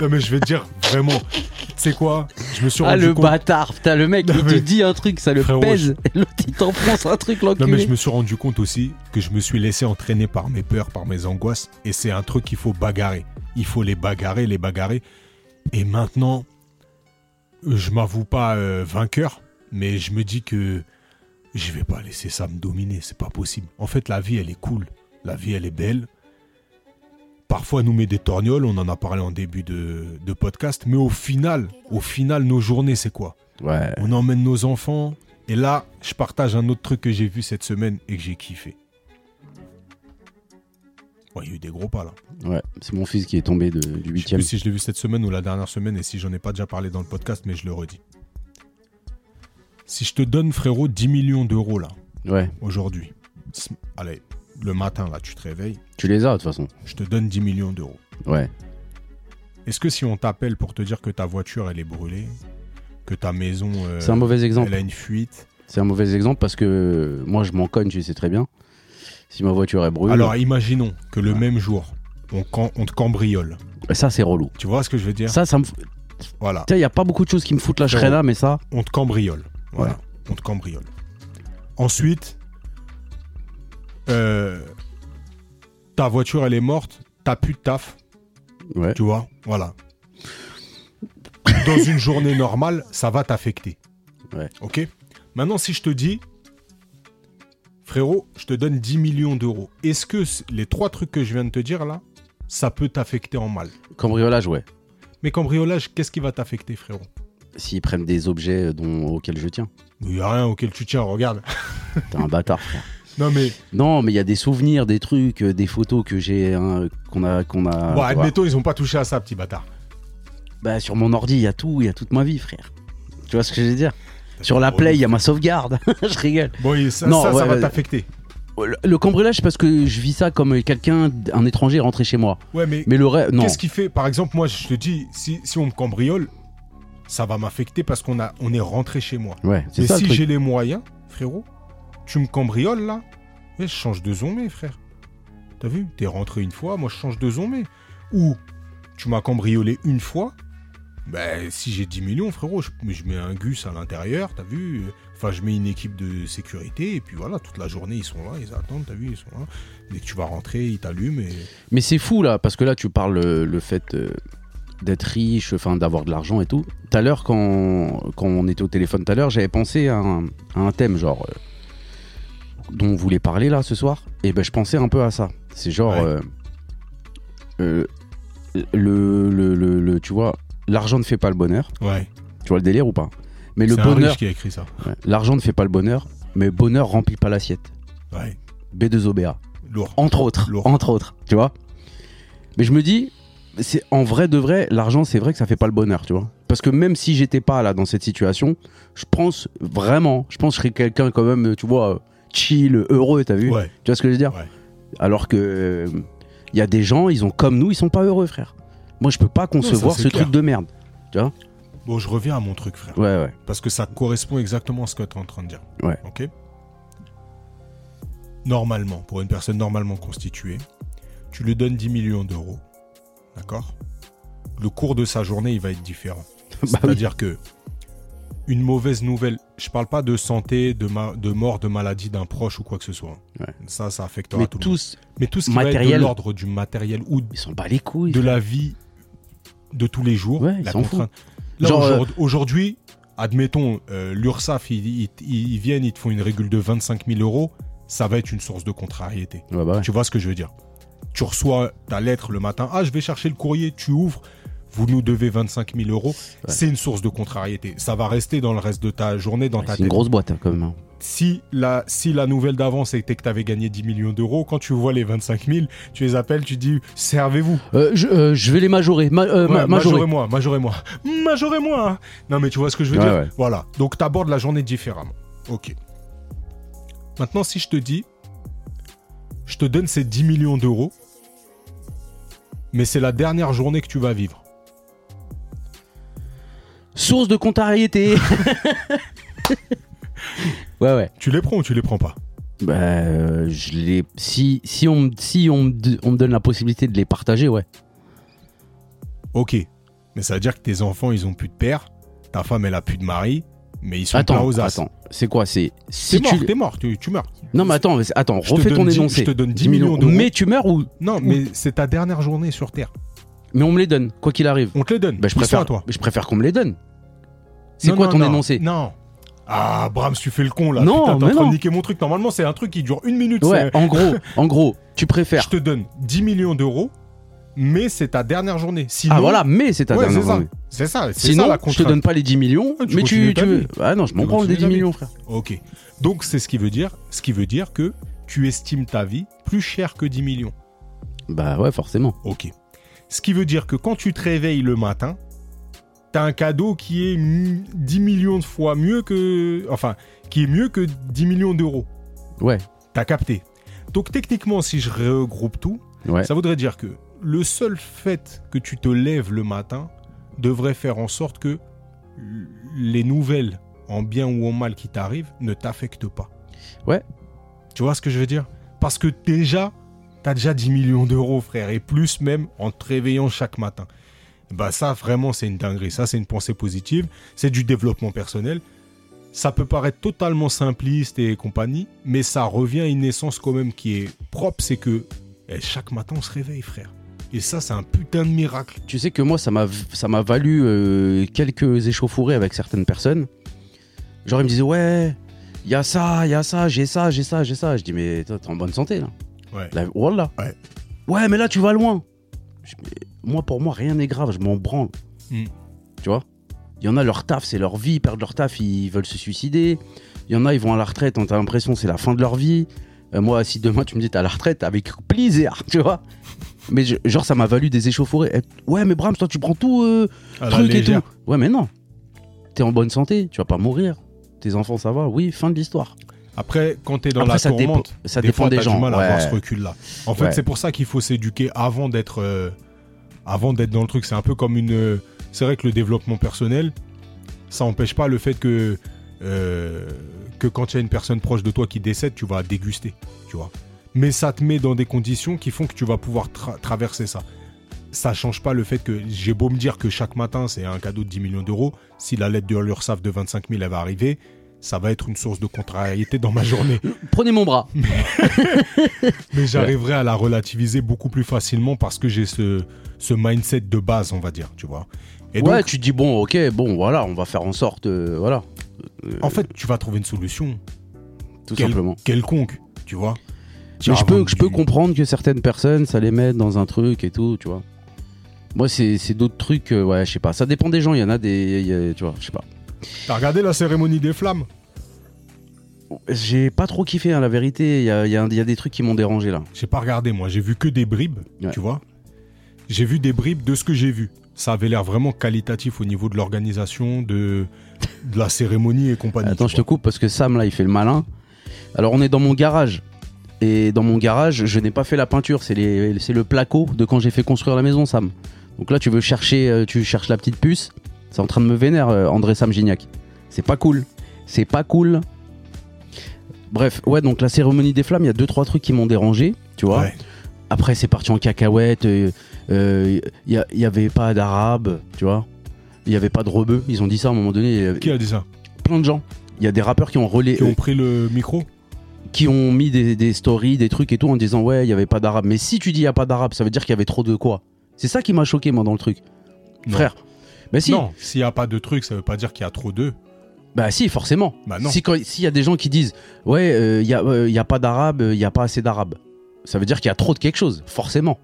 non, mais je vais te dire vraiment. Tu sais quoi Je me suis
Ah,
rendu
le
compte.
bâtard. Putain, le mec,
Non,
il te
mais-
dit un truc, ça le
Frérot,
pèse. Et l'autre, il t'enfonce un truc,
Non, mais
l'enculé.
je me suis rendu compte aussi que je me suis laissé entraîner par mes peurs, par mes angoisses. Et c'est un truc qu'il faut bagarrer. Il faut les bagarrer, les bagarrer. Et maintenant, je m'avoue pas euh, vainqueur, mais je me dis que je vais pas laisser ça me dominer. C'est pas possible. En fait, la vie, elle est cool. La vie, elle est belle. Parfois, elle nous met des torgnoles. On en a parlé en début de, de podcast. Mais au final, au final, nos journées, c'est quoi
Ouais.
on emmène nos enfants. Et là, je partage un autre truc que j'ai vu cette semaine et que j'ai kiffé. Ouais, il y a eu des gros pas là.
Ouais, c'est mon fils qui est tombé de- du
Je sais
huitième.
plus si je l'ai vu cette semaine ou la dernière semaine et si j'en ai pas déjà parlé dans le podcast, mais je le redis. Si je te donne, frérot, 10 millions d'euros là,
Ouais,
aujourd'hui, ce- allez, le matin là, tu te réveilles,
tu les as de toute façon.
je te donne 10 millions d'euros.
Ouais.
Est-ce que si on t'appelle pour te dire que ta voiture elle est brûlée, que ta maison euh,
C'est un mauvais exemple.
elle a une fuite,
C'est un mauvais exemple parce que moi je m'en cogne, tu sais très bien. Si ma voiture est brûlée,
Alors imaginons que le
Ouais. même
même jour, on, cam- on te cambriole.
bah, ça c'est relou.
Tu vois ce que je veux dire
Ça, ça me. f-
Voilà,
Tiens, il y a pas beaucoup de choses qui me foutent la
C'est
là, mais ça.
on te cambriole. Voilà, on te cambriole. Ensuite, euh, ta voiture, elle est morte, t'as plus de taf,
Ouais.
tu vois Voilà. Dans une journée normale, ça va t'affecter.
Ouais.
Ok Maintenant, si je te dis, frérot, je te donne 10 millions d'euros, est-ce que c- les trois trucs que je viens de te dire là, ça peut t'affecter en mal
Cambriolage, ouais.
Mais cambriolage, qu'est-ce qui va t'affecter, frérot
S'ils prennent des objets euh, dont... auxquels je tiens.
Il n'y a rien auquel tu tiens, regarde.
T'es un bâtard, frère.
Non, mais
Non, mais il y a des souvenirs, des trucs, euh, des photos que j'ai, hein, qu'on a, qu'on a.
bon,
tu vois.
admettons, ils n'ont pas touché à ça, petit bâtard.
Bah, sur mon ordi, il y a tout, il y a toute ma vie, frère. Tu vois ce que je veux dire Sur la
Oh,
play, il y a ma sauvegarde. je rigole.
Bon, et ça,
Non,
ça, ça
ouais,
va
ouais.
t'affecter.
Le, le cambriolage, c'est parce que je vis ça comme quelqu'un, un étranger rentré chez moi.
Ouais, mais,
Mais le rêve, non.
qu'est-ce qui fait Par exemple, moi, je te dis, si, si on me cambriole, ça va m'affecter parce qu'on a, on est rentré chez moi.
Ouais, c'est
Mais
ça le
si
truc.
j'ai les moyens, frérot, tu me cambrioles là, mais je change de zombie, frère. T'as vu T'es rentré une fois, moi je change de zombie. Ou tu m'as cambriolé une fois, ben si j'ai 10 millions, frérot, je, je mets un gus à l'intérieur, t'as vu Enfin, je mets une équipe de sécurité, et puis voilà, toute la journée ils sont là, ils attendent, t'as vu, ils sont là. Dès que tu vas rentrer, ils t'allument et.
Mais c'est fou là, parce que là tu parles euh, le fait euh, d'être riche, enfin d'avoir de l'argent et tout. Tout à l'heure, quand, quand on était au téléphone tout à l'heure, j'avais pensé à un, à un thème genre euh, dont on voulait parler là ce soir. Et ben je pensais un peu à ça. C'est genre
Ouais.
euh, euh, le, le, le- le- tu vois, l'argent ne fait pas le bonheur.
Ouais.
Tu vois le délire ou pas Mais le
C'est un
bonheur,
riche qui a écrit ça.
ouais, l'argent ne fait pas le bonheur, mais bonheur remplit pas l'assiette.
Ouais.
B2OBA.
Lourd.
Entre autres.
Lourd.
Entre autres. Tu vois Mais je me dis, c'est en vrai de vrai, l'argent, c'est vrai que ça fait pas le bonheur, tu vois. Parce que même si j'étais pas là dans cette situation, je pense vraiment, je pense que je serais quelqu'un quand même, tu vois, euh, chill, heureux, t'as vu
Ouais.
Tu vois ce que je veux dire
Ouais.
Alors que il y a des gens, ils ont comme nous, ils sont pas heureux, frère. Moi, je peux pas concevoir
c'est
ce
clair.
truc de merde.
Bon, je reviens à mon truc, frère.
Ouais, ouais.
Parce que ça correspond exactement à ce que tu es en train de dire.
Ouais.
Ok Normalement, pour une personne normalement constituée, tu lui donnes 10 millions d'euros. D'accord Le cours de sa journée, il va être différent.
Bah oui.
C'est-à-dire que une mauvaise nouvelle, je parle pas de santé, de, ma- de mort, de maladie d'un proche ou quoi que ce soit.
Ouais.
Ça, ça affectera
Mais
tout le monde.
tous,
Mais tout ce qui va être de
matériel.
l'ordre du matériel ou
ils sont pas les couilles.
de la vie de tous les jours,
Ouais, ils
la
s'en foutent.
contrainte. Là,
Genre, euh,
aujourd- aujourd'hui, admettons, euh, l'URSSAF, ils, ils- ils viennent, ils te font une régule de 25 000 euros, ça va être une source de contrariété.
Ouais, bah ouais.
Tu vois ce que je veux dire Tu reçois ta lettre le matin, ah, je vais chercher le courrier, tu ouvres, vous nous devez 25 000 euros, c'est une source de contrariété. Ça va rester dans le reste de ta journée, dans
Ouais,
ta
c'est une
tête.
grosse boîte, hein, quand même. hein.
Si la, si la nouvelle d'avant, c'était que tu avais gagné 10 millions d'euros, quand tu vois les 25 000, tu les appelles, tu dis, servez-vous.
Euh, je, euh, je vais les majorer. Ma- euh,
Ouais,
ma- majorer.
Majorez-moi, majorez-moi. Majorez-moi hein. Non, mais tu vois ce que je veux
Ouais,
dire
ouais.
Voilà. Donc, tu abordes la journée différemment. Ok. Maintenant, si je te dis, je te donne ces 10 millions d'euros, mais c'est la dernière journée que tu vas vivre.
Source de contrariété. ouais, ouais.
Tu les prends ou tu les prends pas
Bah, euh, je les. Si, si, on, me- si on, me d- on me donne la possibilité de les partager, ouais.
Ok. Mais ça veut dire que tes enfants, ils ont plus de père, ta femme, elle a plus de mari, mais ils sont pas
Attends,
aux as.
attends. C'est quoi C'est.
T'es
Si
mort,
tu.
t'es mort, tu, tu meurs.
Non, mais attends, mais c'est- attends
Je te
refais
donne
ton
10
énoncé.
je te donne 10 millions d'euros.
Mais tu meurs ou.
Non, mais c'est ta dernière journée sur Terre.
Mais on me les donne, quoi qu'il arrive.
On te les donne.
Bah, je
Ils sont
préfère,
à toi.
je préfère qu'on me les donne. C'est
Non,
quoi
non,
ton
non,
énoncé
Non. Ah, Brahms, tu fais le con là.
Non,
Putain, t'es en
mais
train
non.
de niquer mon truc. Normalement, c'est un truc qui dure une minute.
Ouais, en gros, en gros, tu
c'est- Je
préfères.
te donne 10 millions d'euros, mais c'est ta dernière journée. Sinon,
Ah voilà, mais c'est ta
ouais,
dernière
c'est ça.
journée.
C'est ça, c'est ça
Sinon,
la
je te
contrainte.
donne pas les 10 millions,
Ah, tu
mais
continues
tu,
ta
tu veux.
vie.
Ah non, je m'en
Tu
branle
continues
des
ta
10
vie.
millions, frère.
Ok. Donc, c'est ce qui veut dire, ce qui veut dire que tu estimes ta vie plus chère que 10 millions.
Bah ouais, forcément.
Ok. Ce qui veut dire que quand tu te réveilles le matin, t'as un cadeau qui est mi- 10 millions de fois mieux que, enfin, qui est mieux que 10 millions d'euros.
Ouais,
T'as capté. Donc techniquement, si je regroupe tout,
ouais.
ça voudrait dire que le seul fait que tu te lèves le matin devrait faire en sorte que l- les nouvelles, en bien ou en mal qui t'arrivent, ne t'affectent pas.
Ouais.
Tu vois ce que je veux dire Parce que déjà, t'as déjà 10 millions d'euros, frère, et plus même en te réveillant chaque matin. Bah ça, vraiment, c'est une dinguerie. Ça, c'est une pensée positive. C'est du développement personnel. Ça peut paraître totalement simpliste et compagnie, mais ça revient à une essence quand même qui est propre, c'est que eh, chaque matin on se réveille, frère. Et ça, c'est un putain de miracle.
Tu sais que moi, ça m'a ça m'a valu euh, quelques échauffourées avec certaines personnes. Genre, ils me disaient, ouais, y a ça, y a ça, j'ai ça, j'ai ça, j'ai ça. Je dis, mais toi, t'es en bonne santé, là.
Ouais.
Là, voilà.
Ouais.
Ouais, mais là, tu vas loin. Je dis, mais moi, pour moi, rien n'est grave, je m'en branle.
Mm.
Tu vois Il y en a, leur taf, c'est leur vie, ils perdent leur taf, ils veulent se suicider. Il y en a, ils vont à la retraite, on a l'impression que c'est la fin de leur vie. Euh, moi, si demain tu me dis t'es à la retraite, avec plaisir, tu vois Mais je- genre, ça m'a valu des échauffourées. Eh, Ouais, mais Brahms, toi, tu prends tout, euh,
À la
truc et tout.
légère.
Ouais, mais non. T'es en bonne santé, tu vas pas mourir. Tes enfants, ça va, oui, fin de l'histoire.
Après, quand t'es dans
Après,
la
ça, dépo-
tourmente,
ça
des
dépend
fois,
des
t'as
gens.
du mal à
ouais.
avoir ce recul-là. En fait,
Ouais.
c'est pour ça qu'il faut s'éduquer avant d'être, euh, avant d'être dans le truc. C'est un peu comme une. euh, c'est vrai que le développement personnel, ça n'empêche pas le fait que euh, que quand il y a une personne proche de toi qui décède, tu vas déguster, tu vois. Mais ça te met dans des conditions qui font que tu vas pouvoir tra- traverser ça. Ça change pas le fait que j'ai beau me dire que chaque matin c'est un cadeau de 10 millions d'euros, si la lettre de l'URSSAF de 25 000 elle va arriver, ça va être une source de contrariété dans ma journée.
Prenez mon bras.
Mais j'arriverai à la relativiser beaucoup plus facilement parce que j'ai ce, ce mindset de base, on va dire, tu vois. Et
ouais,
donc,
tu te dis, bon, ok, bon, voilà, on va faire en sorte, euh, voilà,
en fait, tu vas trouver une solution
tout
quel-
simplement.
quelconque, tu vois. Tu
Mais je
vas
peux,
vendre
je peux
du-
comprendre que certaines personnes, ça les met dans un truc et tout, tu vois. Moi, c'est c'est d'autres trucs, euh, ouais, je sais pas. Ça dépend des gens, il y en a des. il y a- tu vois, je sais pas.
T'as regardé la cérémonie des flammes
J'ai pas trop kiffé, hein, la vérité. Il y a, il y a- il y a des trucs qui m'ont dérangé là.
J'ai pas regardé, moi. J'ai vu que des bribes,
Ouais.
tu vois. J'ai vu des bribes de ce que j'ai vu. Ça avait l'air vraiment qualitatif au niveau de l'organisation, de, de la cérémonie et compagnie.
Attends,
tu
je te coupe parce que Sam là, il fait le malin. Alors, on est dans mon garage. Et dans mon garage, je n'ai pas fait la peinture. C'est les- c'est le placo de quand j'ai fait construire la maison, Sam. Donc là, tu veux chercher, euh, tu cherches la petite puce. C'est en train de me vénère, euh, André Sam Gignac. C'est pas cool. C'est pas cool. Bref, ouais, donc la cérémonie des flammes, il y a deux trois trucs qui m'ont dérangé, tu vois.
vois. Ouais.
Après, c'est parti en cacahuète. euh, Il n'y avait pas d'arabe, tu vois. Il n'y avait pas de rebeux. Ils ont dit ça à un moment donné. Il y avait
Qui a dit ça
plein de gens. Il y a des rappeurs qui ont relais, euh,
Qui ont pris le micro
qui ont mis des, des stories, des trucs et tout en disant ouais, il n'y avait pas d'arabe. Mais si tu dis il n'y a pas d'arabe, ça veut dire qu'il y avait trop de quoi C'est ça qui m'a choqué, moi, dans le truc.
Non.
Frère. Bah si,
Non, s'il n'y a pas de truc, ça veut pas dire qu'il y a trop d'eux.
bah si, forcément.
Bah non.
Si quand- S'il y a des gens qui disent ouais, euh, il n'y a, euh, il y a pas d'arabe, euh, il n'y a pas assez d'arabe, ça veut dire qu'il y a trop de quelque chose, forcément.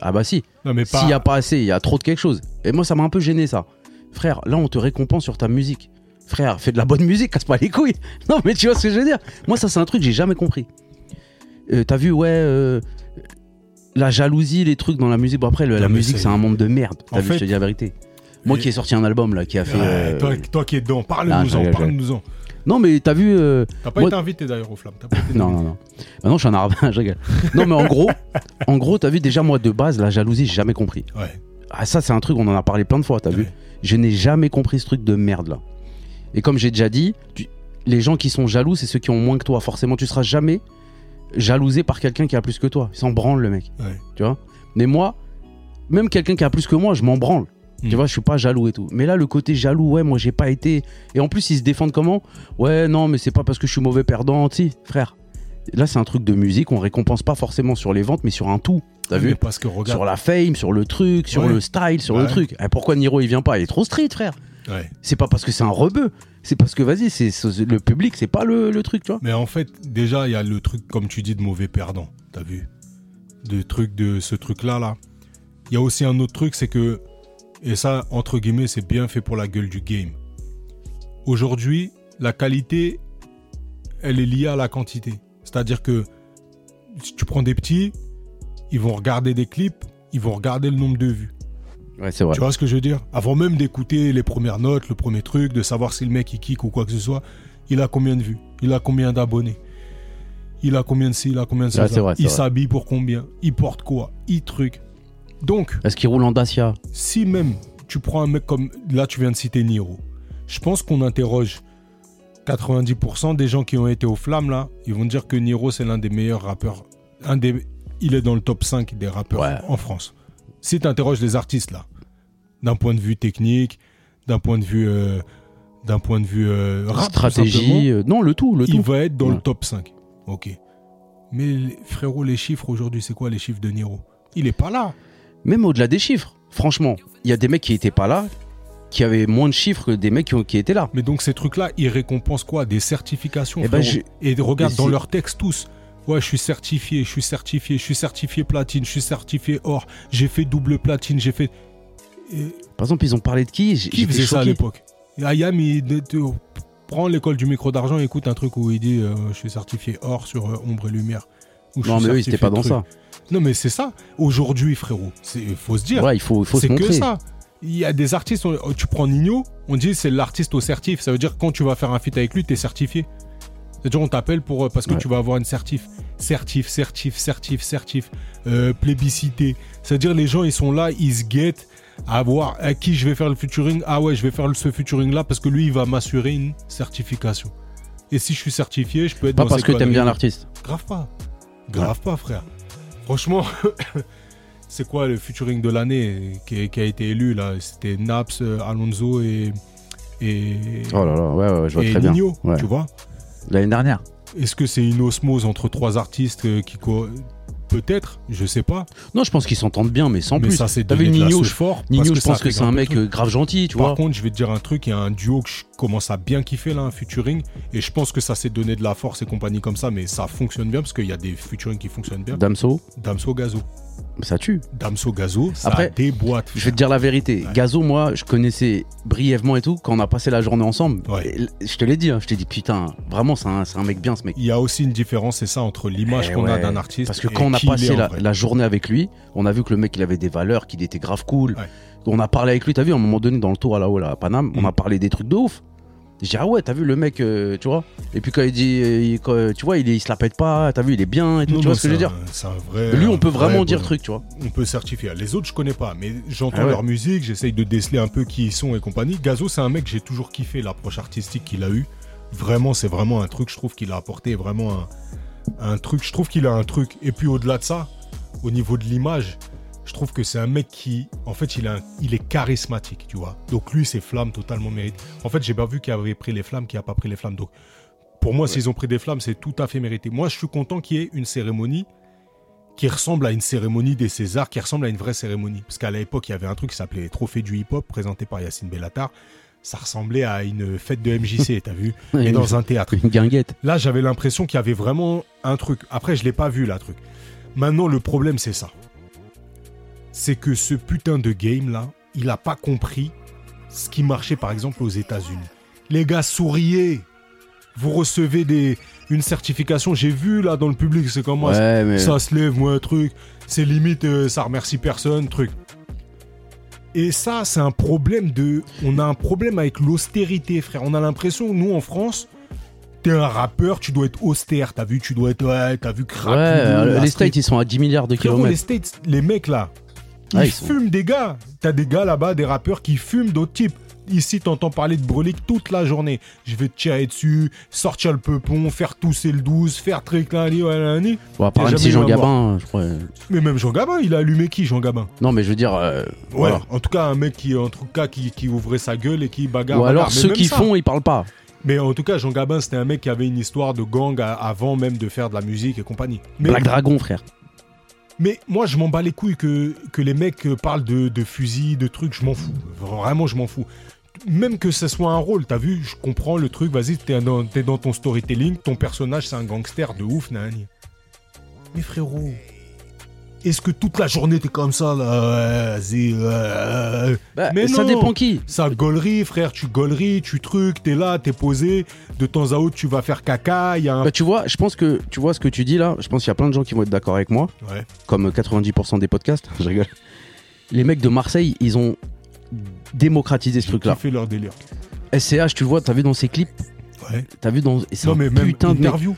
Ah bah si.
Non, mais pas.
S'il n'y a pas assez, il y a trop de quelque chose. Et moi, ça m'a un peu gêné, ça. Frère, là, on te récompense sur ta musique. Frère, fais de la bonne musique, casse pas les couilles. Non, mais tu vois ce que je veux dire Moi, ça, c'est un truc que j'ai jamais compris. Euh, T'as vu, ouais, euh, la jalousie, les trucs dans la musique. Bon, après, le-
Non,
la
mais
musique,
c'est-
c'est un monde de merde. T'as
En
vu,
fait-
je te dis la vérité. Moi qui ai sorti un album, là, qui a fait.
Ouais,
euh,
toi, toi qui es dedans,
Non, je
parle-nous-en,
rigole, je
parle-nous-en.
Non, mais t'as vu. euh,
T'as pas
Moi-
été invité d'ailleurs aux flammes. t'as pas été
Non,
invité.
non, non. Bah non, je suis un arabe, je rigole. Non, mais en gros, en gros, t'as vu, déjà, moi, de base, la jalousie, j'ai jamais compris.
Ouais.
Ah ça c'est un truc, on en a parlé plein de fois, t'as
Ouais.
vu Je n'ai jamais compris ce truc de merde là. Et comme j'ai déjà dit, tu- les gens qui sont jaloux, c'est ceux qui ont moins que toi. Forcément, tu seras jamais jalousé par quelqu'un qui a plus que toi. Il s'en branle le mec,
Ouais.
tu vois Mais moi, même quelqu'un qui a plus que moi, je m'en branle.
Mm.
Tu vois, je suis pas jaloux et tout. Mais là, le côté jaloux, ouais, moi j'ai pas été. Et en plus, ils se défendent comment Ouais, non, mais c'est pas parce que je suis mauvais perdant, si, frère. Là, c'est un truc de musique, on récompense pas forcément sur les ventes, mais sur un tout. T'as
Mais
vu
Parce que regarde.
sur la fame, sur le truc, sur
Ouais.
le style, sur
Ouais.
le truc. Eh, pourquoi Niro il vient pas Il est trop street, frère.
Ouais.
C'est pas parce que c'est un rebeu. C'est parce que vas-y, c'est c'est- le public, c'est pas le, le truc, tu vois.
Mais en fait, déjà, il y a le truc, comme tu dis, de mauvais perdant. T'as vu De truc de ce truc-là, là. Il y a aussi un autre truc, c'est que, et ça, entre guillemets, c'est bien fait pour la gueule du game. Aujourd'hui, la qualité, elle est liée à la quantité. C'est-à-dire que si tu prends des petits, ils vont regarder des clips, ils vont regarder le nombre de vues.
Ouais, c'est vrai.
Tu vois ce que je veux dire Avant même d'écouter les premières notes, le premier truc, de savoir si le mec il kick ou quoi que ce soit, il a combien de vues Il a combien d'abonnés Il a combien de ci, il a combien de ça
Ouais, c'est
ça
vrai, c'est
Il
vrai.
s'habille pour combien Il porte quoi Il truc. Donc,
Est-ce qu'il roule en Dacia
si même tu prends un mec comme. Là, tu viens de citer Niro. Je pense qu'on interroge 90% des gens qui ont été aux flammes, là. Ils vont dire que Niro, c'est l'un des meilleurs rappeurs. Un des... Il est dans le top 5 des rappeurs
Ouais.
en France. Si tu interroges les artistes, là, d'un point de vue technique, d'un point de vue. euh, d'un point de vue euh, rap, tout simplement,
Stratégie euh, Non, le tout, le
il
tout.
va être dans le
Ouais.
top 5. Ok. Mais les- frérot, les chiffres aujourd'hui, c'est quoi les chiffres de Niro Il est pas là.
Même au-delà des chiffres. Franchement, il y a des mecs qui étaient pas là, qui avaient moins de chiffres que des mecs qui, ont- qui étaient là.
Mais donc ces trucs-là, ils récompensent quoi Des certifications.
Eh ben,
frérot. Et regarde
Mais
dans
c'est-
leurs textes tous. Ouais, je suis certifié, je suis certifié, je suis certifié platine, je suis certifié or, j'ai fait double platine, j'ai fait. Et
Par exemple, ils ont parlé de qui J-
qui
j'étais
faisait ça à
choqué.
l'époque Ayam, il de- de- prend l'école du micro d'argent, écoute un truc où il dit euh, je suis certifié or sur euh, ombre et lumière. Ou, Je
Non,
suis
mais eux, ils
certifié
étaient pas dans
truc.
ça.
Non, mais c'est ça. Aujourd'hui, frérot, il faut se dire
Voilà, il faut, il faut se
c'est
montrer.
que ça. Il y a des artistes, on- tu prends Nino, on dit c'est l'artiste au certif. Ça veut dire que quand tu vas faire un feat avec lui, t'es certifié. C'est-à-dire on t'appelle pour euh, parce que
Ouais.
tu vas avoir une certif. Certif, certif, certif, certif. Euh, plébiscité. C'est-à-dire les gens, ils sont là, ils se guettent à voir à qui je vais faire le featuring. Ah ouais, je vais faire le- ce featuring-là parce que lui, il va m'assurer une certification. Et si je suis certifié, je peux être
Pas
dans
parce
ces
que t'aimes
conneries-là.
bien l'artiste.
Grave pas. Grave pas, frère. Franchement, c'est quoi le featuring de l'année qui, qui a été élu là C'était Naps, euh, Alonso et. Et,
Oh là là, ouais, ouais, je vois
et
très bien.
Nino,
Ouais.
tu vois
L'année dernière.
Est-ce que c'est une osmose entre trois artistes euh, qui. co- Peut-être, je sais pas.
Non, je pense qu'ils s'entendent bien, mais sans
mais
plus.
ça, c'est
T'as vu
donné de la
Nino,
souche fort. parce
Nino, je
ça
pense que
fait
c'est un
grimper
mec
le truc.
euh, grave gentil, tu
Par
vois.
contre, je vais te dire un truc il y a un duo que je commence à bien kiffer là un featuring et je pense que ça s'est donné de la force et compagnie comme ça mais ça fonctionne bien parce qu'il y a des featuring qui fonctionnent bien
Damso,
Damso Gazo
ça tue.
Damso Gazo ça
Après,
déboîte
Je vais te dire la vérité.
Ouais.
Gazo, moi, je connaissais brièvement et tout quand on a passé la journée ensemble.
Ouais.
Et l- Je te l'ai dit, hein, je t'ai dit putain, vraiment, c'est un, c'est un mec bien ce mec.
il y a aussi une différence c'est ça entre l'image
Eh
qu'on a
ouais.
d'un artiste
Parce que
et
quand on a
qui il est
passé
en
la,
vrai.
la journée avec lui, on a vu que le mec il avait des valeurs, qu'il était grave cool.
Ouais.
On a parlé avec lui, t'as vu, à un moment donné dans le tour à là-haut, là, à Paname, on
Mm.
a parlé des trucs de ouf. Je dis, ah ouais, t'as vu le mec, euh, tu vois. Et puis quand il dit, euh, il- quand- tu vois, il, il se la pète pas, t'as vu, il est bien et tout,
Non,
tu
non,
vois ce que je
c'est
veux dire.
un- c'est un vrai-
Euh, Lui,
un
on peut
vrai
vraiment dire
bonhomme.
truc, tu vois.
on peut certifier. Les autres, je connais pas, mais j'entends
Ah ouais.
leur musique, j'essaye de déceler un peu qui ils sont et compagnie. Gazo, c'est un mec, j'ai toujours kiffé l'approche artistique qu'il a eu. Vraiment, c'est vraiment un truc, je trouve qu'il a apporté vraiment un, un truc. Je trouve qu'il a un truc. Et puis au-delà de ça, au niveau de l'image, je trouve que c'est un mec qui, en fait, il, a un- il est charismatique, tu vois. Donc lui, ses flammes totalement méritent. En fait, j'ai pas vu qu'il avait pris les flammes, qu'il a pas pris les flammes. Donc pour moi, s'ils ont pris des flammes, c'est tout à fait mérité. Moi, je suis content qu'il y ait une cérémonie qui ressemble à une cérémonie des Césars, qui ressemble à une vraie cérémonie. Parce qu'à l'époque, il y avait un truc qui s'appelait les Trophées du hip-hop, présenté par Yacine Bellatar. Ça ressemblait à une fête de MJC, t'as vu Et dans un théâtre.
Une guinguette.
Là, j'avais l'impression qu'il y avait vraiment un truc. Après, je l'ai pas vu, là, truc. Maintenant, le problème, c'est ça. C'est que ce putain de game, là, il a pas compris ce qui marchait, par exemple, aux États-Unis. Les gars, souriez Vous recevez des... une certification. J'ai vu, là, dans le public, c'est comme moi.
Ouais, mais.
Ça se lève, moi, truc. C'est limite, euh, ça remercie personne, truc. Et ça, c'est un problème de. On a un problème avec l'austérité, frère. On a l'impression, nous, en France, t'es un rappeur, tu dois être austère. T'as vu, tu dois être. Ouais, t'as vu,
Ouais,
craquer.
euh, les States, ils sont à 10 milliards de
Frérot, les
kilomètres.
States, les mecs là, ils,
Ah, ils sont-
fument des gars. T'as des gars là-bas, des rappeurs qui fument d'autres types. Ici, t'entends parler de brolique toute la journée. Je vais te tirer dessus, sortir le peupon, faire tousser le 12, faire tric, là, là, là, là.
Bon, à part
T'es
un petit
jamais
Jean
eu à
Gabin, je crois. euh,
Mais même Jean Gabin, il a allumé qui, Jean Gabin
Non, mais je veux dire. euh,
Ouais,
voilà.
en tout cas, un mec qui, en tout cas, qui, qui ouvrait sa gueule et qui bagarre.
Ou
bagarre.
alors
Mais
ceux
même
qui
ça.
font, ils parlent pas.
Mais en tout cas, Jean Gabin, c'était un mec qui avait une histoire de gang à- avant même de faire de la musique et compagnie. Mais,
Black Dragon, frère.
mais moi, je m'en bats les couilles que, que les mecs euh, parlent de, de fusils, de trucs, je m'en fous. Vraiment, je m'en fous. Même que ce soit un rôle, t'as vu, je comprends le truc, vas-y, t'es dans, t'es dans ton storytelling, ton personnage, c'est un gangster de ouf, nani. Mais frérot, est-ce que toute la journée t'es comme ça, là, ouais, vas-y, ouais, ouais.
Bah,
Mais
ça
non.
dépend qui.
Ça gaulerie, frère, tu gauleries, tu trucs, t'es là, t'es posé, de temps à autre, tu vas faire caca, il y a un...
Bah, tu vois, je pense que tu vois ce que tu dis là. Je pense qu'il y a plein de gens qui vont être d'accord avec moi,
Ouais,
comme 90% des podcasts. je rigole. Les mecs de Marseille, ils ont démocratisé ce
qui
truc-là.
fait leur délire.
SCH, tu le vois, t'as vu dans ses clips,
Ouais.
t'as vu dans. et C'est
Non,
un
mais même
putain de mec.
interview,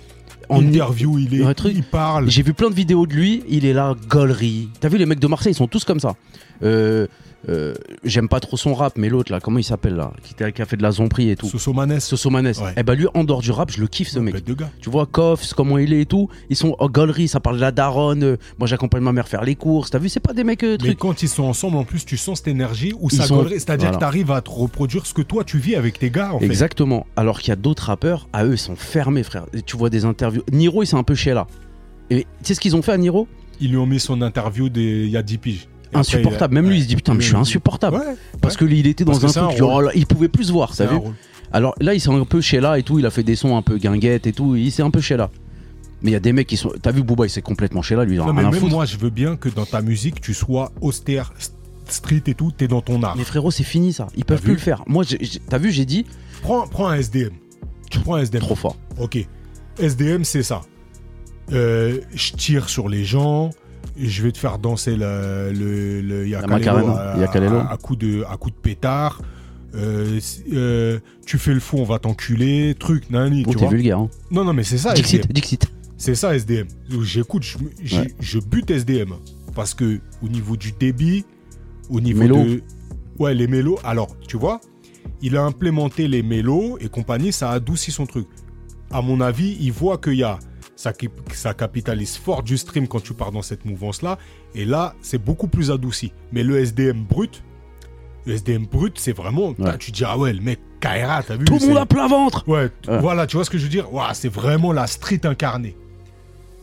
En-
interview, il, est,
un truc-
il parle.
J'ai vu plein de vidéos de lui, il est là, gaulerie. T'as vu, les mecs de Marseille, ils sont tous comme ça. Euh, euh, J'aime pas trop son rap, mais l'autre là, comment il s'appelle là qui, était- qui a fait de la zomperie et tout.
Sosomanes,
Sosomanes.
Ouais. bah,
Eh bah, lui, en dehors du rap, je le kiffe ce mec.
bête de gars.
Tu vois, Koffs, comment il est et tout. Ils sont en galerie, ça parle de la daronne. euh, moi, j'accompagne ma mère faire les courses. T'as vu, c'est pas des mecs euh,
Mais
trucs.
quand ils sont ensemble, en plus, tu sens cette énergie où
Ils
ça
sont-
gaulerie. C'est-à-dire
voilà.
que t'arrives à te reproduire ce que toi, tu vis avec tes gars, en fait.
Exactement. Alors qu'il y a d'autres rappeurs, à eux, ils sont fermés, frère. Et tu vois des interviews. Niro, il s'est un peu chier là. Et tu sais ce qu'ils ont fait à Niro
Ils lui ont mis son interview des... il y a 10 piges. Et après,
Insupportable.
il a-
Même lui, il
ouais.
se dit putain, mais je suis insupportable.
Ouais,
Parce que lui, il était dans
Parce que c'est
un
un
truc, genre,
rôle.
oh là, il pouvait plus se voir,
c'est
t'as
un
vu
rôle.
Alors là, il s'est un peu chez là et tout, il a fait des sons un peu guinguettes et tout, il s'est un peu chez là. Mais il y a des mecs qui sont. T'as vu, Booba, il s'est complètement chez là, lui, il en a
Non, mais
rien à
même
foutre.
moi, je veux bien que dans ta musique, tu sois austère, st- street et tout, t'es dans ton art.
Mais frérot, c'est fini ça, ils peuvent
T'as
plus
vu
le faire. Moi, j'ai- j'ai- t'as vu, j'ai dit
Prends, prends un SDM. Tu prends un SDM.
trop fort.
Ok. SDM, c'est ça. Euh, je tire sur les gens. Je vais te faire danser le, le, le yakalelo
macarena,
à,
yakalelo.
à- à coup de à coup de pétard. Euh, si- euh, tu fais le fou, on va t'enculer, truc, nani,
Bon,
tu
t'es
vois. Ah,
vulgaire, hein.
Non, non, mais c'est ça, SDM.
Dixit, Dixit.
C'est ça SDM. J'écoute, je, j'ai-
Ouais.
je bute SDM. Parce que au niveau du débit, au niveau
Mélo.
de. Ouais, les mélos. Alors, tu vois, il a implémenté les mélos et compagnie, ça adoucit son truc. À mon avis, il voit qu'il y a. Ça, qui- ça capitalise fort du stream quand tu pars dans cette mouvance-là. Et là, c'est beaucoup plus adouci. Mais le SDM brut, le SDM brut, c'est vraiment. putain, Tu te dis, ah ouais, le mec, Kaira, t'as vu
Tout le monde
c'est-
a plein ventre
Ouais, t-
Ouais.
voilà, tu vois ce que je veux dire Ouah, C'est vraiment la street incarnée.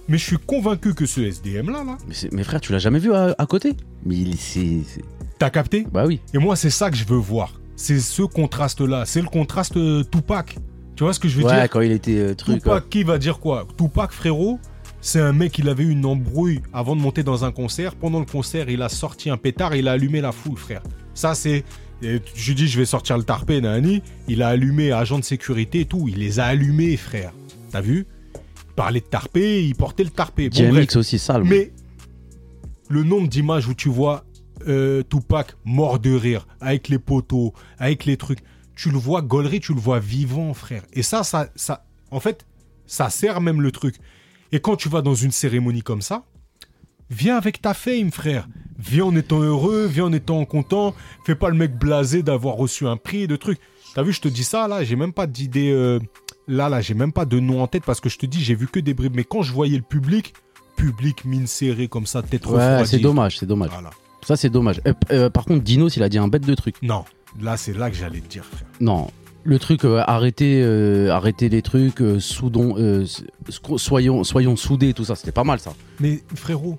Mais je suis convaincu que ce SDM-là, là,
mais, c'est- mais frère, tu l'as jamais vu à, à côté Mais il c'est. c'est-
t'as capté
Bah oui.
Et moi, c'est ça que je veux voir. c'est ce contraste-là. C'est le contraste euh, Tupac. Tu vois ce que je veux
ouais,
dire
quand il était euh, truc.
Tupac,
ouais.
qui va dire quoi Tupac, frérot, c'est un mec, il avait eu une embrouille avant de monter dans un concert. Pendant le concert, il a sorti un pétard, il a allumé la foule, frère. Ça, c'est. et Je dis, je vais sortir le tarpé, Nani. Il a allumé agent de sécurité et tout. Il les a allumés, frère. T'as vu Il parlait de tarpé, il portait le tarpé. Bon, bref.
DMX aussi sale. moi.
Mais le nombre d'images où tu vois euh, Tupac mort de rire, avec les poteaux, avec les trucs, tu le vois gaulerie, tu le vois vivant, frère. Et ça, ça, ça, en fait, ça sert même le truc. Et quand tu vas dans une cérémonie comme ça, viens avec ta fame, frère. Viens en étant heureux, viens en étant content. Fais pas le mec blasé d'avoir reçu un prix et de trucs. T'as vu, je te dis ça, là, j'ai même pas d'idée. euh, là, là, j'ai même pas de nom en tête parce que je te dis, j'ai vu que des bribes. Mais quand je voyais le public, public mine serrée comme ça, tête
Ouais,
refroidie.
c'est dommage, c'est dommage.
Voilà.
Ça, c'est dommage. Euh, euh, par contre, Dinos, il a dit un bête de truc.
Non, là, c'est là que j'allais te dire, frère.
Non. Le truc, euh, arrêtez, euh, arrêtez les trucs, euh, soudons, euh, s- sco- soyons, soyons soudés, tout ça. C'était pas mal ça.
Mais frérot,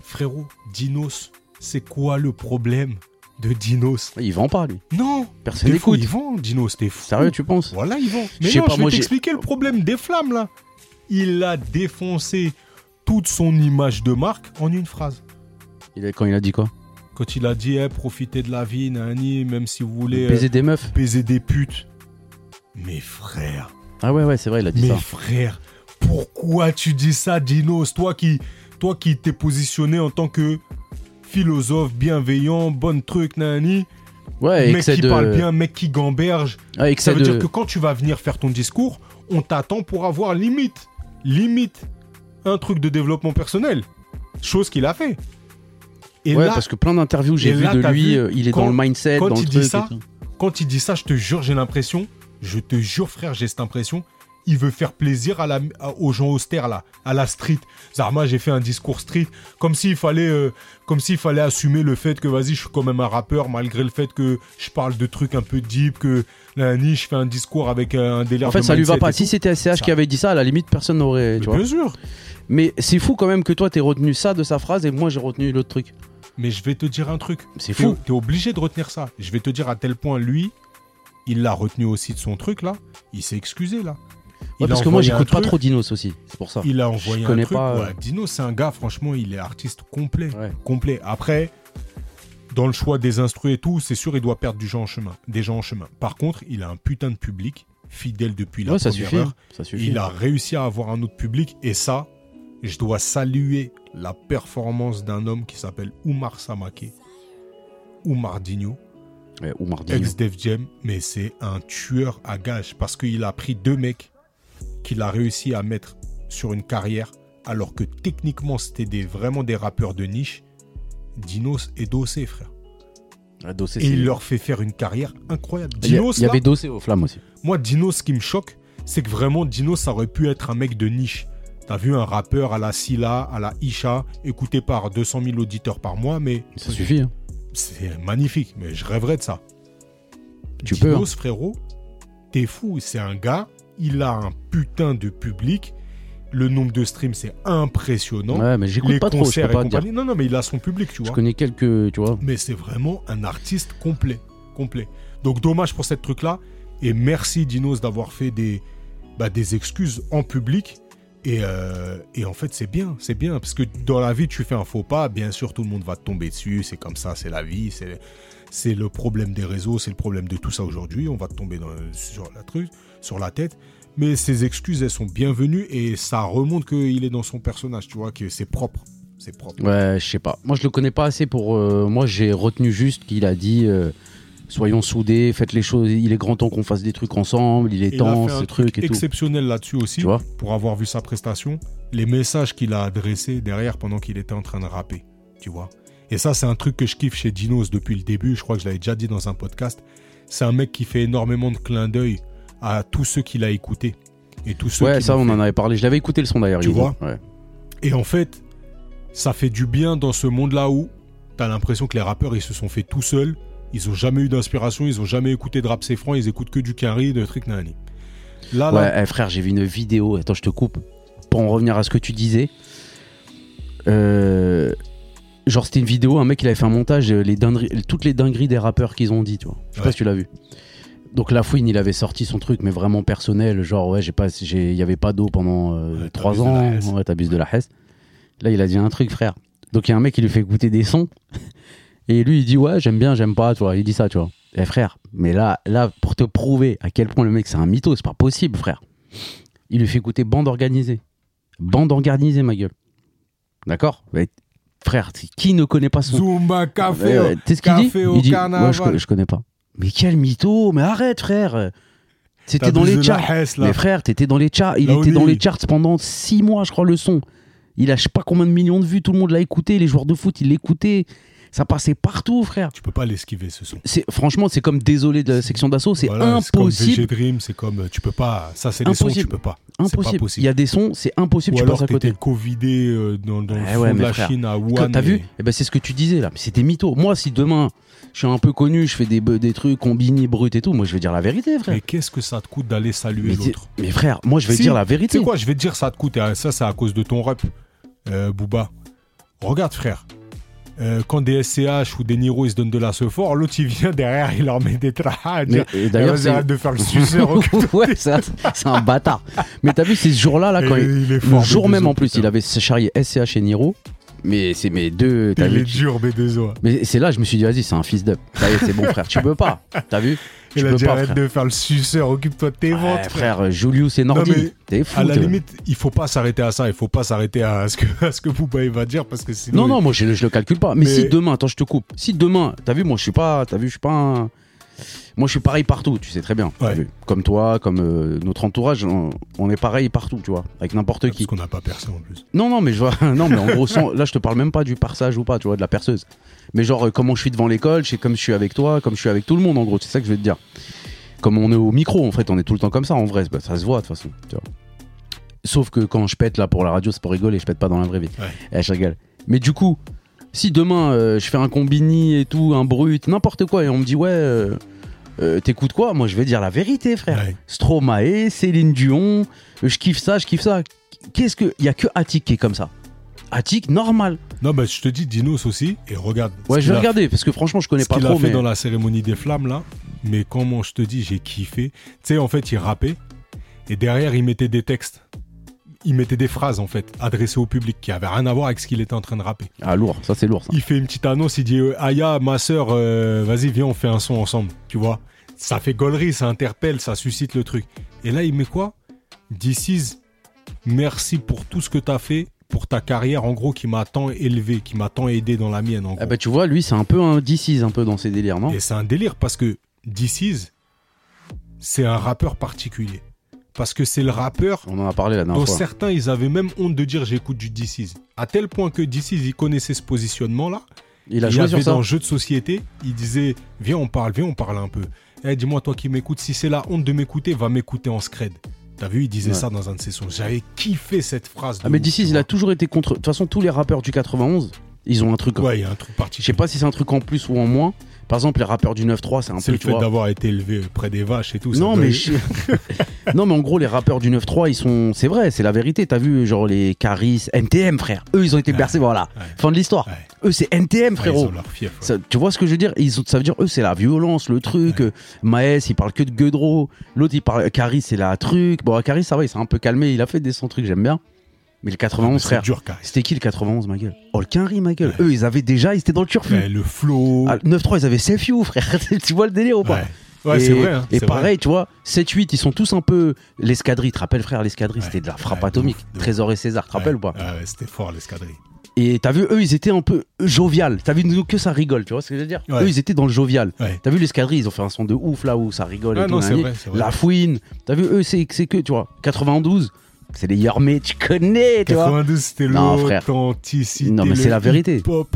frérot, Dinos, c'est quoi le problème de Dinos
Ah, Il vend pas lui.
Non,
Personne
des fois, ils
n'écoute.
vendent, Dinos, t'es fou.
Sérieux, tu penses
Voilà, ils vont.
Je
Mais
sais
non,
pas,
je
moi,
vais
j'ai-
t'expliquer le problème des flammes, là. Il a défoncé toute son image de marque en une phrase.
Il a- Quand il a dit quoi
Quand il a dit, eh, profitez de la vie, nani, même si vous voulez euh,
Baiser des meufs.
baiser des putes. Mais frère,
Ah ouais, ouais, c'est vrai, il a dit
Mais
ça.
frère, pourquoi tu dis ça, Dinos Toi qui, toi qui t'es positionné en tant que philosophe bienveillant, bon truc, nani,
Ouais,
mec
excès
qui
de.
parle bien, mec qui gamberge.
Ah, excès
Ça veut
de-
dire que quand tu vas venir faire ton discours, on t'attend pour avoir limite, limite, un truc de développement personnel. Chose qu'il a fait. Et
ouais,
là,
parce que plein d'interviews que j'ai
et
vu
là,
de
t'as
lui,
vu,
euh, il est
quand-
dans le mindset,
quand
dans
il
le
dit
truc. et
ça,
tout.
quand il dit ça, je te jure, j'ai l'impression, je te jure frère, j'ai cette impression, il veut faire plaisir à la, à- aux gens austères là, à la street. Zarma, j'ai fait un discours street, comme s'il fallait, euh, comme s'il fallait assumer le fait que vas-y, je suis quand même un rappeur, malgré le fait que je parle de trucs un peu deep, que la niche fait un discours avec euh, un délire.
En fait,
de
ça lui va
mindset
pas.
et
Si
tout.
c'était SCH qui
Ça-
avait dit ça, à la limite, personne n'aurait. tu
Mais
vois.
bien sûr.
Mais c'est fou quand même que toi, t'aies retenu ça de sa phrase et moi, j'ai retenu l'autre truc.
Mais je vais te dire un truc.
C'est
T'es
fou.
t'es obligé de retenir ça. Je vais te dire à tel point, lui, il l'a retenu aussi de son truc, là. Il s'est excusé, là.
Ouais,
Il a
parce que moi,
envoyé un
j'écoute pas
truc,
trop Dinos aussi. C'est pour ça.
Il a envoyé un
connais
truc.
pas, euh.
Ouais, Dino, c'est un gars, franchement, il est artiste complet.
Ouais.
Complet. Après, dans le choix des instruits et tout, c'est sûr, il doit perdre du gens en chemin, des gens en chemin. Par contre, il a un putain de public, fidèle depuis la
Ouais, ça
première
suffit. hein.
heure.
Ça suffit.
Il a réussi à avoir un autre public et ça, je dois saluer la performance d'un homme qui s'appelle Oumar Samake. Oumar Digno,
Ouais, ou mardi.
ex Def Jam, mais c'est un tueur à gages parce qu'il a pris deux mecs qu'il a réussi à mettre sur une carrière alors que techniquement c'était des, vraiment des rappeurs de niche. Dinos et Dossé, frère.
Ah, Dossé,
Et
c'est-
il leur fait faire une carrière incroyable.
Il y a-
Dinos,
il y
là,
avait Dossé aux flammes aussi.
moi, Dino, ce qui me choque, c'est que vraiment, Dino, ça aurait pu être un mec de niche. T'as vu un rappeur à la Silla, à la Isha, écouté par 200 000 auditeurs par mois, mais
Ça suffit. hein.
c'est magnifique. Mais je rêverais de ça.
Tu
Dinos,
peux, hein.
frérot, t'es fou. C'est un gars, il a un putain de public. Le nombre de streams, c'est impressionnant.
Ouais, mais j'écoute
Les
pas trop. Je
concerts
peux
et
pas te dire.
compagnie. Non, non, mais il a son public, tu
Je
vois.
connais quelques, tu vois.
Mais c'est vraiment un artiste complet. complet. Donc dommage pour cette truc-là. Et merci Dinos d'avoir fait des, bah, des excuses en public. Et, euh, et en fait, c'est bien, c'est bien. Parce que dans la vie, tu fais un faux pas, bien sûr, tout le monde va te tomber dessus. C'est comme ça, c'est la vie. C'est, c'est le problème des réseaux, c'est le problème de tout ça aujourd'hui. On va te tomber dans- sur, la truc, sur la tête. Mais ces excuses, elles sont bienvenues. Et ça remonte qu'il est dans son personnage, tu vois, que c'est propre. C'est propre.
Ouais, je sais pas. Moi, je le connais pas assez pour. euh, moi, j'ai retenu juste qu'il a dit. euh, Soyons soudés, faites les choses. Il est grand temps qu'on fasse des trucs ensemble. Il est
Et il a
temps,
fait un
ce truc et tout.
exceptionnel là-dessus aussi,
Tu vois
pour avoir vu sa prestation, les messages qu'il a adressés derrière pendant qu'il était en train de rapper, tu vois. Et ça, c'est un truc que je kiffe chez Dinos depuis le début, je crois que je l'avais déjà dit dans un podcast. C'est un mec qui fait énormément de clins d'œil à tous ceux qu'il a écoutés. Et tous ceux
Ouais,
qui
ça,
l'ont
on
fait.
en avait parlé. Je l'avais écouté le son d'ailleurs.
Tu
Yuri.
vois
Ouais.
Et en fait, ça fait du bien dans ce monde-là où t'as l'impression que les rappeurs, ils se sont fait tout seuls. Ils ont jamais eu d'inspiration, ils ont jamais écouté de rap c'est franc, ils écoutent que du carry, de trucs nanani. Là, là,
Ouais, eh, frère, j'ai vu une vidéo. Attends, je te coupe. Pour en revenir à ce que tu disais, euh, Genre, c'était une vidéo, un mec il avait fait un montage, euh, les dingueries- toutes les dingueries des rappeurs qu'ils ont dit, tu vois. Je sais pas
Ouais.
si tu l'as vu. Donc La Fouine, il avait sorti son truc, mais vraiment personnel, genre, ouais, j'ai pas, j'ai- il y avait pas d'eau pendant
Ouais,
3
t'abuses de la
ans,
Hesse.
ouais, t'abuses de la Hesse. Là, il a dit un truc, frère. Donc, il y a un mec qui lui fait écouter des sons, et lui, il dit, ouais, j'aime bien, j'aime pas, tu vois, il dit ça, tu vois. Eh frère, mais là, là, pour te prouver à quel point le mec c'est un mytho, c'est pas possible, frère. Il lui fait écouter bande organisée. Bande organisée, ma gueule. D'accord Mais, Frère, c'est- qui ne connaît pas son.
Zumba
Ouais,
Café
ouais, Tu sais ce qu'il dit
café au
Il dit,
carnaval.
ouais, je, co- je connais pas. Mais quel mytho Mais arrête, frère C'était dans les charts. Mais frère, t'étais dans les charts. Il
Là, on
était dans
est.
les charts pendant 6 mois, je crois, le son. Il a je sais pas combien de millions de vues, tout le monde l'a écouté, les joueurs de foot, ils l'écoutaient. Ça passait partout, frère.
Tu peux pas l'esquiver ce son.
C'est- franchement, c'est comme désolé de la section d'assaut, c'est
Voilà, C'est comme
impossible,
VG Dream, c'est comme euh, tu peux pas. Ça c'est des sons que tu
Impossible.
peux pas. c'est pas
impossible.
possible.
Il y a des sons, c'est impossible,
Ou
tu passes
alors
à
t'étais
côté.
covidé euh, dans, dans le
Eh
fond
ouais,
de
mais
la
frère,
Chine à
Quand
Wuhan.
T'as vu
et-
Eh ben, c'est ce que tu disais là, mais c'était mytho. Moi, si demain je suis un peu connu, je fais des, be- des trucs combinés bruts et tout, moi je vais dire la vérité, frère.
Mais qu'est-ce que ça te coûte d'aller saluer
Mais, t'es-
l'autre
mais frère, moi je vais
Si,
dire la
Tu
vérité.
sais quoi, je vais te dire, ça te coûte. et Ça, c'est à cause de ton rap, euh, Booba. Regarde, frère. Euh, quand des SCH ou des Niro ils se donnent de la fort, l'autre il vient derrière, il leur met des trahas.
Mais- et d'ailleurs, c'est-
eh, arrête de faire le suceur.
ouais, c'est un- c'est un bâtard. Mais t'as vu, c'est ce jour-là, là, quand il-
il est
le jour même en plus, il
a
avait charrié SCH et Niro. Mais c'est mes deux. t'as
Il
vu,
est dur, B2O.
Mais c'est là, je me suis dit, vas-y, c'est un fils d'up. Ça y est, C'est bon, frère, tu peux pas. T'as vu Tu
Il a
peux
dit
pas,
arrête
frère.
de faire le suceur, occupe-toi de tes
Ouais,
ventes.
frère, Julius et
mais
Nordi. T'es fou.
À la
t'es-
limite, il faut pas s'arrêter à ça, il faut pas s'arrêter à ce que, à ce que Booba il va dire parce que sinon.
Non, non, moi je, je le calcule pas. Mais,
Mais-
si demain, attends, je te coupe. Si demain, t'as vu, moi je suis pas. T'as vu, je suis pas un- Moi je suis pareil partout, tu sais très bien. T'as
Ouais.
vu. Comme toi, comme euh, notre entourage, on, on est pareil partout, tu vois. Avec n'importe
Parce
qui.
qu'on n'a pas personne en plus.
Non, non, mais je vois. Non, mais en gros, sans- là, je te parle même pas du parsage ou pas, tu vois, de la perceuse. Mais genre, euh, comment je suis devant l'école, c'est comme je suis avec toi, comme je suis avec tout le monde, en gros, c'est ça que je vais te dire. Comme on est au micro, en fait, on est tout le temps comme ça, en vrai, bah, ça se voit de toute façon, tu vois. Sauf que quand je pète là pour la radio, c'est pour rigoler, je pète pas dans la vraie vie.
Ouais.
Eh, je rigole. Mais du coup, si demain euh, je fais un combini et tout, un brut, n'importe quoi, et on me dit, ouais, euh, euh, t'écoutes quoi Moi, je vais dire la vérité, frère.
Ouais.
Stromae, Céline Dion, euh, je kiffe ça, je kiffe ça. Qu'est-ce que il y a que Attic qui est comme ça Attic normal.
Non, mais je te dis Dinos aussi, et regarde. ce
Ouais, je
qu'il
vais
a
regarder parce que franchement, je connais
ce
pas
qu'il
trop
a fait
mais
dans la cérémonie des flammes là, mais comment je te dis, j'ai kiffé. Tu sais, en fait, il rappait et derrière, il mettait des textes. Il mettait des phrases en fait adressées au public qui avaient rien à voir avec ce qu'il était en train de rapper.
ah lourd, ça c'est lourd ça.
Il fait une petite annonce, il dit euh, Aya, ma sœur, euh, vas-y, viens, on fait un son ensemble. Tu vois, ça fait gaulerie, ça interpelle, ça suscite le truc. Et là, il met quoi This is merci pour tout ce que t'as fait, pour ta carrière en gros qui m'a tant élevé, qui m'a tant aidé dans la mienne en gros.
Ah bah tu vois, lui c'est un peu un DC's un peu dans ses délires, non
Et c'est un délire parce que DC's, c'est un rappeur particulier. Parce que c'est le rappeur
On en a parlé la
dont
dernière fois.
certains, ils avaient même honte de dire j'écoute du DC's. À tel point que DC's, il connaissait ce positionnement-là.
Il a
il
joué
avait
sur ça.
dans jeu de société, il disait viens on parle, viens on parle un peu. Eh dis-moi toi qui m'écoutes, si c'est la honte de m'écouter, va m'écouter en scred. T'as vu, il disait
Ouais.
ça dans un de ses sons. J'avais kiffé cette phrase. de
Ah mais
ouf,
DC's,
tu
il a
vois.
toujours été contre. De toute façon, tous les rappeurs du 91, ils ont un truc. hein.
Ouais, il y a un truc
Je sais
particulier.
pas si c'est un truc en plus ou en moins. Par exemple, les rappeurs du 9-3, c'est un
C'est
peu
le
tu
fait
vois,
d'avoir été élevé près des vaches et tout. ça
Non
doit-
mais, je- non mais en gros les rappeurs du 9-3 ils sont c'est vrai c'est la vérité t'as vu genre les Caris NTM frère eux ils ont été
Ouais.
bercés voilà
Ouais.
fin de l'histoire
Ouais.
eux c'est NTM
Ouais, ils
frérot
ont leur fief, ouais.
Ça- tu vois ce que je veux dire ils ont, ça veut dire eux c'est la violence le truc
Ouais.
euh, Maes il parle que de Gueudreau l'autre il parle Caris c'est la truc bon Caris ça va il s'est un peu calmé il a fait des sons trucs j'aime bien mais le 91
C'est
frère
dur, Caris.
c'était qui le 91 ma gueule Oh le Quinry ma gueule
Ouais.
eux ils avaient déjà ils étaient dans le turfu
Ouais, le flow.
Ah, 9-3 ils avaient Safe You frère tu vois le délire ou pas
ouais, Ouais, c'est
et,
vrai. hein,
et
c'est
pareil, tu vois, 7-8, ils sont tous un peu. L'escadrille, tu te rappelles, frère, l'escadrille,
Ouais,
c'était de la
ouais,
frappe
de ouf,
atomique.
de ouf.
Trésor et César, tu te
vrai.
rappelles ou
Ouais, Ah
pas
ouais, C'était fort, l'escadrille.
Et t'as vu, eux, ils étaient un peu jovial. T'as vu, nous, que ça rigole, tu vois ce que je veux dire
Ouais.
Eux, ils étaient dans le jovial.
Ouais.
T'as vu, l'escadrille, ils ont fait un son de ouf là où ça rigole
Ah
et tout.
non, c'est
nanani.
vrai, c'est vrai.
La fouine. T'as vu, eux, c'est c'est que, tu vois, 92, c'est les Yermé, tu connais, tu vois.
92, c'était
Non, frère.
l'authenticité.
Non, mais
le
c'est la vérité.
hip-hop.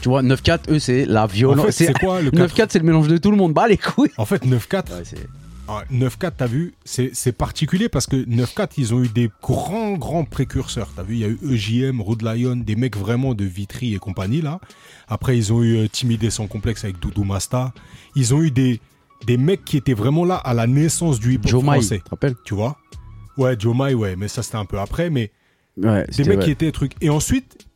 Tu vois, 9-4, eux, c'est la
En
violence.
fait, c'est
c'est-
quoi le
9-4, c'est le mélange de tout le monde. Bah, les couilles
En fait, 9-4,
Ouais, c'est-
ah, 9-4, t'as vu, c'est c'est particulier parce que 9-4, ils ont eu des grands, grands précurseurs. T'as vu, il y a eu E EJM, Road Lion, des mecs vraiment de Vitry et compagnie, là. Après, ils ont eu euh, Timidé sans complexe avec Doudou Masta. Ils ont eu des, des mecs qui étaient vraiment là à la naissance du hip-hop
Joe Mai, tu
français.
te rappelles
Tu vois Ouais, Joe Mai, ouais, mais ça, c'était un peu après, mais
Ouais,
des
c'était-
mecs
ouais.
qui étaient trucs. Et ensuite,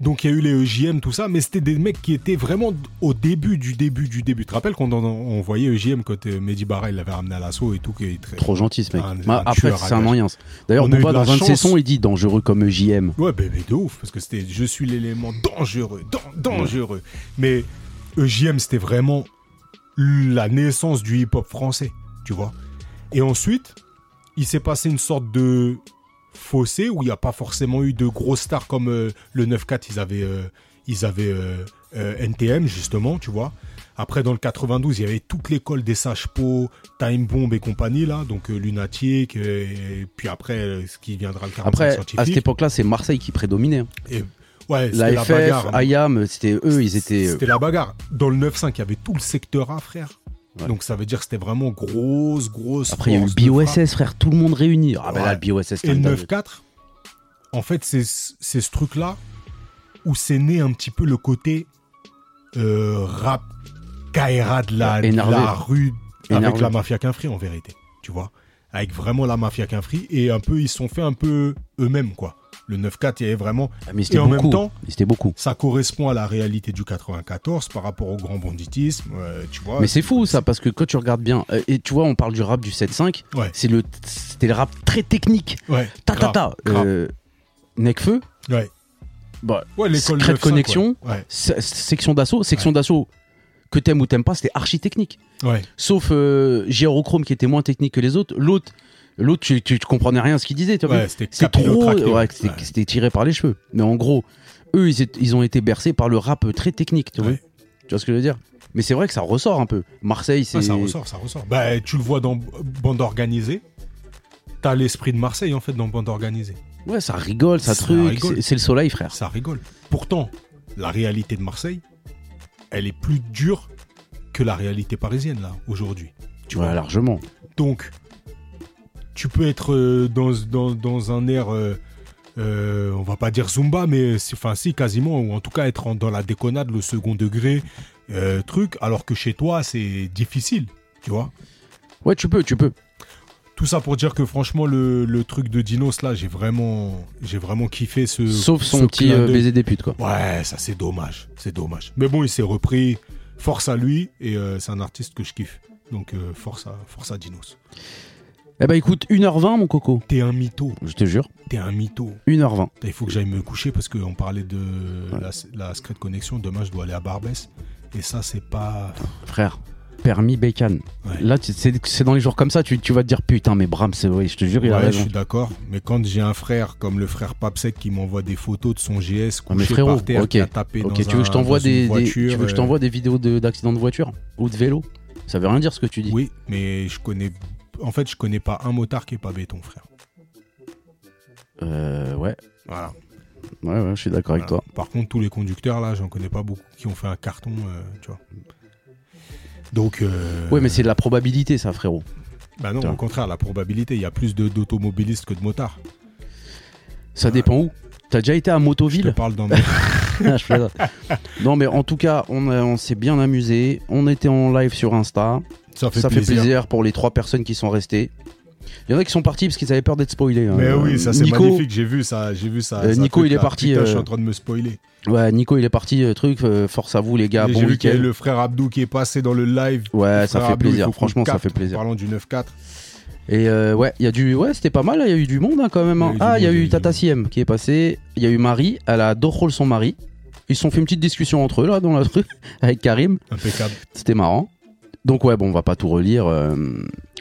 Donc il y a eu les EJM, tout ça, mais c'était des mecs qui étaient vraiment au début du début du début. Tu te rappelles quand on, on voyait EJM quand euh, Mehdi Barra il l'avait ramené à l'assaut et tout qui est très-
Trop gentil ce mec.
Un-
Bah,
Ah, un
après,
tueur à
c'est un
gages.
moyen. D'ailleurs,
On a eu
Booba,
de la
dans un de ses
chance.
sons, il dit dangereux comme JM.
Ouais, ben, mais, mais de ouf, parce que c'était je suis l'élément dangereux, dan- dangereux. Mais EJM, c'était vraiment la naissance du hip-hop français, tu vois. Et ensuite, il s'est passé une sorte de fossé où il n'y a pas forcément eu de grosses stars comme euh, le 9-4, ils avaient, euh, ils avaient euh, euh, NTM, justement, tu vois. Après, dans le 92, il y avait toute l'école des sages-pots, Time Bomb et compagnie, là, donc euh, Lunatic, euh, et puis après, euh, ce qui viendra le 45
Après, à cette
scientifique.
époque-là, c'est Marseille qui prédominait. hein.
Et- ouais, c'était
La,
la
FF,
bagarre. hein.
IAM, c'était eux, ils étaient. euh,
C'était la bagarre. Dans le 9-5, il y avait tout le secteur A, frère.
Ouais.
Donc ça veut dire que c'était vraiment grosse, grosse.
Après, il y a eu
force
le
de frappe.
BOSS, frère, tout le monde réuni. Ah, ben là,
Ouais.
le BOSS, c'était
Et le
un
9-4, en fait, c'est c'est ce truc-là où c'est né un petit peu le côté euh, rap Kaira de la, de
Énervé.
la rue avec
Énervé.
la mafia qu'un en vérité. Tu vois Avec vraiment la mafia qu'un Et un peu, ils se sont fait un peu eux-mêmes, quoi. Le 9-4, il y avait vraiment
Ah, Mais c'était
Et en même
beaucoup.
temps-
Mais C'était beaucoup.
ça correspond à la réalité du 94 par rapport au grand banditisme, euh, tu vois.
Mais c'est fou ça, parce que quand tu regardes bien, euh, et tu vois, on parle du rap du 7-5,
Ouais.
c'est le- c'était le rap très technique.
Ouais,
Ta ta ta.
grave.
Euh, Necfeu,
ouais.
bah,
Ouais, l'école
Secret
9-5,
Connexion.
Ouais,
se- section d'assaut, section d'assaut que t'aimes ou t'aimes pas, c'était archi technique.
ouais, ouais.
Sauf euh, Gyrochrome qui était moins technique que les autres. L'autre, l'autre, tu, tu, tu comprenais rien à ce qu'il disait. tu vois.
Ouais, c'était
C'est trop,
capillotracté.
ouais, c'était
Ouais.
c'était tiré par les cheveux. Mais en gros, eux, ils, étaient- ils ont été bercés par le rap très technique, tu vois.
Ouais.
Tu vois ce que je veux dire Mais c'est vrai que ça ressort un peu. Marseille, c'est
Ouais, Ah, ça ressort, ça ressort. Bah, tu le vois dans Bande Organisée. T'as l'esprit de Marseille, en fait, dans Bande Organisée.
ouais, ça rigole, ça,
Ça
truc.
rigole.
c'est- C'est le soleil, frère.
Ça rigole. Pourtant, la réalité de Marseille, elle est plus dure que la réalité parisienne, là, aujourd'hui.
Tu vois largement.
Donc, tu peux être euh, dans, dans, dans un air, euh, euh, on va pas dire Zumba, mais c'est- enfin si, quasiment, ou en tout cas être en- dans la déconnade, le second degré, euh, truc, alors que chez toi, c'est difficile, tu vois.
Ouais, tu peux, tu peux.
Tout ça pour dire que franchement, le, le truc de Dinos, là, j'ai vraiment, j'ai vraiment kiffé ce.
Sauf
ce
son petit
clin
euh,
d'œil.
baiser des putes, quoi.
Ouais, ça c'est dommage, c'est dommage. Mais bon, il s'est repris, force à lui, et euh, c'est un artiste que je kiffe. Donc euh, force, à, force à Dinos.
Eh bah écoute, 1h20, mon coco.
T'es un mytho,
Je te jure,
t'es un mytho.
1h20.
Putain, Il faut que j'aille me coucher parce qu'on parlait de la, la secret connexion. Demain, je dois aller à Barbès. Et ça, c'est pas.
Ah Frère, permis bacon.
Ouais.
Là, tu- c'est c'est dans les jours comme ça, tu, tu vas te dire putain, mais Bram, c'est vrai, je te jure, il a
Ouais, je
raison.
suis d'accord. Mais quand j'ai un frère comme le frère Papsek qui m'envoie des photos de son GS
Ah, mais
couché
frérot,
par terre,
ok.
qui a tapé
Ok,
dans
tu veux
un-
que je t'envoie
dans une
des, des-
voiture,
tu veux que je
euh,
t'envoie des vidéos de- d'accidents de, voiture ou de vélo Ça veut rien dire ce que tu dis.
euh, Oui, mais je connais. En fait, je connais pas un motard qui est pas béton, frère.
Euh, ouais,
Voilà.
ouais, ouais, je suis d'accord avec
Voilà.
toi.
Par contre, tous les conducteurs là, j'en connais pas beaucoup qui ont fait un carton, euh, tu vois. Donc. euh,
Ouais, mais c'est de la probabilité, ça, frérot.
Bah non,
Tiens.
au contraire, la probabilité, il y a plus de- d'automobilistes que de motards.
Ça dépend où. T'as déjà été à
Je
Motoville
te parle dans
Ah, je plaisante. Non, mais en tout cas, on, a- on s'est bien amusé. On était en live sur Insta.
Ça
ça fait plaisir pour les trois personnes qui sont restées. Il y en a qui sont partis parce qu'ils avaient peur d'être spoilés. hein.
Mais
Euh,
oui, ça c'est
Nico-
magnifique, j'ai vu ça, j'ai vu ça.
Euh,
ça
Nico,
truc,
il est
là.
parti,
Putain, je suis
euh,
en train de me spoiler.
Ouais, Nico, il est parti, euh, truc. euh, force à vous, les gars.
Et
Bon
j'ai vu qu'il y
week-end.
avait le frère Abdou qui est passé dans le live.
Ouais,
Le
ça
frère Abdou,
fait
il faut
plaisir.
qu'on
Franchement, ça
capte
fait plaisir.
Parlant du 9-4,
Et euh, ouais, il y a du, ouais, c'était pas mal. Il y a eu du monde hein, quand même. hein.
Il y a eu du
Ah, il
monde, il
y a
y a eu
eu
du
Tata
monde.
Siem qui est passée. Il y a eu Marie. Elle a Dorol son mari. Ils se sont fait une petite discussion entre eux là dans la truc avec Karim.
impeccable.
C'était marrant. Donc ouais, bon, on va pas tout relire. euh,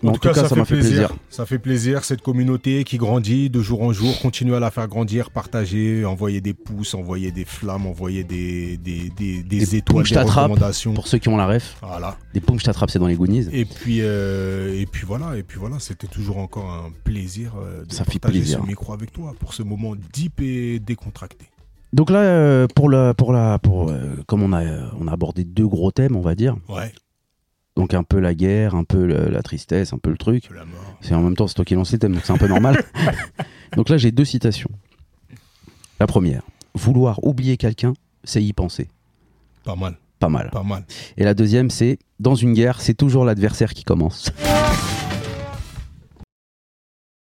mais
En, tout, cas, ça,
m'a
fait plaisir. Ça fait plaisir, cette communauté qui grandit de jour en jour. Continuez à la faire grandir, partager, envoyer des pouces, envoyer des flammes, envoyer des, des, des, des
Des
étoiles,
pouces,
des
t'attrapes.
recommandations.
Pour ceux qui ont la ref,
Voilà.
des pompes, je t'attrape, c'est dans les Goonies.
Et puis, euh, et puis voilà, et puis voilà, c'était toujours encore un plaisir euh, de
Ça fait
partager
plaisir.
ce micro avec toi pour ce moment deep et décontracté.
Donc là, euh, pour la, pour la, pour euh, comme on a, euh, on a abordé deux gros thèmes, on va dire.
Ouais,
Donc un peu la guerre, un peu le- la tristesse, un peu le truc.
que la mort.
C'est en même temps, c'est toi qui lance les thèmes, donc c'est un peu normal. donc là, j'ai deux citations. La première, vouloir oublier quelqu'un, c'est y penser.
Pas mal,
Pas mal.
pas mal.
Et la deuxième, c'est dans une guerre, c'est toujours l'adversaire qui commence.